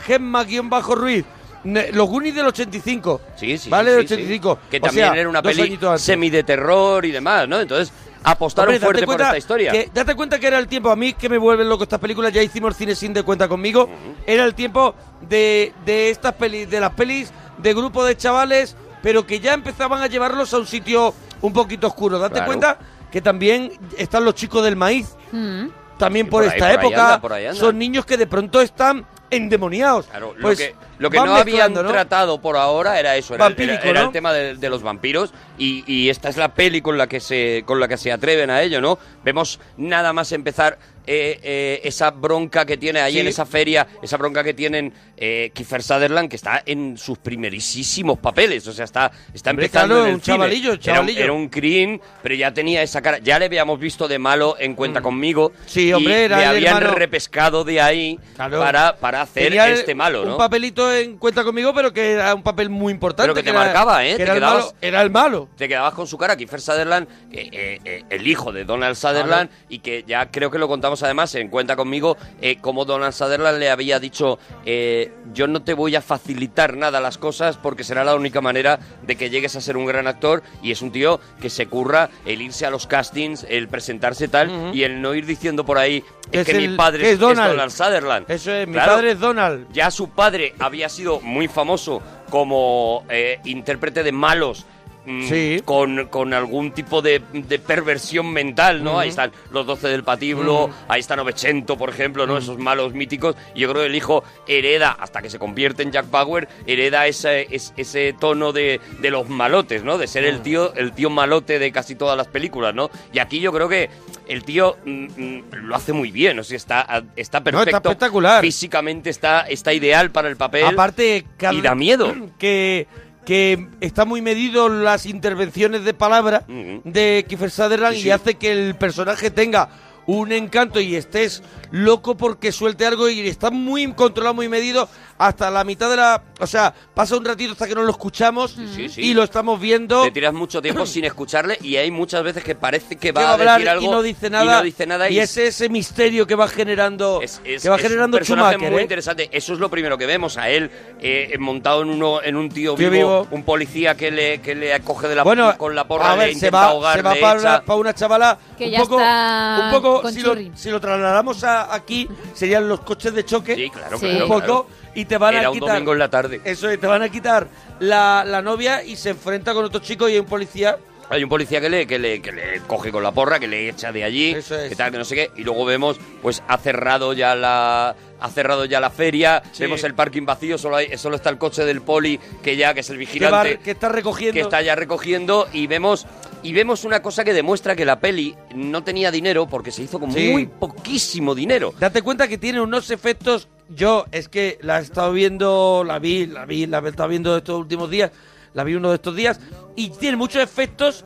S1: Gemma-Ruiz. Ne- Los Goonies del 85.
S3: Sí, sí.
S1: ¿Vale?
S3: sí,
S1: del
S3: sí.
S1: 85.
S3: Que
S1: O
S3: también
S1: sea,
S3: era una
S1: dos
S3: peli
S1: añitos antes.
S3: semi de terror y demás, ¿no? Entonces apostaron
S1: Hombre, date
S3: fuerte por
S1: cuenta
S3: esta historia.
S1: Que, date cuenta que era el tiempo, a mí que me vuelven loco estas películas, ya hicimos el cine sin de cuenta conmigo, era el tiempo de, de estas pelis, de las pelis de grupo de chavales, pero que ya empezaban a llevarlos a un sitio un poquito oscuro. Date
S3: Claro.
S1: cuenta que también están los chicos del maíz,
S5: Mm.
S1: también
S3: Sí,
S1: por,
S3: por ahí-
S1: esta
S3: por ahí
S1: época,
S3: anda, por ahí anda.
S1: son niños que de pronto están endemoniados. Pues Claro,
S3: Lo que, lo que no habían tratado por ahora era eso, era, el- era-
S1: Vampírico,
S3: era el
S1: ¿no?
S3: tema de, de los vampiros y, y esta es la peli con la que se con la que se atreven a ello, ¿no? Vemos nada más empezar eh, eh, esa bronca que tiene ahí
S1: Sí.
S3: en esa feria, esa bronca que tienen eh, Kiefer Sutherland que está en sus primerísimos papeles, o sea, está está
S1: Hombre,
S3: empezando
S1: claro,
S3: en el
S1: un
S3: cine.
S1: chavalillo,
S3: Era un-
S1: chavalillo.
S3: Era, un crin, pero ya tenía esa cara, ya le habíamos visto de malo en cuenta conmigo. Sí,
S1: Mm. hombre, era
S3: le
S1: el
S3: habían
S1: hermano-
S3: repescado de ahí
S1: Claro.
S3: para para hacer
S1: Tenía
S3: este malo,
S1: Un
S3: ¿no?
S1: papelito en cuenta conmigo, pero que era un papel muy importante.
S3: Pero que te
S1: era-
S3: marcaba, ¿eh?
S1: que
S3: Te
S1: era el
S3: quedabas-
S1: malo- era el malo.
S3: Te quedabas con su cara, Kiefer Sutherland, eh, eh, eh, el hijo de Donald Sutherland, y que ya creo que lo contamos además en Cuenta Conmigo, eh, cómo Donald Sutherland le había dicho, eh, yo no te voy a facilitar nada las cosas porque será la única manera de que llegues a ser un gran actor, y es un tío que se curra el irse a los castings, el presentarse tal,
S1: Ujú.
S3: y el no ir diciendo por ahí, es, que
S1: el-
S3: mi padre
S1: que
S3: es Donald, Sutherland.
S1: Eso es, mi
S3: Claro.
S1: padre es Donald.
S3: Ya su padre había sido muy famoso como eh, intérprete de malos. mm,
S1: Sí.
S3: Con, con algún tipo de, de perversión mental, ¿no?
S1: Ujú.
S3: Ahí están los 12 del Patiblo,
S1: Ujú.
S3: ahí está Novecento, por ejemplo, ¿no?
S1: Ujú.
S3: Esos malos míticos. Y yo creo que el hijo hereda, hasta que se convierte en Jack Bauer, hereda ese, es- ese tono de, de los malotes, ¿no? De ser el tío, el tío malote de casi todas las películas, ¿no? Y aquí yo creo que el tío mm, mm, lo hace muy bien, o sea, está, está
S1: No, está
S3: perfecto.
S1: espectacular.
S3: Físicamente está, está ideal para el papel.
S1: Aparte, cada-
S3: y da miedo.
S1: Que, que está muy medido las intervenciones de palabra de Kiefer Sutherland
S3: Sí,
S1: y
S3: sí.
S1: hace que el personaje tenga un encanto y estés loco porque suelte algo y está muy controlado, muy medido hasta la mitad de la... O sea, pasa un ratito hasta que no lo escuchamos
S3: sí, sí.
S1: y lo estamos viendo.
S3: Te tiras mucho tiempo sin escucharle y hay muchas veces que parece que
S1: que
S3: va,
S1: va a
S3: decir
S1: hablar
S3: algo
S1: y no dice nada.
S3: y no dice nada y
S1: es ese misterio que va generando,
S3: es-
S1: que va
S3: es
S1: generando
S3: un personaje
S1: Schumacher.
S3: muy
S1: ¿eh?
S3: interesante. Eso es lo primero que vemos a él eh, montado en uno en un tío,
S1: Tío
S3: vivo,
S1: vivo.
S3: un policía que le que le coge de la
S1: Bueno,
S3: con la porra
S1: a
S3: le
S1: ver, se
S3: intenta
S1: va,
S3: ahogar,
S1: se va
S3: le
S1: para,
S3: echa.
S1: una, para una chavala
S5: Que
S1: un
S5: ya
S1: poco,
S5: está
S1: un poco
S5: con
S1: si, lo,
S5: churri.
S1: si lo trasladamos a aquí serían los coches de choque,
S3: claro,
S5: Sí. claro,
S1: un poco
S3: claro.
S1: y te van
S3: Era
S1: a
S3: un
S1: quitar
S3: domingo en la tarde.
S1: eso es, te van a quitar la, la novia y se enfrenta con otro chico y hay un policía
S3: Hay un policía que le, que le, que le coge con la porra, que le echa de allí, que tal, que no sé qué, y luego vemos, pues ha cerrado ya la. Ha cerrado ya la feria,
S1: Sí.
S3: vemos el parking vacío, solo, hay, solo está el coche del poli, que ya, que es el
S1: que, va-
S3: vigilante,
S1: que está recogiendo
S3: que está ya recogiendo, y vemos. Y vemos una cosa que demuestra que la peli no tenía dinero porque se hizo con
S1: Sí.
S3: muy poquísimo dinero.
S1: Date cuenta que tiene unos efectos. Yo es que la he estado viendo, la vi, la vi, la he estado viendo estos últimos días, la vi uno de estos días, y tiene muchos efectos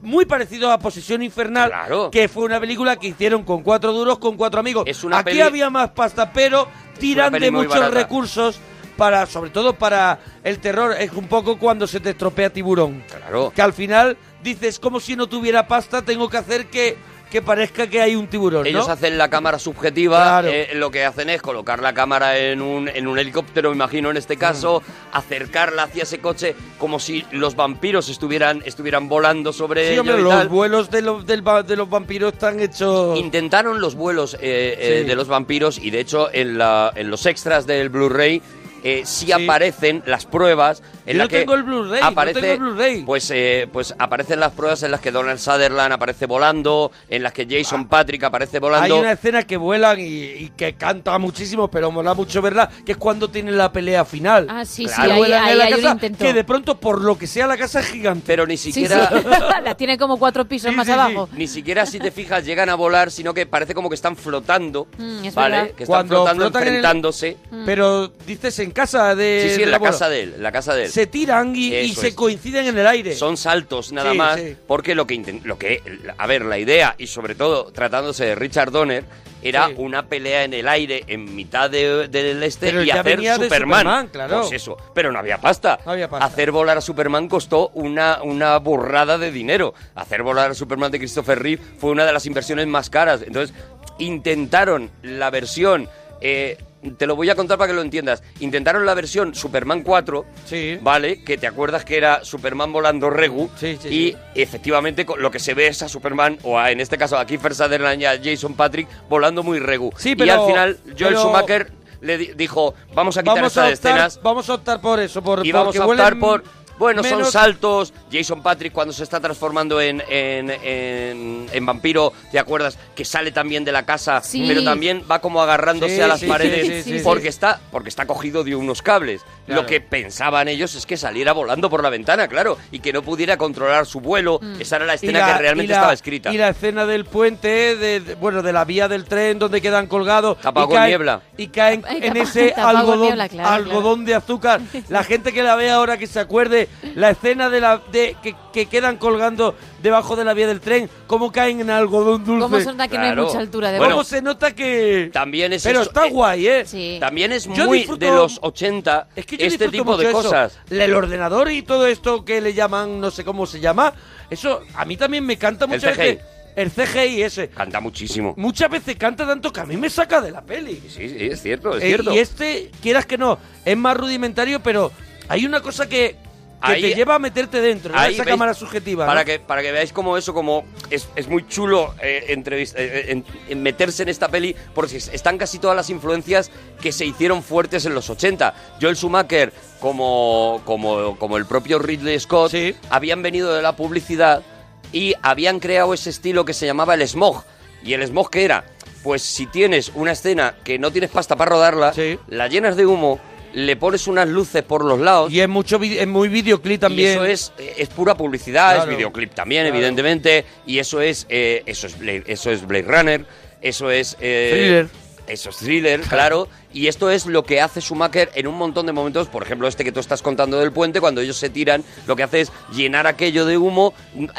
S1: muy parecidos a Posesión Infernal, que fue una película que hicieron con cuatro duros, con cuatro amigos. Aquí
S3: peli-
S1: había más pasta, pero tiran
S3: peli
S1: de
S3: muy
S1: muchos
S3: barata.
S1: recursos para, sobre todo para el terror, es un poco cuando se te estropea tiburón.
S3: Claro.
S1: Que al final dices, como si no tuviera pasta, tengo que hacer que, que parezca que hay un tiburón. ¿no?
S3: Ellos hacen la cámara subjetiva,
S1: Claro.
S3: eh, lo que hacen es colocar la cámara en un, en un helicóptero, imagino en este caso,
S1: Mm.
S3: acercarla hacia ese coche como si los vampiros estuvieran, estuvieran volando sobre
S1: Sí,
S3: ello
S1: hombre,
S3: y
S1: los
S3: tal.
S1: vuelos de los, del va- de los vampiros están hechos...
S3: Intentaron los vuelos eh, eh,
S1: Sí.
S3: de los vampiros y de hecho en, la- en los extras del Blu-ray eh, sí, aparecen las pruebas en
S1: Yo
S3: la
S1: no
S3: que
S1: tengo el Blu-ray, no
S3: aparece
S1: tengo el
S3: pues eh, pues aparecen las pruebas en las que Donald Sutherland aparece volando en las que Jason Patrick
S1: Ah.
S3: aparece
S1: Hay
S3: volando
S1: una escena que vuelan y, y que canta muchísimo, pero mola mucho verla, que es cuando tienen la pelea final.
S5: Ah, sí,
S1: Que
S5: sí, ahí-
S1: vuelan en
S5: ahí
S1: la
S5: hay un
S1: casa,
S5: intento.
S1: Que de pronto, por lo que sea, la casa es gigante.
S3: Pero ni
S5: Sí,
S3: siquiera
S5: sí. La tiene como cuatro pisos más abajo.
S3: Ni siquiera si te fijas llegan a volar, sino que parece como que están flotando,
S5: Mm, es
S3: ¿vale?
S5: verdad. Mm.
S3: Que están
S1: Cuando
S3: flotando,
S1: flotan en el-
S3: enfrentándose.
S1: Pero dices, ¿en en casa de.
S3: Sí, sí, en
S1: del
S3: la
S1: abuelo.
S3: casa de él, en la casa de él.
S1: Se tiran y, y
S3: Eso
S1: se
S3: es.
S1: coinciden en el aire.
S3: Son saltos nada
S1: Sí,
S3: más,
S1: sí.
S3: porque lo que inten- lo que a ver, la idea y sobre todo tratándose de Richard Donner era
S1: Sí.
S3: una pelea en el aire en mitad de- del este
S1: Pero
S3: y
S1: ya
S3: hacer
S1: venía de
S3: Superman.
S1: Superman, claro.
S3: Pues eso, pero no había pasta.
S1: No había pasta.
S3: Hacer volar a Superman costó una una burrada de dinero. Hacer volar a Superman de Christopher Reeve fue una de las inversiones más caras. Entonces, intentaron la versión eh, te lo voy a contar para que lo entiendas. Intentaron la versión Superman 4, ¿vale? Que te acuerdas que era Superman volando Regu. y efectivamente co- lo que se ve es a Superman, o a, en este caso a Kiefer Sutherland y a Jason Patrick, volando muy Regu.
S1: Sí,
S3: y
S1: pero-
S3: al final Joel
S1: pero-
S3: Schumacher le di- dijo, vamos a quitar
S1: Vamos a,
S3: estas
S1: optar,
S3: escenas
S1: vamos a optar por eso. Por,
S3: y vamos
S1: porque
S3: a optar
S1: huelen
S3: por. Bueno, son
S1: menos-
S3: saltos. Jason Patrick cuando se está transformando en, en, en- en vampiro, ¿te acuerdas? Que sale también de la casa,
S1: Sí.
S3: pero también va como agarrándose
S1: Sí,
S3: a las
S1: sí, sí,
S3: paredes
S1: sí, sí,
S3: porque
S1: sí.
S3: está porque está cogido de unos cables.
S1: Claro.
S3: Lo que pensaban ellos es que saliera volando por la ventana, claro, y que no pudiera controlar su vuelo. Esa era la
S1: Mm. Y
S3: escena
S1: la-
S3: que realmente
S1: y la-
S3: estaba escrita.
S1: Y la escena del puente, de, de- bueno, de la vía del tren donde quedan colgados.
S3: Tapado
S1: y
S3: con
S1: caen,
S3: niebla.
S1: Y caen
S5: Ay,
S1: en
S5: tapado-
S1: ese
S5: tapado con
S1: algodón,
S5: niebla, claro,
S1: algodón de azúcar. La gente que la ve ahora que se acuerde, la escena de la de que, que quedan colgando debajo de la vía del tren, cómo caen en algodón dulce.
S5: Cómo se nota que no hay Claro. mucha altura de
S1: Cómo
S5: vuelo.
S1: se nota que...
S3: También es
S1: Pero
S3: eso-
S1: está guay, ¿eh?
S3: También es
S1: Yo
S3: muy
S1: disfruto-
S3: de los 80
S1: Es que yo
S3: este
S1: disfruto
S3: tipo
S1: mucho
S3: de
S1: eso.
S3: cosas.
S1: El ordenador y todo esto que le llaman, no sé cómo se llama, eso a mí también me canta
S3: El
S1: muchas
S3: CGI.
S1: veces. El CGI ese.
S3: Canta muchísimo.
S1: Muchas veces canta tanto que a mí me saca de la peli.
S3: Sí, sí, es cierto, es
S1: Eh,
S3: cierto.
S1: Y este, quieras que no, es más rudimentario, pero hay una cosa que, que
S3: Ahí-
S1: te lleva a meterte dentro, ¿no?
S3: Ahí
S1: esa
S3: veis-
S1: cámara subjetiva.
S3: Para,
S1: ¿no?
S3: que, para que veáis como eso, como es, es muy chulo eh, entrevista- eh, en- en meterse en esta peli, porque es- están casi todas las influencias que se hicieron fuertes en los 80. Joel Schumacher, como, como, como el propio Ridley Scott, habían venido de la publicidad y habían creado ese estilo que se llamaba el smog. ¿Y el smog qué era? Pues si tienes una escena que no tienes pasta para rodarla, la llenas de humo, le pones unas luces por los lados.
S1: Y es mucho vi- es muy videoclip también.
S3: Y eso es, eh, es pura publicidad,
S1: Claro.
S3: es videoclip también,
S1: Claro.
S3: evidentemente, y eso es, eh, eso es, Blade, eso es Blade Runner, eso es... eh,
S1: Thriller.
S3: Eso es thriller, claro. Y esto es lo que hace Schumacher en un montón de momentos. Por ejemplo, este que tú estás contando del puente, cuando ellos se tiran, lo que hace es llenar aquello de humo, eh,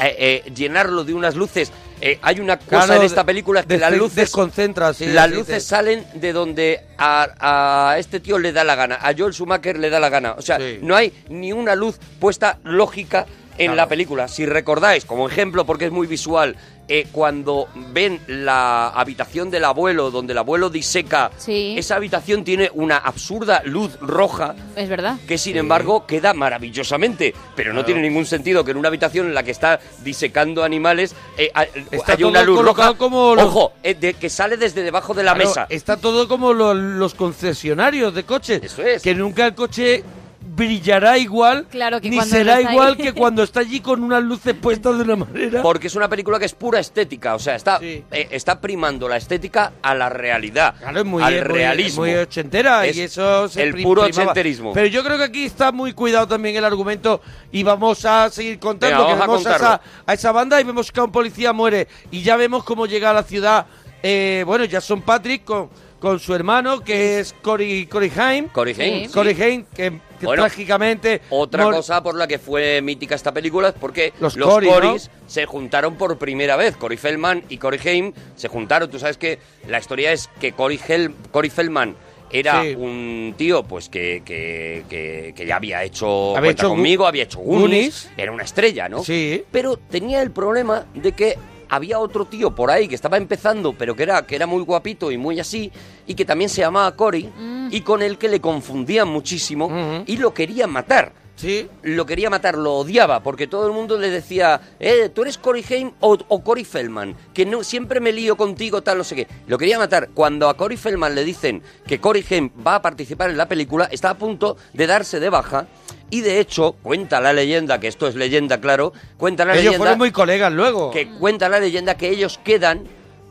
S3: eh, llenarlo de unas luces. Eh, hay una cosa
S1: Claro,
S3: en esta película que
S1: des-
S3: las luces
S1: desconcentra, sí,
S3: las
S1: sí,
S3: luces
S1: sí.
S3: salen de donde a, a este tío le da la gana, a Joel Schumacher le da la gana. O sea, no hay ni una luz puesta lógica en la película. Si recordáis, como ejemplo, porque es muy visual, eh, cuando ven la habitación del abuelo, donde el abuelo diseca,
S5: Sí.
S3: esa habitación tiene una absurda luz roja
S5: Es verdad.
S3: que sin embargo queda maravillosamente, pero no
S1: Claro.
S3: tiene ningún sentido que en una habitación en la que está disecando animales eh, ha-
S1: Está
S3: haya
S1: todo
S3: una luz
S1: colocado
S3: roja
S1: como lo-
S3: ojo, eh, de- que sale desde debajo de la
S1: Claro,
S3: mesa.
S1: Está todo como lo- los concesionarios de coches. Que nunca el coche brillará igual
S5: Claro que
S1: ni
S5: cuando
S1: será
S5: no está
S1: igual
S5: ahí.
S1: que cuando está allí con unas luces puestas de una manera.
S3: Porque es una película que es pura estética, o sea, está, eh, está primando la estética a la realidad,
S1: Claro, es muy,
S3: al
S1: es muy-
S3: realismo.
S1: muy ochentera y eso se
S3: el
S1: pri-
S3: puro
S1: primaba.
S3: ochenterismo.
S1: Pero yo creo que aquí está muy cuidado también el argumento y vamos a seguir contando
S3: Venga,
S1: que
S3: vamos a
S1: vemos a, esa,
S3: contarlo.
S1: a esa banda y vemos que un policía muere y ya vemos cómo llega a la ciudad. eh, bueno, Jason Patrick con, con su hermano que es Cory Cory Haim.
S3: Corey Haim, Sí.
S1: Corey Haim, que, que
S3: Bueno,
S1: trágicamente
S3: Otra
S1: mor-
S3: cosa por la que fue mítica esta película es porque
S1: Los
S3: los,
S1: Cory, ¿no?
S3: Corys se juntaron por primera vez. Cory Feldman y Cory Haim se juntaron. Tú sabes que la historia es que Cory, Hel- Cory Feldman era
S1: Sí.
S3: un tío pues que, que, que- que ya había hecho
S1: Había
S3: Cuenta
S1: hecho Gu-
S3: conmigo, había hecho
S1: Goonies.
S3: Goonies, era una estrella, ¿no?
S1: Sí.
S3: Pero tenía el problema de que había otro tío por ahí que estaba empezando, pero que era, que era muy guapito y muy así, y que también se llamaba Cory, y con el que le confundían muchísimo y lo querían matar.
S1: Sí.
S3: Lo quería matar, lo odiaba, porque todo el mundo le decía, eh, tú eres Cory Haim o, o Cory Feldman, que no, siempre me lío contigo, tal, no sé qué. Lo quería matar. Cuando a Cory Feldman le dicen que Cory Haim va a participar en la película, está a punto de darse de baja. Y de hecho, cuenta la leyenda, que esto es leyenda, claro, cuenta la
S1: Ellos
S3: leyenda
S1: fueron muy colegas luego.
S3: que cuenta la leyenda que ellos quedan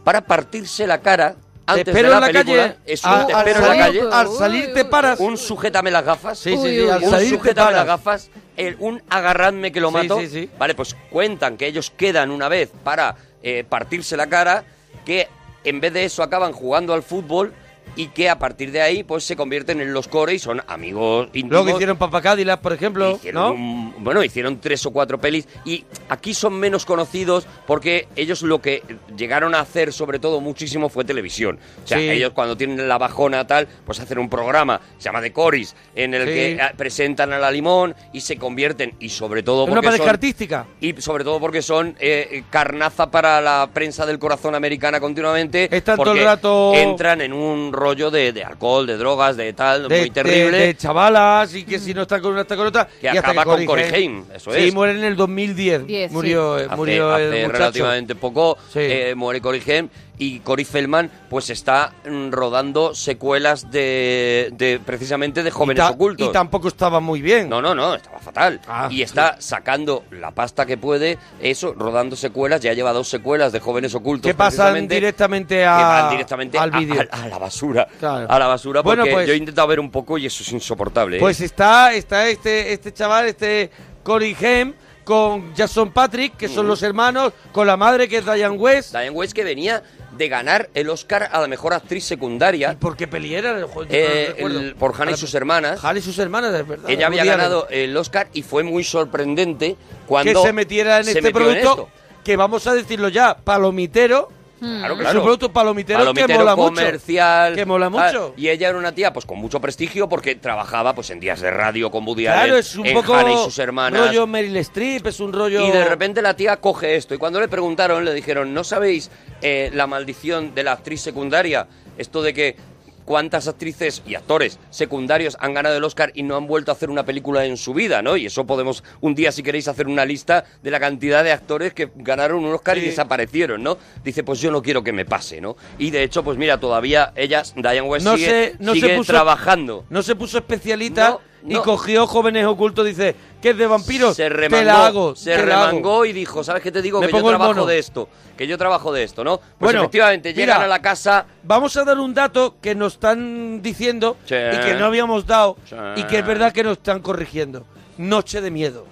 S3: para partirse la cara antes
S1: espero
S3: de
S1: en
S3: la,
S1: la
S3: película.
S1: calle.
S3: Es un
S1: Al-
S3: te
S1: al
S3: espero en la
S1: salir-
S3: calle.
S1: al salir
S3: te paras. Un sujétame las gafas.
S1: Sí, sí, sí, Uy, al uy,
S3: un
S1: salir te
S3: sujétame
S1: paras.
S3: las gafas. el- un agarradme que lo
S1: Sí,
S3: mato.
S1: sí, sí.
S3: Vale, pues cuentan que ellos quedan una vez para eh, partirse la cara, que en vez de eso acaban jugando al fútbol y que a partir de ahí pues se convierten en los core y son amigos íntimos.
S1: Luego que hicieron Papá Cadillac, por ejemplo,
S3: Hicieron
S1: ¿no?
S3: un- bueno, hicieron tres o cuatro pelis y aquí son menos conocidos porque ellos lo que llegaron a hacer sobre todo muchísimo fue televisión. O sea,
S1: Sí.
S3: ellos cuando tienen la bajona tal, pues hacen un programa, se llama The Coris, en el
S1: Sí.
S3: que ah, presentan a la limón y se convierten y sobre todo
S1: Es una
S3: porque
S1: pareja
S3: son-
S1: artística.
S3: y sobre todo porque son eh, carnaza para la prensa del corazón americana continuamente.
S1: Están todo el
S3: porque
S1: rato-
S3: Entran en un rollo de, de alcohol, de drogas, de tal,
S1: De, este,
S3: muy terrible.
S1: de- de chavalas y que si no está con una está con otra. y
S3: Que
S1: hasta
S3: acaba con
S1: Corey
S3: Corey
S1: Haim.
S3: Haim, eso
S1: sí,
S3: es.
S1: muere en el 2010.
S3: Diez, sí.
S1: murió eh,
S3: Hace-
S1: murió
S3: hace
S1: el muchacho.
S3: relativamente poco eh, muere Cory Haim y Cory Feldman pues está mm, rodando secuelas de, de- precisamente de jóvenes
S1: Ta-
S3: ocultos
S1: Y tampoco estaba muy bien. Ah,
S3: no no no estaba fatal y está sacando la pasta que puede eso rodando secuelas ya lleva dos secuelas de jóvenes ocultos
S1: Que pasan
S3: precisamente,
S1: directamente
S3: que
S1: a,
S3: van directamente
S1: al
S3: a-
S1: vídeo.
S3: a- a la basura
S1: Claro.
S3: a la basura porque
S1: Bueno, pues-
S3: yo he intentado ver un poco y eso es insoportable ¿eh?
S1: Pues está, está este, este chaval, este Corey Haim, con Jason Patrick, que son
S3: Mm.
S1: los hermanos, con la madre que es Diane West.
S3: Diane West que venía de ganar el Oscar a la mejor actriz secundaria. Eh,
S1: por qué peleera? Joder, yo no lo recuerdo.
S3: por Hannah y sus hermanas.
S1: Hannah y sus hermanas, es verdad.
S3: Ella había
S1: Woody Allen.
S3: ganado el Oscar y fue muy sorprendente cuando
S1: que se metiera en
S3: se
S1: este
S3: metió
S1: producto,
S3: esto.
S1: que vamos a decirlo ya, palomitero.
S3: Claro,
S1: Es
S3: claro.
S1: un producto palomitero, que
S3: Palomitero
S1: mola mucho.
S3: comercial.
S1: Que mola
S3: tal.
S1: mucho.
S3: Y ella era una tía pues con mucho prestigio porque trabajaba pues en días de radio con Woody
S1: Claro,
S3: Allen,
S1: es un
S3: en
S1: poco
S3: Hannah y sus hermanas.
S1: rollo Meryl Streep, es un rollo...
S3: Y de repente la tía coge esto. Y cuando le preguntaron, le dijeron, ¿no sabéis eh, la maldición de la actriz secundaria? Esto de que cuántas actrices y actores secundarios han ganado el Oscar y no han vuelto a hacer una película en su vida, ¿no? Y eso podemos un día, si queréis, hacer una lista de la cantidad de actores que ganaron un Oscar y desaparecieron, ¿no? Dice, pues yo no quiero que me pase, ¿no? Y de hecho, pues mira, todavía ellas, Diane West,
S1: No
S3: sigue,
S1: se- no se
S3: sigue
S1: puso-
S3: trabajando.
S1: No se puso especialita y
S3: no.
S1: cogió Jóvenes Ocultos, dice, que es de vampiros,
S3: se remangó,
S1: te la hago,
S3: se
S1: te la hago.
S3: remangó y dijo, ¿sabes qué te digo?
S1: Me
S3: que yo
S1: pongo el
S3: trabajo
S1: mono".
S3: de esto, que yo trabajo de esto, ¿no? Pues
S1: Bueno,
S3: efectivamente,
S1: mira,
S3: llegan a la casa...
S1: Vamos a dar un dato que nos están diciendo
S3: Sí.
S1: y que no habíamos dado
S3: Sí.
S1: y que es verdad que nos están corrigiendo. Noche de Miedo.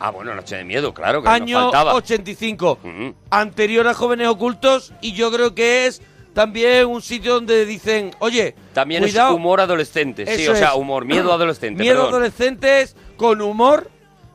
S3: Ah, bueno, Noche de Miedo, claro, que
S1: Año
S3: nos faltaba.
S1: 85.
S3: Mm.
S1: Anterior a Jóvenes Ocultos y yo creo que es también un sitio donde dicen, oye,
S3: También
S1: cuidado,
S3: es humor adolescente, sí,
S1: Eso
S3: o sea,
S1: es.
S3: humor, miedo adolescente,
S1: Miedo
S3: perdón.
S1: adolescentes con humor,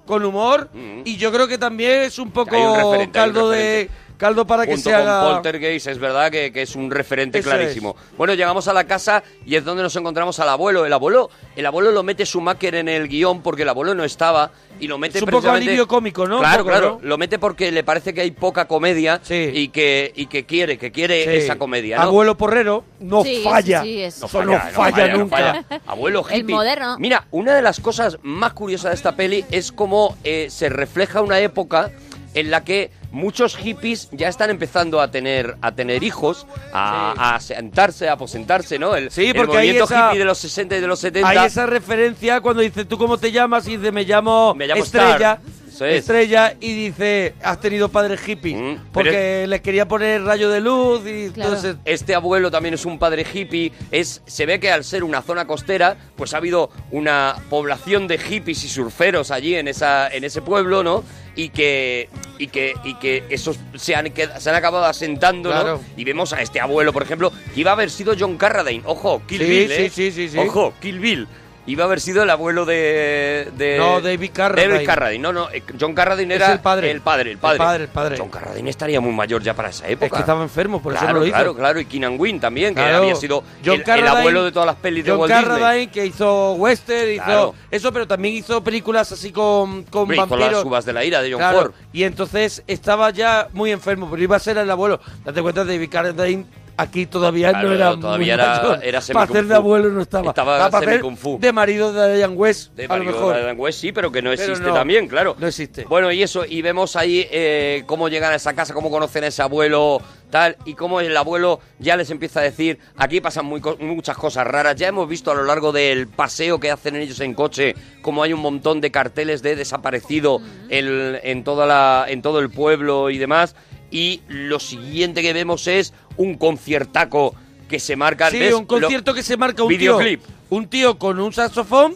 S1: con humor
S3: Mm.
S1: y yo creo que también es un poco
S3: Hay un referente, hay un
S1: caldo de caldo para que
S3: Junto
S1: se haga
S3: con Poltergeist, es verdad que, que es un referente
S1: Eso
S3: clarísimo. Bueno, llegamos a la casa y es donde nos encontramos al abuelo. El abuelo, el abuelo lo mete Schumacher en el guión porque el abuelo no estaba y lo mete
S1: es un poco
S3: precisamente-
S1: alivio cómico, ¿no? Un
S3: Claro,
S1: poco,
S3: claro.
S1: ¿no?
S3: Lo mete porque le parece que hay poca comedia y, que, y que quiere, que quiere
S1: Sí.
S3: esa comedia. ¿no?
S1: Abuelo Porrero no
S5: Sí,
S1: falla.
S5: sí, sí, es-
S1: Eso no falla, nunca.
S3: falla. Abuelo
S5: El
S3: hippie.
S5: moderno.
S3: Mira, una de las cosas más curiosas de esta peli es cómo eh, se refleja una época en la que muchos hippies ya están empezando a tener a tener hijos, a, a sentarse, a aposentarse, ¿no? El,
S1: Sí,
S3: el
S1: porque hay
S3: movimiento
S1: esa-
S3: hippie de los 60 y de los 70.
S1: Hay esa referencia cuando dice, ¿tú cómo te llamas? Y dice, me llamo,
S3: llamo
S1: Estrella.
S3: Star. Eso es.
S1: Estrella y dice, has tenido padres hippies. porque les quería poner rayo de luz y todo ese-
S3: Este abuelo también es un padre hippie. Es, se ve que al ser una zona costera, pues ha habido una población de hippies y surferos allí en, esa, en ese pueblo, ¿no? Y que, y que, y que esos se han, qued- se han acabado asentando, ¿no?
S1: Claro.
S3: Y vemos a este abuelo, por ejemplo, que iba a haber sido John Carradine. Ojo, Kill
S1: Sí,
S3: Bill,
S1: sí,
S3: ¿eh?
S1: sí, sí, sí.
S3: Ojo, Kill Bill. Iba a haber sido el abuelo de... de-
S1: No, David Carradine.
S3: David Carradine. No, no, eh, John Carradine
S1: Es
S3: era
S1: el padre.
S3: El padre, el
S1: El
S3: padre.
S1: padre, el padre.
S3: John Carradine estaría muy mayor ya para esa época.
S1: Es que estaba enfermo, por
S3: claro,
S1: eso no lo hizo.
S3: Claro, claro, y Keenan Wynn también,
S1: Claro.
S3: que había sido
S1: John
S3: el, el
S1: Carradine-
S3: abuelo de todas las pelis de
S1: John
S3: Walt
S1: Carradine,
S3: Disney.
S1: que hizo western, hizo
S3: Claro.
S1: eso, pero también hizo películas así con, con
S3: Hombre, hizo
S1: vampiros.
S3: las uvas de la ira de John
S1: Claro,
S3: Ford.
S1: Y entonces estaba ya muy enfermo, pero iba a ser el abuelo. Date cuenta, David Carradine aquí todavía
S3: Claro,
S1: no era
S3: todavía
S1: muy
S3: era-
S1: mayor.
S3: era
S1: Para
S3: semikung
S1: hacer de
S3: fu.
S1: abuelo no estaba.
S3: Estaba
S1: Ah, para hacer
S3: semikung fu.
S1: de marido de Diane West,
S3: De
S1: a lo
S3: Mario
S1: mejor.
S3: Adam West, sí, pero que no
S1: Pero
S3: existe
S1: no,
S3: también, claro.
S1: No existe.
S3: Bueno, y eso, y vemos ahí eh, cómo llegan a esa casa, cómo conocen a ese abuelo, tal, y cómo el abuelo ya les empieza a decir, aquí pasan muy co- muchas cosas raras. Ya hemos visto a lo largo del paseo que hacen ellos en coche, cómo hay un montón de carteles de desaparecido el- en, toda la, en todo el pueblo y demás. Y lo siguiente que vemos es un conciertaco que se marca...
S1: Sí,
S3: ¿ves?
S1: un
S3: Lo-
S1: concierto que se marca un
S3: Videoclip.
S1: tío. Un tío con un saxofón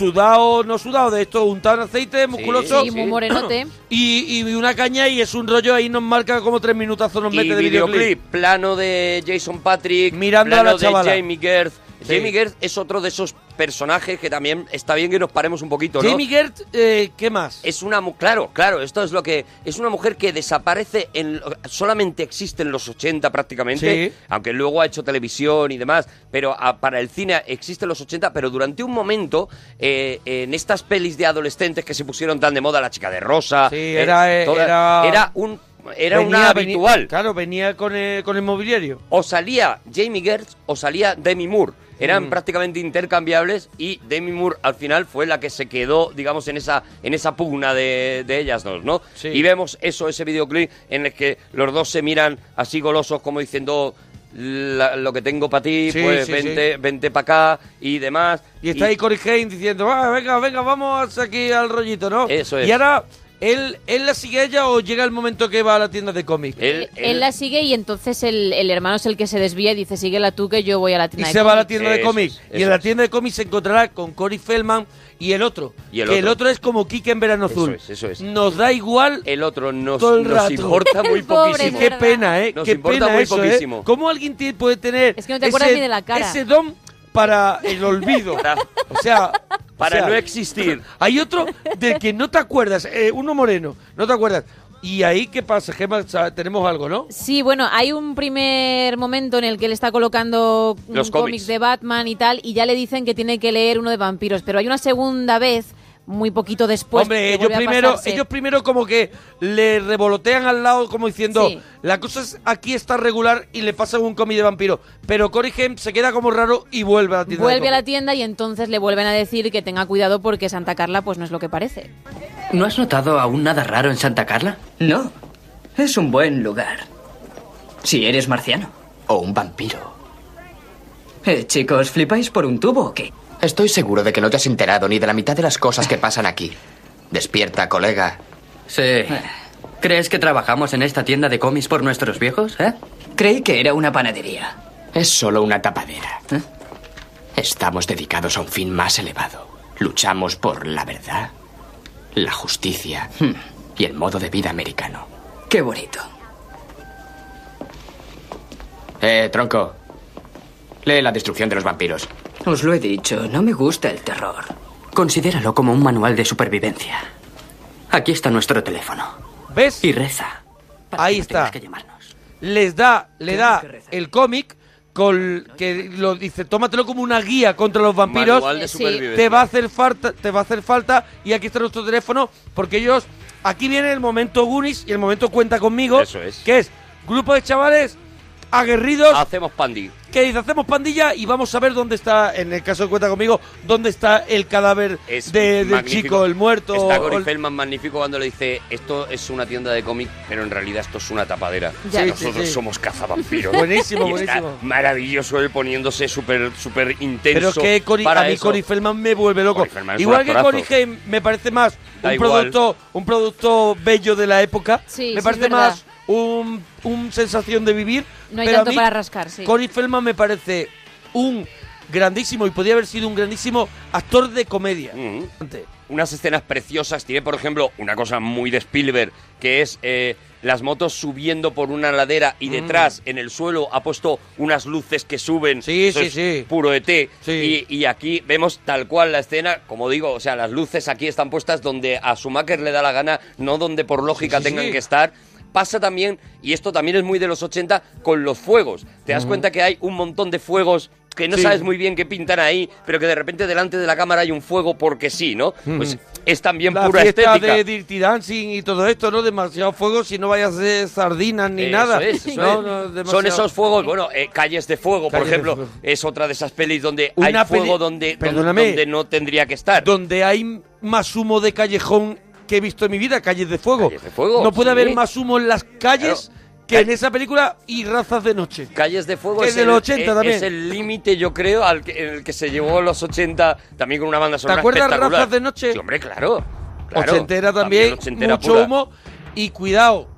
S1: sudado, no sudado, de esto, untado en aceite, musculoso.
S5: sí, muy morenote.
S1: Y, y una caña y es un rollo, ahí nos marca como tres minutazos nos
S3: Y
S1: mete de
S3: videoclip,
S1: videoclip.
S3: plano de Jason Patrick,
S1: Mirando a
S3: plano
S1: la chavala.
S3: de Jamie Gerth.
S1: Sí.
S3: Jamie Gerth es otro de esos personajes que también está bien que nos paremos un poquito, ¿no?
S1: Jamie Gertz, eh, ¿qué más?
S3: Es una mu- claro, claro, esto es lo que es una mujer que desaparece en lo- solamente existe en los 80 prácticamente,
S1: Sí.
S3: aunque luego ha hecho televisión y demás, pero ah, para el cine existe en los 80, pero durante un momento eh, en estas pelis de adolescentes que se pusieron tan de moda la chica de rosa, eh,
S1: era, eh,
S3: toda-
S1: era-
S3: era un
S1: Venía-
S3: era una
S1: venía-
S3: habitual.
S1: claro, venía con el, con el mobiliario.
S3: O salía Jamie Gertz o salía Demi Moore. Eran
S1: Mm.
S3: prácticamente intercambiables y Demi Moore al final fue la que se quedó, digamos, en esa, en esa pugna de, de ellas dos, ¿no?
S1: Sí.
S3: Y vemos eso, ese videoclip en el que los dos se miran así golosos como diciendo "La- lo que tengo para ti,
S1: Sí,
S3: pues
S1: sí,
S3: vente, vente para acá y demás.
S1: Y está ahí Cory Haim diciendo, "Ah, venga, venga, vamos aquí al rollito, ¿no?
S3: Eso es.
S1: Y ahora, ¿él, él la sigue a ella o llega el momento que va a la tienda de cómics?
S5: Él la sigue y entonces el, el hermano es el que se desvía y dice, síguela tú que yo voy a la
S1: y
S5: tienda de
S1: se va a la
S5: cómics".
S1: tienda de
S3: Eso
S1: cómics.
S3: es,
S1: Y en
S3: eso
S1: la
S3: es.
S1: tienda de cómics se encontrará con Cory Feldman y el otro.
S3: Y el
S1: que el
S3: otro.
S1: otro es como Kike en Verano
S3: Eso
S1: Azul.
S3: es, eso es.
S1: Nos da igual
S3: El otro nos,
S1: todo el
S3: nos
S1: rato.
S3: importa muy poquísimo.
S1: Qué pena, ¿eh?
S3: Nos
S1: Qué
S3: importa
S1: pena
S3: muy
S1: eso, ¿eh?
S3: poquísimo.
S1: ¿Cómo alguien te- puede tener
S5: Es que no te acuerdas ni de la cara.
S1: ese don para el olvido? o sea...
S3: Para
S1: o sea,
S3: no existir.
S1: Hay otro del que no te acuerdas, eh, uno moreno, no te acuerdas. ¿Y ahí qué pasa, Gemma? O sea, Tenemos algo, ¿no?
S5: Sí, bueno, hay un primer momento en el que le está colocando mm,
S1: Los cómics.
S5: cómics de Batman y tal, y ya le dicen que tiene que leer uno de vampiros, pero hay una segunda vez, muy poquito después. que
S1: Hombre, ellos
S5: vuelve a
S1: primero,
S5: pasarse.
S1: ellos primero como que le revolotean al lado como diciendo,
S5: Sí.
S1: la cosa es aquí está regular y le pasan un cómic de vampiro. Pero Cory Hem se queda como raro y vuelve a la tienda. de
S5: Vuelve a la
S1: cómics.
S5: tienda y entonces le vuelven a decir que tenga cuidado porque Santa Carla pues no es lo que parece.
S20: ¿No has notado aún nada raro en Santa Carla? No. Es un buen lugar. Si eres marciano. O un vampiro. Eh, chicos, ¿flipáis por un tubo o qué?
S21: Estoy seguro de que no te has enterado ni de la mitad de las cosas que pasan aquí. Despierta, colega.
S20: Sí. ¿Crees que trabajamos en esta tienda de cómics por nuestros viejos, eh? Creí que era una panadería.
S21: Es solo una tapadera.
S20: ¿Eh?
S21: Estamos dedicados a un fin más elevado. Luchamos por la verdad, la justicia
S20: Hmm.
S21: y el modo de vida americano.
S20: Qué bonito.
S21: Eh, tronco. Lee la destrucción de los vampiros.
S20: Os lo he dicho, no me gusta el terror. Considéralo como un manual de supervivencia. Aquí está nuestro teléfono.
S1: ¿Ves?
S20: Y reza.
S1: Ahí está. Les da, le da el cómic con que lo dice, tómatelo como una guía contra los vampiros.
S3: Manual de Sí. supervivencia.
S1: Te va a hacer falta, te va a hacer falta y aquí está nuestro teléfono porque ellos aquí viene el momento Goonies y el momento cuenta conmigo,
S3: Eso es.
S1: que es grupo de chavales aguerridos
S3: Hacemos pandi.
S1: que dice, hacemos pandilla y vamos a ver dónde está, en el caso de Cuenta Conmigo, dónde está el cadáver de- del
S3: Magnífico.
S1: chico, el muerto.
S3: Está Cory
S1: o el-
S3: Feldman magnífico cuando le dice esto es una tienda de cómic, pero en realidad esto es una tapadera.
S1: Ya. Sí,
S3: Nosotros
S1: sí, sí.
S3: somos cazavampiros.
S1: Buenísimo,
S3: Y está
S1: buenísimo.
S3: maravilloso él poniéndose súper súper
S1: Pero
S3: intenso.
S1: es que Cory-
S3: para
S1: a mí
S3: eso.
S1: Cory Feldman me vuelve loco.
S3: Cory Feldman es un
S1: Igual que
S3: actorazo.
S1: Cory Haim me parece más
S3: Da
S1: un
S3: igual.
S1: producto, un producto bello de la época.
S5: Sí, sí,
S1: me
S5: es
S1: parece
S5: verdad.
S1: más un, un sensación de vivir.
S5: No hay
S1: pero a
S5: tanto
S1: mí
S5: para rascar, sí.
S1: Cory Feldman me parece un grandísimo y podría haber sido un grandísimo actor de comedia.
S3: Mm, Unas escenas preciosas. Tiene, por ejemplo, una cosa muy de Spielberg, que es eh, las motos subiendo por una ladera
S1: Mm.
S3: y detrás, en el suelo, ha puesto unas luces que suben. Sí,
S1: sí,
S3: Puro ET. Y, y aquí vemos tal cual la escena, como digo, o sea, las luces aquí están puestas donde a Schumacher le da la gana, no donde por lógica
S1: Sí, sí,
S3: tengan
S1: sí.
S3: que estar. Pasa también, y esto también es muy de los 80, con los fuegos. Te das
S1: Ujú.
S3: cuenta que hay un montón de fuegos que no
S1: Sí.
S3: sabes muy bien qué pintan ahí, pero que de repente delante de la cámara hay un fuego porque sí, ¿no? Pues
S1: Ujú.
S3: es también
S1: La
S3: pura
S1: fiesta
S3: estética.
S1: de Dirty Dancing y todo esto, ¿no? Demasiado fuego si no vayas de sardinas ni
S3: Eso
S1: nada.
S3: es, eso
S1: No,
S3: es.
S1: no,
S3: Son
S1: demasiado.
S3: esos fuegos, bueno, eh, Calles de Fuego, por
S1: Calles de
S3: ejemplo,
S1: Fuego.
S3: es otra de esas pelis donde
S1: Una
S3: hay fuego
S1: peli-
S3: donde,
S1: perdóname.
S3: donde no tendría que estar.
S1: donde hay más humo de callejón que he visto en mi vida, calles de fuego.
S3: fuego,
S1: no puede
S3: sí.
S1: haber más humo en las calles que en esa película y razas de noche.
S3: Calles de Fuego
S1: Que
S3: es
S1: del
S3: el,
S1: 80
S3: eh,
S1: también.
S3: es el límite, yo creo, al que, en el que se llevó los 80, también con una banda
S1: ¿Te
S3: sonora
S1: acuerdas
S3: espectacular.
S1: razas de noche?
S3: Sí, hombre, claro. claro.
S1: ochentera también,
S3: ochentera
S1: mucho
S3: pura.
S1: humo y cuidado.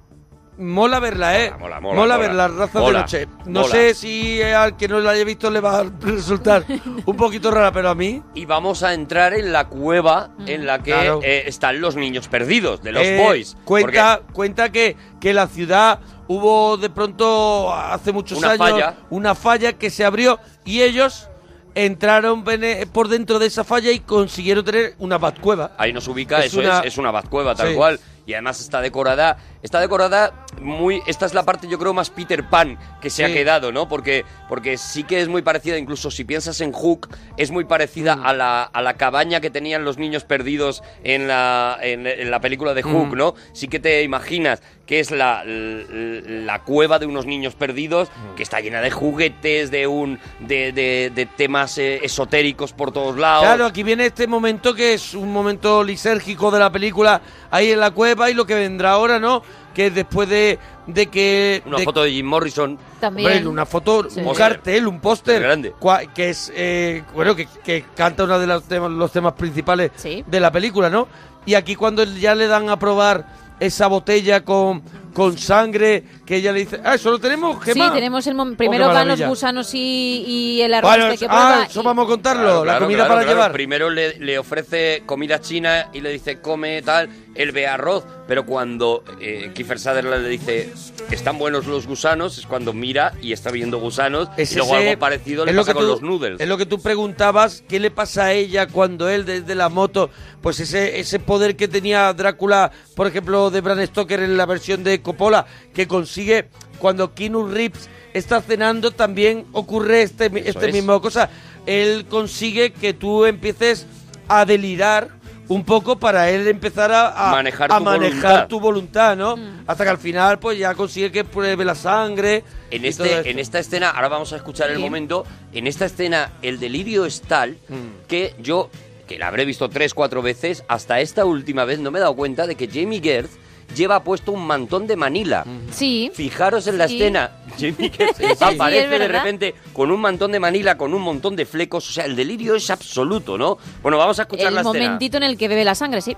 S1: Mola verla, ¿eh? Mola,
S3: mola, mola.
S1: verla, razas
S3: Mola,
S1: de noche. No
S3: mola.
S1: sé si eh, al que no la haya visto le va a resultar un poquito rara, pero a mí...
S3: Y vamos a entrar en la cueva en la que
S1: Mm. Claro.
S3: eh, están los niños perdidos, de los
S1: Eh,
S3: boys.
S1: Cuenta, cuenta que, que la ciudad hubo de pronto hace muchos
S3: Una
S1: años
S3: falla.
S1: una falla que se abrió y ellos entraron bene- por dentro de esa falla y consiguieron tener una batcueva.
S3: Ahí nos ubica,
S1: Es
S3: eso
S1: una-
S3: es, es una batcueva tal
S1: Sí.
S3: cual. Y además está decorada, está decorada muy, esta es la parte yo creo más Peter Pan que se ha
S1: Sí.
S3: quedado, ¿no? Porque, porque sí que es muy parecida, incluso si piensas en Hook, es muy parecida
S1: Mm.
S3: a, la, a la cabaña que tenían los niños perdidos en la, en, en la película de Hook,
S1: Mm.
S3: ¿no? Sí que te imaginas que es la, l- la cueva de unos niños perdidos,
S1: Mm.
S3: que está llena de juguetes, de un de, de- de temas eh, esotéricos por todos lados.
S1: Claro, aquí viene este momento que es un momento lisérgico de la película, ahí en la cueva y lo que vendrá ahora, ¿no? Que después de, de que...
S3: Una foto de Jim Morrison.
S1: Hombre, una foto,
S3: Sí.
S1: un
S3: Póster.
S1: cartel, un póster.
S3: Grande.
S1: cua- Que es, eh, bueno, que, que canta uno de los temas, los temas principales de la película, ¿no? Y aquí cuando ya le dan a probar esa botella con, con sangre, que ella le dice, ah, eso lo tenemos,
S5: Sí,
S1: Gemma.
S5: tenemos el mom-
S1: Oh,
S5: primero
S1: qué
S5: van los
S1: maravilla.
S5: gusanos y, y el arroz
S1: Bueno,
S5: de que
S1: ah,
S5: prueba.
S1: eso vamos a contarlo,
S3: Claro,
S1: la
S3: claro,
S1: comida
S3: claro,
S1: para
S3: claro.
S1: llevar.
S3: Primero le, le ofrece comida china y le dice come tal, él ve arroz, pero cuando eh, Kiefer Sutherland le dice están buenos los gusanos, es cuando mira y está viendo gusanos
S1: Es
S3: y luego
S1: ese-
S3: algo parecido le
S1: es
S3: pasa
S1: que
S3: con
S1: tú-
S3: los noodles.
S1: Es lo que tú preguntabas, ¿qué le pasa a ella cuando él desde la moto, pues ese, ese poder que tenía Drácula, por ejemplo, de Bram Stoker en la versión de Coppola, que consigue cuando Keanu Reeves está cenando, también ocurre este, mi- este
S3: es.
S1: mismo cosa. Él consigue que tú empieces a delirar un poco para él empezar a, a
S3: Manejar
S1: a
S3: tu
S1: manejar
S3: voluntad.
S1: tu voluntad, ¿no? Hasta que al final pues ya consigue que pruebe la sangre.
S3: En,
S1: y todo
S3: este,
S1: esto.
S3: en esta escena, ahora vamos a escuchar el
S1: Sí.
S3: momento, en esta escena el delirio es tal
S1: Mm.
S3: que yo, que la habré visto tres, cuatro veces, hasta esta última vez no me he dado cuenta de que Jamie Gertz lleva puesto un mantón de Manila.
S1: Mm.
S5: Sí.
S3: Fijaros en la
S5: Sí.
S3: escena, Jamie Gertz
S5: sí,
S3: aparece
S5: es
S3: de
S5: verdad.
S3: repente con un mantón de Manila, con un montón de flecos, o sea, el delirio es absoluto, ¿no? Bueno, vamos a escuchar la
S5: El
S3: escena.
S5: momentito en el que bebe la sangre, sí.
S1: ¿Eh?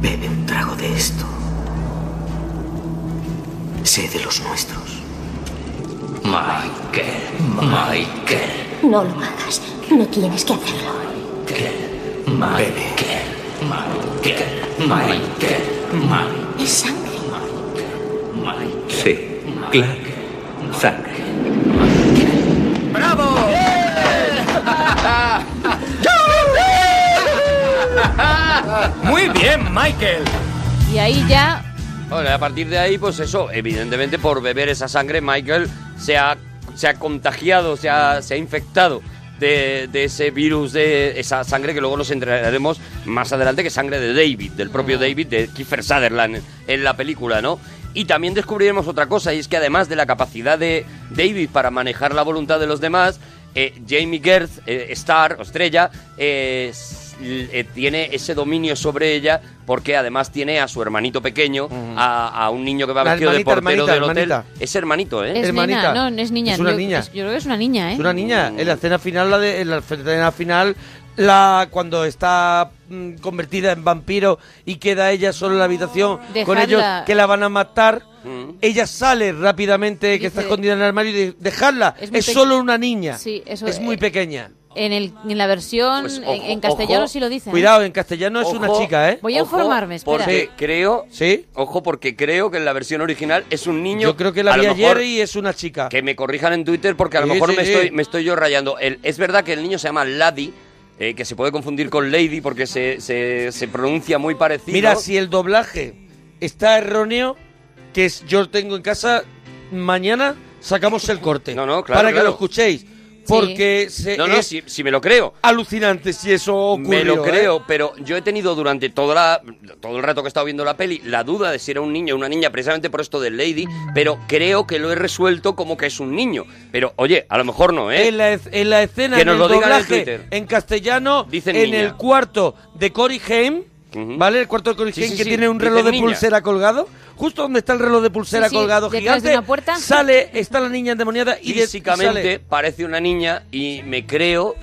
S2: Bebe un trago de esto. Sé de los nuestros.
S21: Michael, Michael,
S22: No lo hagas. No tienes que hacerlo.
S21: Michael, Michael, Michael, Michael.
S22: Es sangre.
S23: Sí, claro. Sangre.
S4: ¡Bravo!
S3: Muy bien, Michael.
S5: Y ahí ya,
S3: Bueno, a partir de ahí, pues eso, evidentemente por beber esa sangre, Michael se ha, se ha contagiado, se ha, se ha infectado de, de ese virus, de esa sangre que luego nos enteraremos más adelante, que es sangre de David, del propio David, de Kiefer Sutherland en, en la película, ¿no? Y también descubriremos otra cosa, y es que además de la capacidad de David para manejar la voluntad de los demás, eh, Jamie Gertz, eh, Star o Estrella, eh, s- l- eh, tiene ese dominio sobre ella porque además tiene a su hermanito pequeño, a, a un niño que va
S1: La
S3: vestido
S1: hermanita,
S3: de portero
S1: hermanita,
S3: del hotel.
S1: hermanita.
S3: Es hermanito, ¿eh?
S5: es nena. No, no es niña.
S1: Es una
S5: yo,
S1: niña.
S5: es- yo creo que es una niña, ¿eh?
S1: Es una niña. En la escena final, la de, en la escena final, la cuando está mm, convertida en vampiro y queda ella sola en la habitación con
S5: Dejadla.
S1: ellos que la van a matar,
S3: Mm.
S1: ella sale rápidamente que está escondida en el armario y dice, dejadla,
S5: Es
S1: es,
S5: muy pe-
S1: solo una niña.
S5: Sí, eso
S1: es muy
S5: eh,
S1: pequeña.
S5: En, el, en la versión,
S1: Pues,
S5: en-
S1: ojo,
S5: en, castellano
S1: ojo.
S5: sí lo dice. ¿eh?
S1: Cuidado, en castellano es una
S3: Ojo,
S1: chica, ¿eh?
S5: Voy a informarme, espera.
S3: Porque creo,
S1: ¿Sí?
S3: ojo, porque creo que en la versión original es un niño.
S1: Yo creo que la
S3: a lo
S1: vi
S3: mejor-
S1: ayer y es una chica.
S3: Que me corrijan en Twitter porque a lo
S1: Sí,
S3: mejor
S1: sí,
S3: me,
S1: sí.
S3: Estoy, me estoy yo rayando. El- es verdad que el niño se llama Ladi, eh, que se puede confundir con Lady porque se, se- se pronuncia muy parecido.
S1: Mira, si el doblaje está erróneo, que es yo tengo en casa, mañana sacamos el corte.
S3: claro,
S1: para que
S3: claro.
S1: lo escuchéis. Porque se
S3: No, no,
S1: es
S3: si, si me lo creo.
S1: alucinante si eso ocurrió.
S3: Me lo
S1: ¿eh?
S3: creo, pero yo he tenido durante toda la- todo el rato que he estado viendo la peli la duda de si era un niño o una niña, precisamente por esto del Lady, pero creo que lo he resuelto como que es un niño. Pero oye, a lo mejor no, ¿eh?
S1: En la, es- en la escena,
S3: Que
S1: en
S3: nos
S1: el
S3: lo digan en
S1: doblaje,
S3: Twitter.
S1: en castellano,
S3: Dicen
S1: en
S3: niña.
S1: el cuarto de Cory Haim, ¿vale? El cuarto de Cory
S3: Sí,
S1: Haim
S3: sí,
S1: que
S3: sí,
S1: tiene un
S3: dicen
S1: reloj de
S3: niña.
S1: pulsera colgado. Justo donde está el reloj de pulsera
S5: Sí, sí,
S1: colgado
S5: detrás de
S1: gigante,
S5: una puerta.
S1: sale, está la niña endemoniada y de- y
S3: Físicamente
S1: sale.
S3: parece una niña y me creo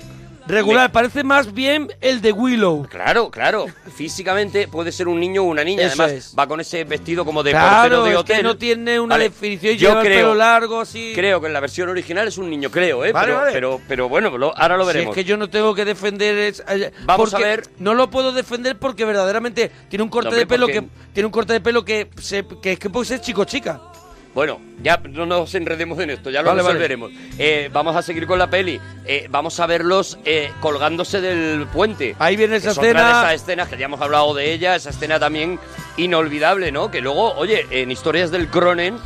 S1: Regular, parece más bien el de Willow.
S3: Claro, claro. Físicamente puede ser un niño o una niña.
S1: Eso
S3: Además, va con ese vestido como de portero
S1: Claro,
S3: de
S1: es
S3: hotel.
S1: que no tiene una definición.
S3: Yo
S1: Lleva el
S3: creo,
S1: pelo largo, así.
S3: Creo que en la versión original es un niño, creo, ¿eh?
S1: Vale,
S3: pero,
S1: vale.
S3: Pero, pero bueno, lo- ahora lo
S1: Si
S3: veremos.
S1: es que yo no tengo que defender. es- eh,
S3: Vamos a
S1: porque
S3: ver.
S1: No lo puedo defender porque verdaderamente tiene un corte
S3: No, hombre,
S1: de pelo
S3: porque-
S1: que tiene un corte de pelo que se- que es que puede ser chico chica.
S3: Bueno, ya no nos enredemos en esto, ya lo
S1: Vale, vale.
S3: resolveremos. Eh, vamos a seguir con la peli. Eh, vamos a verlos eh, colgándose del puente.
S1: Ahí viene
S3: Es
S1: esa
S3: otra de
S1: escena.
S3: esas escenas que ya hemos hablado de ella, esa escena también inolvidable, ¿no? Que luego, oye, en historias del Cronen,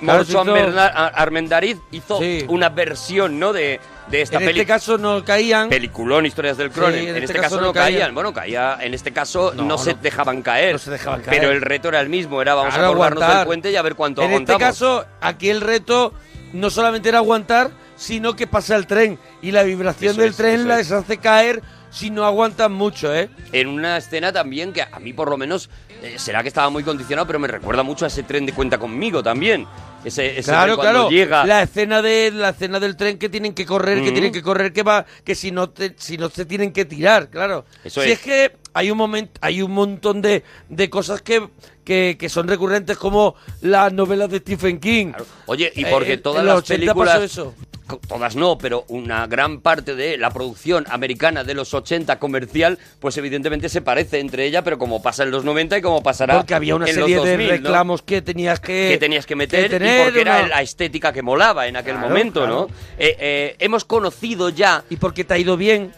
S1: Claro,
S3: Morcho
S1: hizo-
S3: Armenda- Ar- Armendariz hizo
S1: Sí.
S3: una versión, ¿no? De, de esta
S1: en
S3: peli.
S1: este caso no caían.
S3: Peliculón, historias del Cronen.
S1: Sí,
S3: en, este, caso, no caían. Bueno, caía. En este caso no,
S1: No,
S3: se
S1: no.
S3: dejaban caer.
S1: No se dejaban
S3: Pero
S1: caer.
S3: el reto era el mismo. Era vamos
S1: Claro,
S3: a colgarnos del
S1: aguantar.
S3: puente y a ver cuánto
S1: en este
S3: aguantamos.
S1: caso, aquí el reto no solamente era aguantar, sino que pasa el tren. Y la vibración
S3: Eso
S1: del
S3: es,
S1: tren
S3: eso
S1: las
S3: es.
S1: hace caer si no aguantan mucho, ¿eh?
S3: en una escena también que a mí por lo menos eh, será que estaba muy condicionado, pero me recuerda mucho a ese tren de cuenta conmigo también. Ese, ese
S1: claro,
S3: tren cuando
S1: claro.
S3: llega. Mm.
S1: La escena de la escena del tren que tienen que correr, que
S3: Ujú.
S1: tienen que correr, que va, que si no te, si no se tienen que tirar, claro.
S3: Eso
S1: si
S3: es.
S1: es. que hay un momento, hay un montón de, de cosas que, que, que son recurrentes como las novelas de Stephen King.
S3: Oye, y
S1: Eh,
S3: porque
S1: en
S3: todas
S1: los
S3: las
S1: 80 pasó
S3: películas.
S1: eso.
S3: co- Todas no, pero una gran parte de la producción americana de los 80 comercial, pues evidentemente se parece entre ella, pero como pasa en los 90 y como pasará
S1: Porque había una
S3: en los
S1: serie
S3: 2000,
S1: de
S3: ¿no?
S1: reclamos que tenías que,
S3: que tenías que meter y
S1: tener
S3: porque era
S1: una-
S3: la estética que molaba en aquel
S1: Claro,
S3: momento,
S1: claro.
S3: ¿no? Eh, eh, hemos conocido ya...
S1: Y porque te ha ido bien.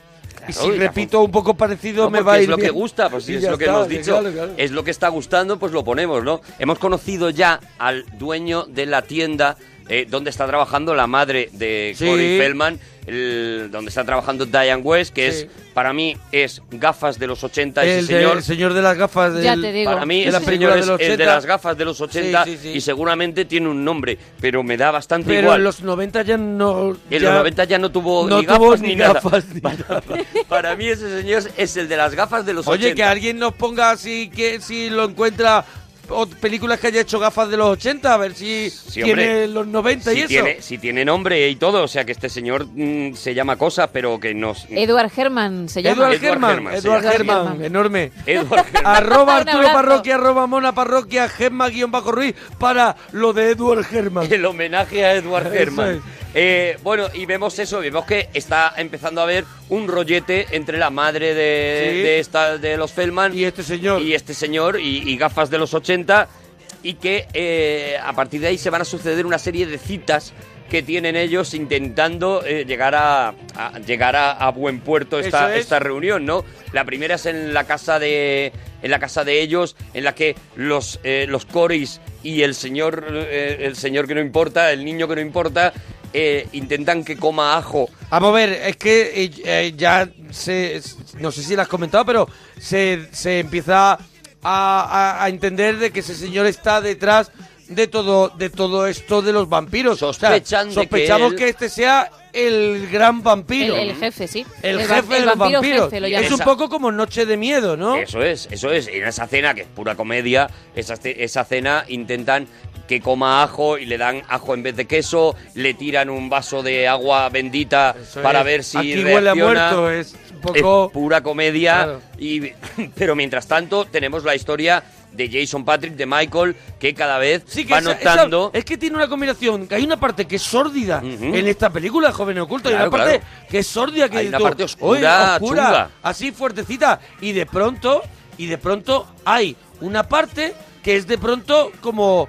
S1: y si
S3: y la
S1: repito un poco parecido
S3: No,
S1: me
S3: porque
S1: va a ir
S3: es lo
S1: bien.
S3: que gusta, pues si
S1: Y
S3: es
S1: ya
S3: lo que
S1: está,
S3: hemos
S1: sí,
S3: dicho,
S1: claro, claro.
S3: es lo que está gustando, pues lo ponemos, ¿no? Hemos conocido ya al dueño de la tienda eh, donde está trabajando la madre de
S1: Sí.
S3: Corey Feldman, el- donde está trabajando Diane West, que
S1: Sí.
S3: es para mí es gafas de los 80 ese
S1: El, de-
S3: señor.
S1: el señor de las gafas del,
S3: Ya te digo. Para mí
S1: de
S3: ese
S1: la
S3: señor
S1: película
S3: es
S1: de los
S3: el de
S1: 80.
S3: las gafas de los 80
S1: Sí, sí, sí.
S3: y seguramente tiene un nombre, pero me da bastante
S1: Pero
S3: igual.
S1: en los 90 ya no...
S3: En
S1: ya-
S3: los 90 ya no tuvo
S1: no
S3: ni gafas
S1: tuvo
S3: ni,
S1: ni
S3: nada.
S1: gafas
S3: para, para mí ese señor es el de las gafas de los
S1: Oye,
S3: 80.
S1: que alguien nos ponga así, que si lo encuentra o- películas que haya hecho gafas de los 80, a ver si tiene
S3: hombre.
S1: los 90 y
S3: si
S1: eso.
S3: Tiene, si tiene nombre y todo, o sea que este señor mm, se llama cosa, pero que nos...
S5: Eh, Edward Herman se llama.
S1: Edward Herman,
S3: Herman, sí,
S1: Edward
S3: Edward
S1: Herman, enorme.
S3: Edward Herman.
S1: arroba
S5: Un
S1: Arturo
S5: abrazo.
S1: Parroquia, arroba Mona Parroquia, Gemma guión bajo Ruiz para lo de Edward Herman.
S3: El homenaje a Edward
S1: Eso
S3: Herman.
S1: es.
S3: Eh, bueno, y vemos eso, vemos que está empezando a haber un rollete entre la madre de,
S1: Sí.
S3: de esta, de los Feldman y
S1: este señor.
S3: Y este señor, y, y gafas de los 80, y que eh, a partir de ahí se van a suceder una serie de citas que tienen ellos intentando eh, llegar a, a- llegar a, a buen puerto
S1: Eso
S3: esta,
S1: es.
S3: esta reunión, ¿no? La primera es en la casa de en la casa de ellos, en la que los eh, los Corys y el señor eh, el señor que no importa, el niño que no importa, eh, intentan que coma ajo.
S1: Vamos a ver, es que eh, eh, ya se, es- no sé si lo has comentado, pero se, se empieza a, a- a entender de que ese señor está detrás de todo de todo esto de los vampiros. O sea,
S3: Sospechan de que
S1: sospechamos
S3: él-
S1: que, este sea el gran vampiro.
S5: El, el jefe, sí.
S1: El
S5: va-
S1: jefe de
S5: el
S1: los
S5: vampiro
S1: vampiros.
S5: jefe, lo
S1: es un
S5: llaman.
S1: poco como Noche de Miedo, ¿no?
S3: Eso es, eso es. En esa cena que es pura comedia, esa ce- esa cena intentan que coma ajo y le dan ajo en vez de queso, le tiran un vaso de agua bendita
S1: Eso
S3: para
S1: es.
S3: ver si
S1: Aquí huele a
S3: reacciona.
S1: muerto, es un
S3: Es
S1: poco...
S3: pura comedia.
S1: Claro.
S3: Y, pero mientras tanto, tenemos la historia de Jason Patrick, de Michael, que cada vez
S1: Sí, que
S3: va
S1: esa- esa-
S3: notando.
S1: es que tiene una combinación, que hay una parte que es sórdida en esta película, Joven Oculto, y
S3: Claro,
S1: una parte
S3: claro.
S1: que es sórdida, que
S3: Hay
S1: dices
S3: una
S1: tú,
S3: parte oscura,
S1: "Oye, oscura",
S3: chunga.
S1: así fuertecita, y de pronto, y de pronto hay una parte que es de pronto como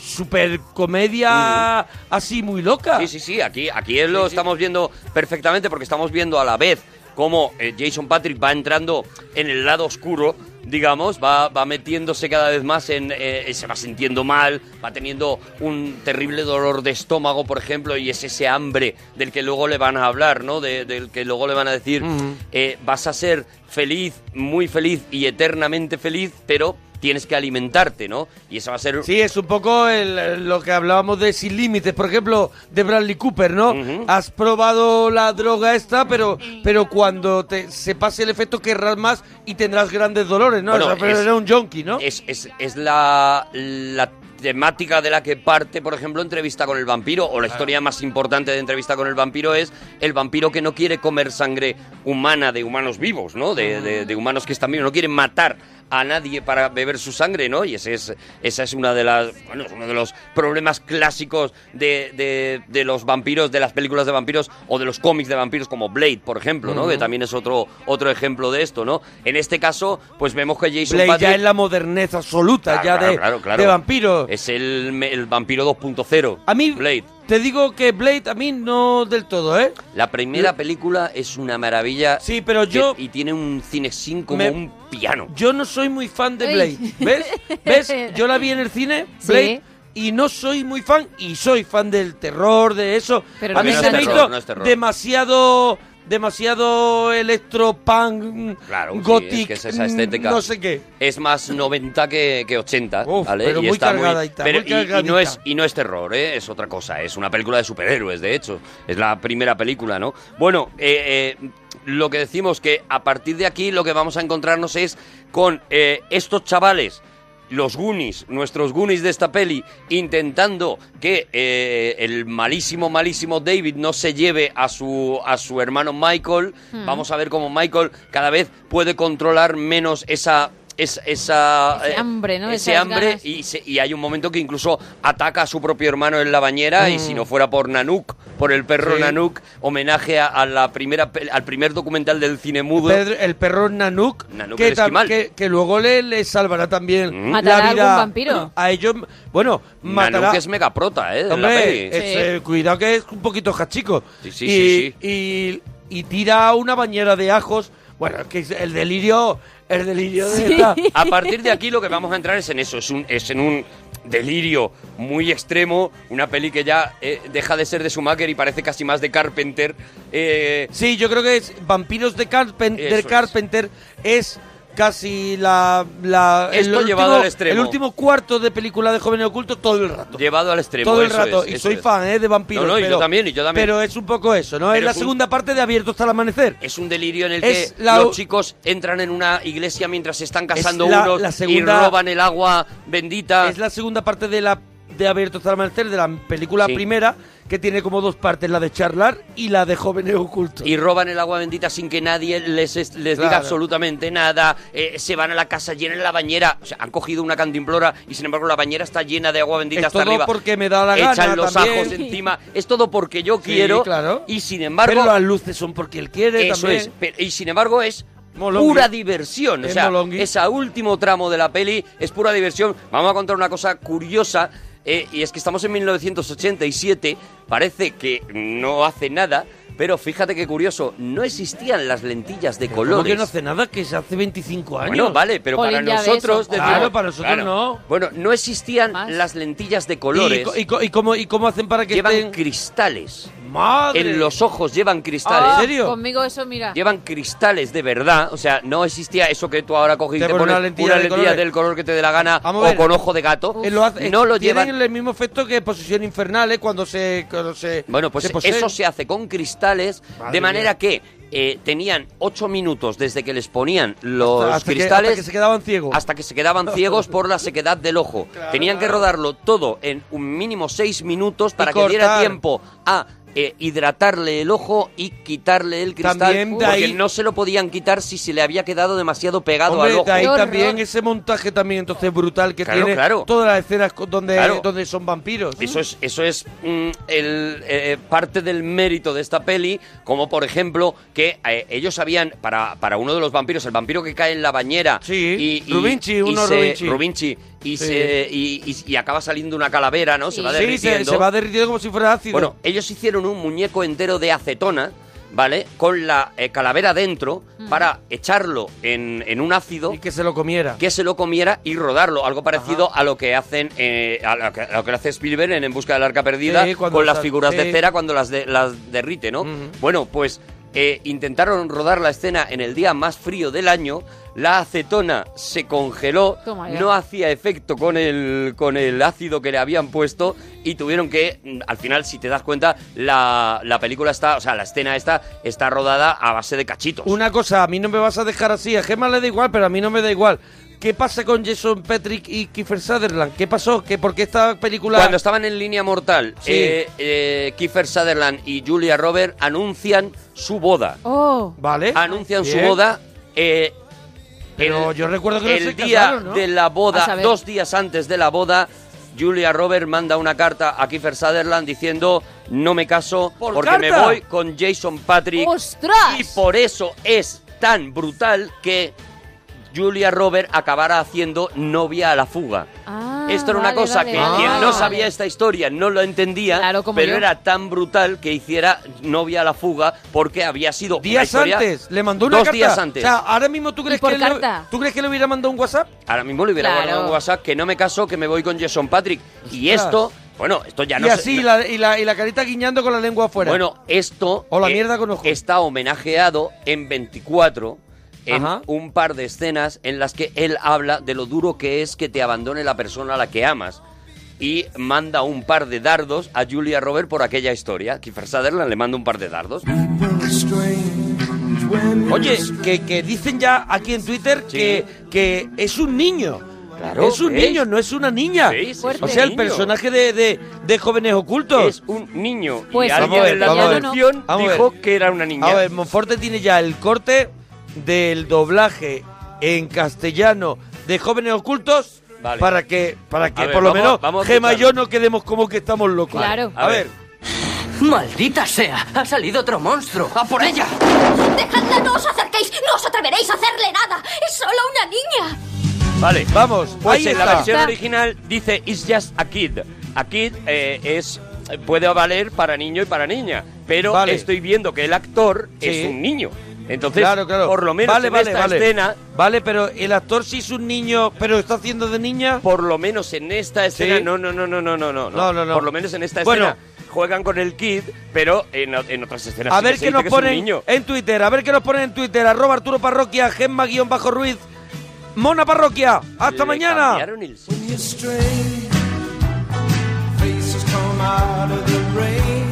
S1: super
S3: Mm.
S1: comedia así muy loca.
S3: Sí, sí, sí, aquí, aquí es lo estamos viendo perfectamente porque estamos viendo a la vez cómo eh, Jason Patrick va entrando en el lado oscuro, digamos, va, va metiéndose cada vez más en... eh, se va sintiendo mal, va teniendo un terrible dolor de estómago, por ejemplo, y es ese hambre del que luego le van a hablar, ¿no? De- del que luego le van a decir,
S1: Ujú.
S3: eh, vas a ser feliz, muy feliz y eternamente feliz, pero tienes que alimentarte, ¿no? Y esa va a ser
S1: Sí, es un poco el- lo que hablábamos de Sin Límites, por ejemplo, de Bradley Cooper, ¿no? Has probado la droga esta, pero, pero cuando te, se pase el efecto querrás más y tendrás grandes dolores, ¿no?
S3: Bueno,
S1: O sea, pero
S3: es-
S1: era un junkie, ¿no?
S3: Es, es- es la, la temática de la que parte, por ejemplo, Entrevista con el vampiro, o la historia más importante de Entrevista con el vampiro es el vampiro que no quiere comer sangre humana de humanos vivos, ¿no? De, de- de humanos que están vivos, no quiere matar a nadie para beber su sangre, ¿no? Y ese es, esa es una de las, bueno, es uno de los problemas clásicos de, de- de los vampiros, de las películas de vampiros o de los cómics de vampiros como Blade, por ejemplo, ¿no?
S1: Ujú.
S3: Que también es otro, otro ejemplo de esto, ¿no? En este caso, pues vemos que Jason
S1: Blade
S3: Patrick-
S1: ya es la modernez absoluta
S3: Claro,
S1: ya
S3: claro,
S1: de,
S3: claro, claro.
S1: de vampiro.
S3: Es el, me- el vampiro 2.0.
S1: A mí-
S3: Blade.
S1: Te digo que Blade a mí no del todo, ¿eh?
S3: La primera película es una maravilla. Sí, pero yo. y tiene un cine sin como
S1: Me-
S3: un piano.
S1: Yo no soy muy fan de
S3: Ay.
S1: Blade, ¿ves? ¿Ves? Yo la vi en el cine,
S5: Sí.
S1: Blade, y no soy muy fan, y soy fan del terror, de eso.
S3: Pero
S1: a mí
S3: no
S1: se
S3: es
S1: me
S3: terror,
S1: hizo
S3: no es terror.
S1: demasiado, demasiado electropunk,
S3: Claro, sí,
S1: gothic,
S3: es que es esa estética.
S1: no sé qué.
S3: Es más 90 que, que 80, ¿vale?
S1: pero
S3: y
S1: muy
S3: está
S1: cargadita,
S3: pero-
S1: muy
S3: y- y, no
S1: cargadita.
S3: es, y no es terror, ¿eh? es otra cosa. Es una película de superhéroes, de hecho. Es la primera película, ¿no? Bueno, eh, eh, lo que decimos que a partir de aquí lo que vamos a encontrarnos es con eh, estos chavales los Goonies, nuestros Goonies de esta peli, intentando que eh, el malísimo, malísimo David no se lleve a su, a su hermano Michael.
S1: Hmm.
S3: Vamos a ver cómo Michael cada vez puede controlar menos esa... es- esa, eh,
S5: Ese hambre, ¿no?
S3: Ese
S5: Esas
S3: hambre
S5: ganas.
S3: y, se- y hay un momento que incluso ataca a su propio hermano en la bañera y
S5: Hmm.
S3: si no fuera por Nanook, por el perro
S1: Sí.
S3: Nanook, homenaje a, a la primera, pel- al primer documental del cine mudo.
S1: Pedro- el perro Nanook,
S3: Nanook
S1: que,
S3: el
S1: tam-
S3: esquimal. ¿Mm?
S1: que, que luego le, le salvará también
S5: ¿Matará
S1: la
S5: a
S1: vida
S5: algún vampiro?
S1: a ellos. Bueno, matará...
S3: Nanook es mega prota, ¿eh? de la
S1: Hombre,
S3: peli.
S1: es, eh, cuidado que es un poquito jachico.
S3: sí,
S1: y,
S3: sí,
S1: Y, y tira una bañera de ajos. Bueno, es que es el delirio, el delirio de esta.
S3: A partir de aquí lo que vamos a entrar es en eso, es, un, es en un delirio muy extremo, una peli que ya eh, deja de ser de Schumacher y parece casi más de Carpenter. eh,
S1: Sí, yo creo que es Vampiros de Carpen-
S3: Eso
S1: del
S3: es.
S1: Carpenter es casi la, la
S3: Esto llevado al extremo.
S1: el último cuarto de película de Jóvenes Ocultos todo el rato.
S3: llevado al extremo.
S1: todo el
S3: eso
S1: rato.
S3: es,
S1: y
S3: eso
S1: soy
S3: es.
S1: fan eh, de vampiros.
S3: No, no, y yo
S1: pero-
S3: también, y yo también.
S1: Pero es un poco eso, ¿no?
S3: Pero
S1: es la
S3: es un-
S1: segunda parte de Abierto hasta el amanecer.
S3: Es un delirio en el
S1: Es
S3: que
S1: la-
S3: los chicos entran en una iglesia mientras se están casando
S1: Es la-
S3: unos
S1: la segunda-
S3: y roban el agua bendita.
S1: Es la segunda parte de la de Abierto hasta el amanecer, de la película
S3: Sí.
S1: primera, que tiene como dos partes, la de charlar y la de jóvenes ocultos.
S3: Y roban el agua bendita sin que nadie les, est- les diga
S1: Claro.
S3: absolutamente nada. eh, se van a la casa, llenan la bañera. O sea, han cogido una cantimplora y sin embargo la bañera está llena de agua bendita
S1: Es
S3: hasta
S1: todo
S3: arriba.
S1: porque me da la
S3: Echan
S1: gana
S3: los
S1: también.
S3: ajos encima. Es todo porque yo quiero.
S1: claro.
S3: Y sin embargo.
S1: Pero las luces son porque él quiere
S3: Eso
S1: también.
S3: es. pero- y sin embargo es
S1: Molongui.
S3: pura diversión. O
S1: Es
S3: sea,
S1: molongui.
S3: ese último tramo de la peli es pura diversión. Vamos a contar una cosa curiosa. eh, y es que estamos en 1987. Parece que no hace nada. Pero fíjate qué curioso, no existían las lentillas de
S1: ¿Cómo
S3: colores.
S1: que no hace nada? Que se hace 25 años.
S3: Bueno, vale, pero para
S1: Jolín, ya ves,
S3: nosotros...
S1: ojo.
S3: decimos-
S1: Claro, para nosotros no.
S3: Bueno, no existían las lentillas de colores.
S1: ¿Y co- y co- y cómo, y cómo hacen para que
S3: llevan
S1: estén-
S3: cristales.
S1: ¡Madre!
S3: En los ojos llevan cristales.
S5: Ah, Conmigo eso, mira.
S3: Ah. Llevan cristales de verdad, o sea, no existía eso que tú ahora coges y
S1: Te
S3: te
S1: pones
S3: pones
S1: una lentilla de colores.
S3: del color que te dé la gana
S1: Vamos a
S3: o
S1: ver.
S3: con ojo de gato.
S1: Eh, lo hace-
S3: no lo
S1: tienen
S3: llevan.
S1: el mismo efecto que Posesión Infernal, ¿eh? Cuando se... Cuando se
S3: Bueno, pues
S1: se poseen.
S3: eso se hace con cristales,
S1: Madre
S3: de manera
S1: mía.
S3: que eh, tenían ocho minutos desde que les ponían los
S1: Hasta- hasta que-
S3: cristales
S1: hasta que se quedaban ciegos.
S3: hasta que se quedaban ciegos por la sequedad del ojo. Tenían que rodarlo todo en un mínimo seis minutos para que diera
S1: cortar.
S3: tiempo a eh, hidratarle el ojo y quitarle el cristal
S1: También de
S3: porque
S1: ahí-
S3: no se lo podían quitar si se le había quedado demasiado pegado
S1: Hombre,
S3: al ojo.
S1: de ahí también ese montaje también entonces brutal que
S3: Claro,
S1: tiene
S3: claro.
S1: todas las escenas con- donde,
S3: Claro.
S1: donde son vampiros.
S3: Eso es, eso es mm, el, eh, parte del mérito de esta peli, como por ejemplo que eh, ellos habían, para, para uno de los vampiros, el vampiro que cae en la bañera, y, y-
S1: Rubinchi,
S3: y
S1: uno
S3: se-
S1: Rubinchi.
S3: y,
S1: Sí.
S3: se- y- y- y acaba saliendo una calavera, ¿no? Se va
S1: Sí,
S3: derritiendo.
S1: se, se va derritiendo como si fuera ácido.
S3: Bueno, ellos hicieron un muñeco entero de acetona, ¿vale? Con la eh, calavera dentro para echarlo en, en un ácido. Y
S1: que se lo comiera.
S3: Que se lo comiera y rodarlo. Algo parecido a lo que hacen eh, a, lo que, a lo que hace Spielberg en En Busca del Arca Perdida
S1: Sí, cuando
S3: con las
S1: sa-
S3: figuras de
S1: sí.
S3: cera cuando las, de- las derrite, ¿no? Bueno, pues eh, intentaron rodar la escena en el día más frío del año. La acetona se congeló,
S1: Toma ya.
S3: no hacía efecto con el, con el ácido que le habían puesto y tuvieron que, mm, al final, si te das cuenta, la, la película está, o sea, la escena esta está rodada a base de cachitos.
S1: Una cosa, a mí no me vas a dejar así. A Gemma le da igual, pero a mí no me da igual. ¿Qué pasa con Jason Patrick y Kiefer Sutherland? ¿Qué pasó? ¿Que ¿Por qué esta película...?
S3: Cuando estaban en Línea Mortal,
S1: Sí.
S3: eh, eh, Kiefer Sutherland y Julia Roberts anuncian su boda.
S5: Oh.
S1: Vale.
S3: Anuncian su
S1: Bien.
S3: boda. eh,
S1: Pero yo recuerdo que no
S3: el
S1: se
S3: día
S1: casaron, ¿no?
S3: de la
S1: A
S3: boda,
S1: saber.
S3: dos días antes de la boda, Julia Roberts manda una carta a Kiefer Sutherland diciendo no me caso
S1: ¿Por
S3: porque me
S1: carta?
S3: voy con Jason Patrick.
S5: ¡Ostras!
S3: Y por eso es tan brutal que Julia Roberts acabará haciendo novia a la fuga. Esto era una
S5: Ah, vale,
S3: cosa
S5: vale,
S3: que
S5: vale,
S3: quien
S5: vale,
S3: no
S5: vale.
S3: sabía esta historia no lo entendía,
S5: como
S3: pero
S5: yo.
S3: era tan brutal que hiciera novia a la fuga porque había sido una
S1: Días
S3: historia-
S1: antes, le mandó una
S3: dos
S1: carta.
S3: días antes.
S1: O sea, ahora mismo tú crees
S5: por
S1: que le-
S5: carta?
S1: tú crees que le hubiera mandado un WhatsApp?
S3: Ahora mismo le hubiera
S1: Claro.
S3: guardado un WhatsApp que no me caso, que me voy con Jason Patrick. Y
S1: Ostras.
S3: esto, bueno, esto ya no
S1: y
S3: se-
S1: así, la, y, la, y la carita guiñando con la lengua afuera.
S3: Bueno, esto eh, está homenajeado en 24 en
S1: Ajá.
S3: un par de escenas en las que él habla de lo duro que es que te abandone la persona a la que amas y manda un par de dardos a Julia Robert por aquella historia. Kiefer Sutherland le manda un par de dardos.
S1: Oye, que, que dicen ya aquí en Twitter que, que es un niño.
S3: Claro,
S1: es un
S3: ¿veis?
S1: niño, no es una niña.
S3: ¿Veis? Es
S1: o
S3: Fuerte.
S1: sea, el
S3: niño.
S1: personaje de, de- de Jóvenes Ocultos.
S3: Es un niño.
S1: Pues
S3: y alguien
S1: vamos a ver,
S3: en la
S1: vamos a ver.
S3: traducción
S1: Vamos a ver.
S3: dijo que era una niña.
S1: A ver, Monforte tiene ya el corte del doblaje en castellano de Jóvenes Ocultos
S3: Vale.
S1: para que, para que
S3: A ver,
S1: por lo
S3: vamos-
S1: menos
S3: vamos a
S1: Gema y yo
S3: escucharlo.
S1: no quedemos como que estamos locos.
S3: Claro.
S1: A ver.
S20: ¡Maldita sea! ¡Ha salido otro monstruo! ¡A por ella!
S22: ¡Dejadla, no os acerquéis! ¡No os atreveréis a hacerle nada! ¡Es solo una niña!
S3: Vale,
S1: vamos.
S3: Pues
S1: ahí
S3: en
S1: está.
S3: la versión
S1: Está.
S3: original dice It's just a kid. A kid eh, es puede valer para niño y para niña, pero
S1: Vale.
S3: estoy viendo que el actor
S1: Sí.
S3: es un niño. Entonces,
S1: Claro, claro.
S3: por lo menos
S1: Vale,
S3: en
S1: vale,
S3: esta
S1: vale.
S3: escena,
S1: vale, pero el actor sí es un niño, pero está haciendo de niña.
S3: Por lo menos en esta escena,
S1: Sí.
S3: no, no, no, no, no, no, no,
S1: No, no, no.
S3: Por lo menos en esta
S1: Bueno.
S3: escena juegan con el kid, pero en, o- en otras escenas
S1: A
S3: sí que
S1: ver
S3: se
S1: qué
S3: dice
S1: nos
S3: que es un
S1: ponen
S3: niño.
S1: en Twitter, a ver qué nos ponen en Twitter. Arroba Arturo Parroquia, Gemma-Ruiz, Mona Parroquia. ¡Hasta
S3: Le
S1: mañana!
S3: cambiaron el-
S4: When you're strange, faces come out of the rain.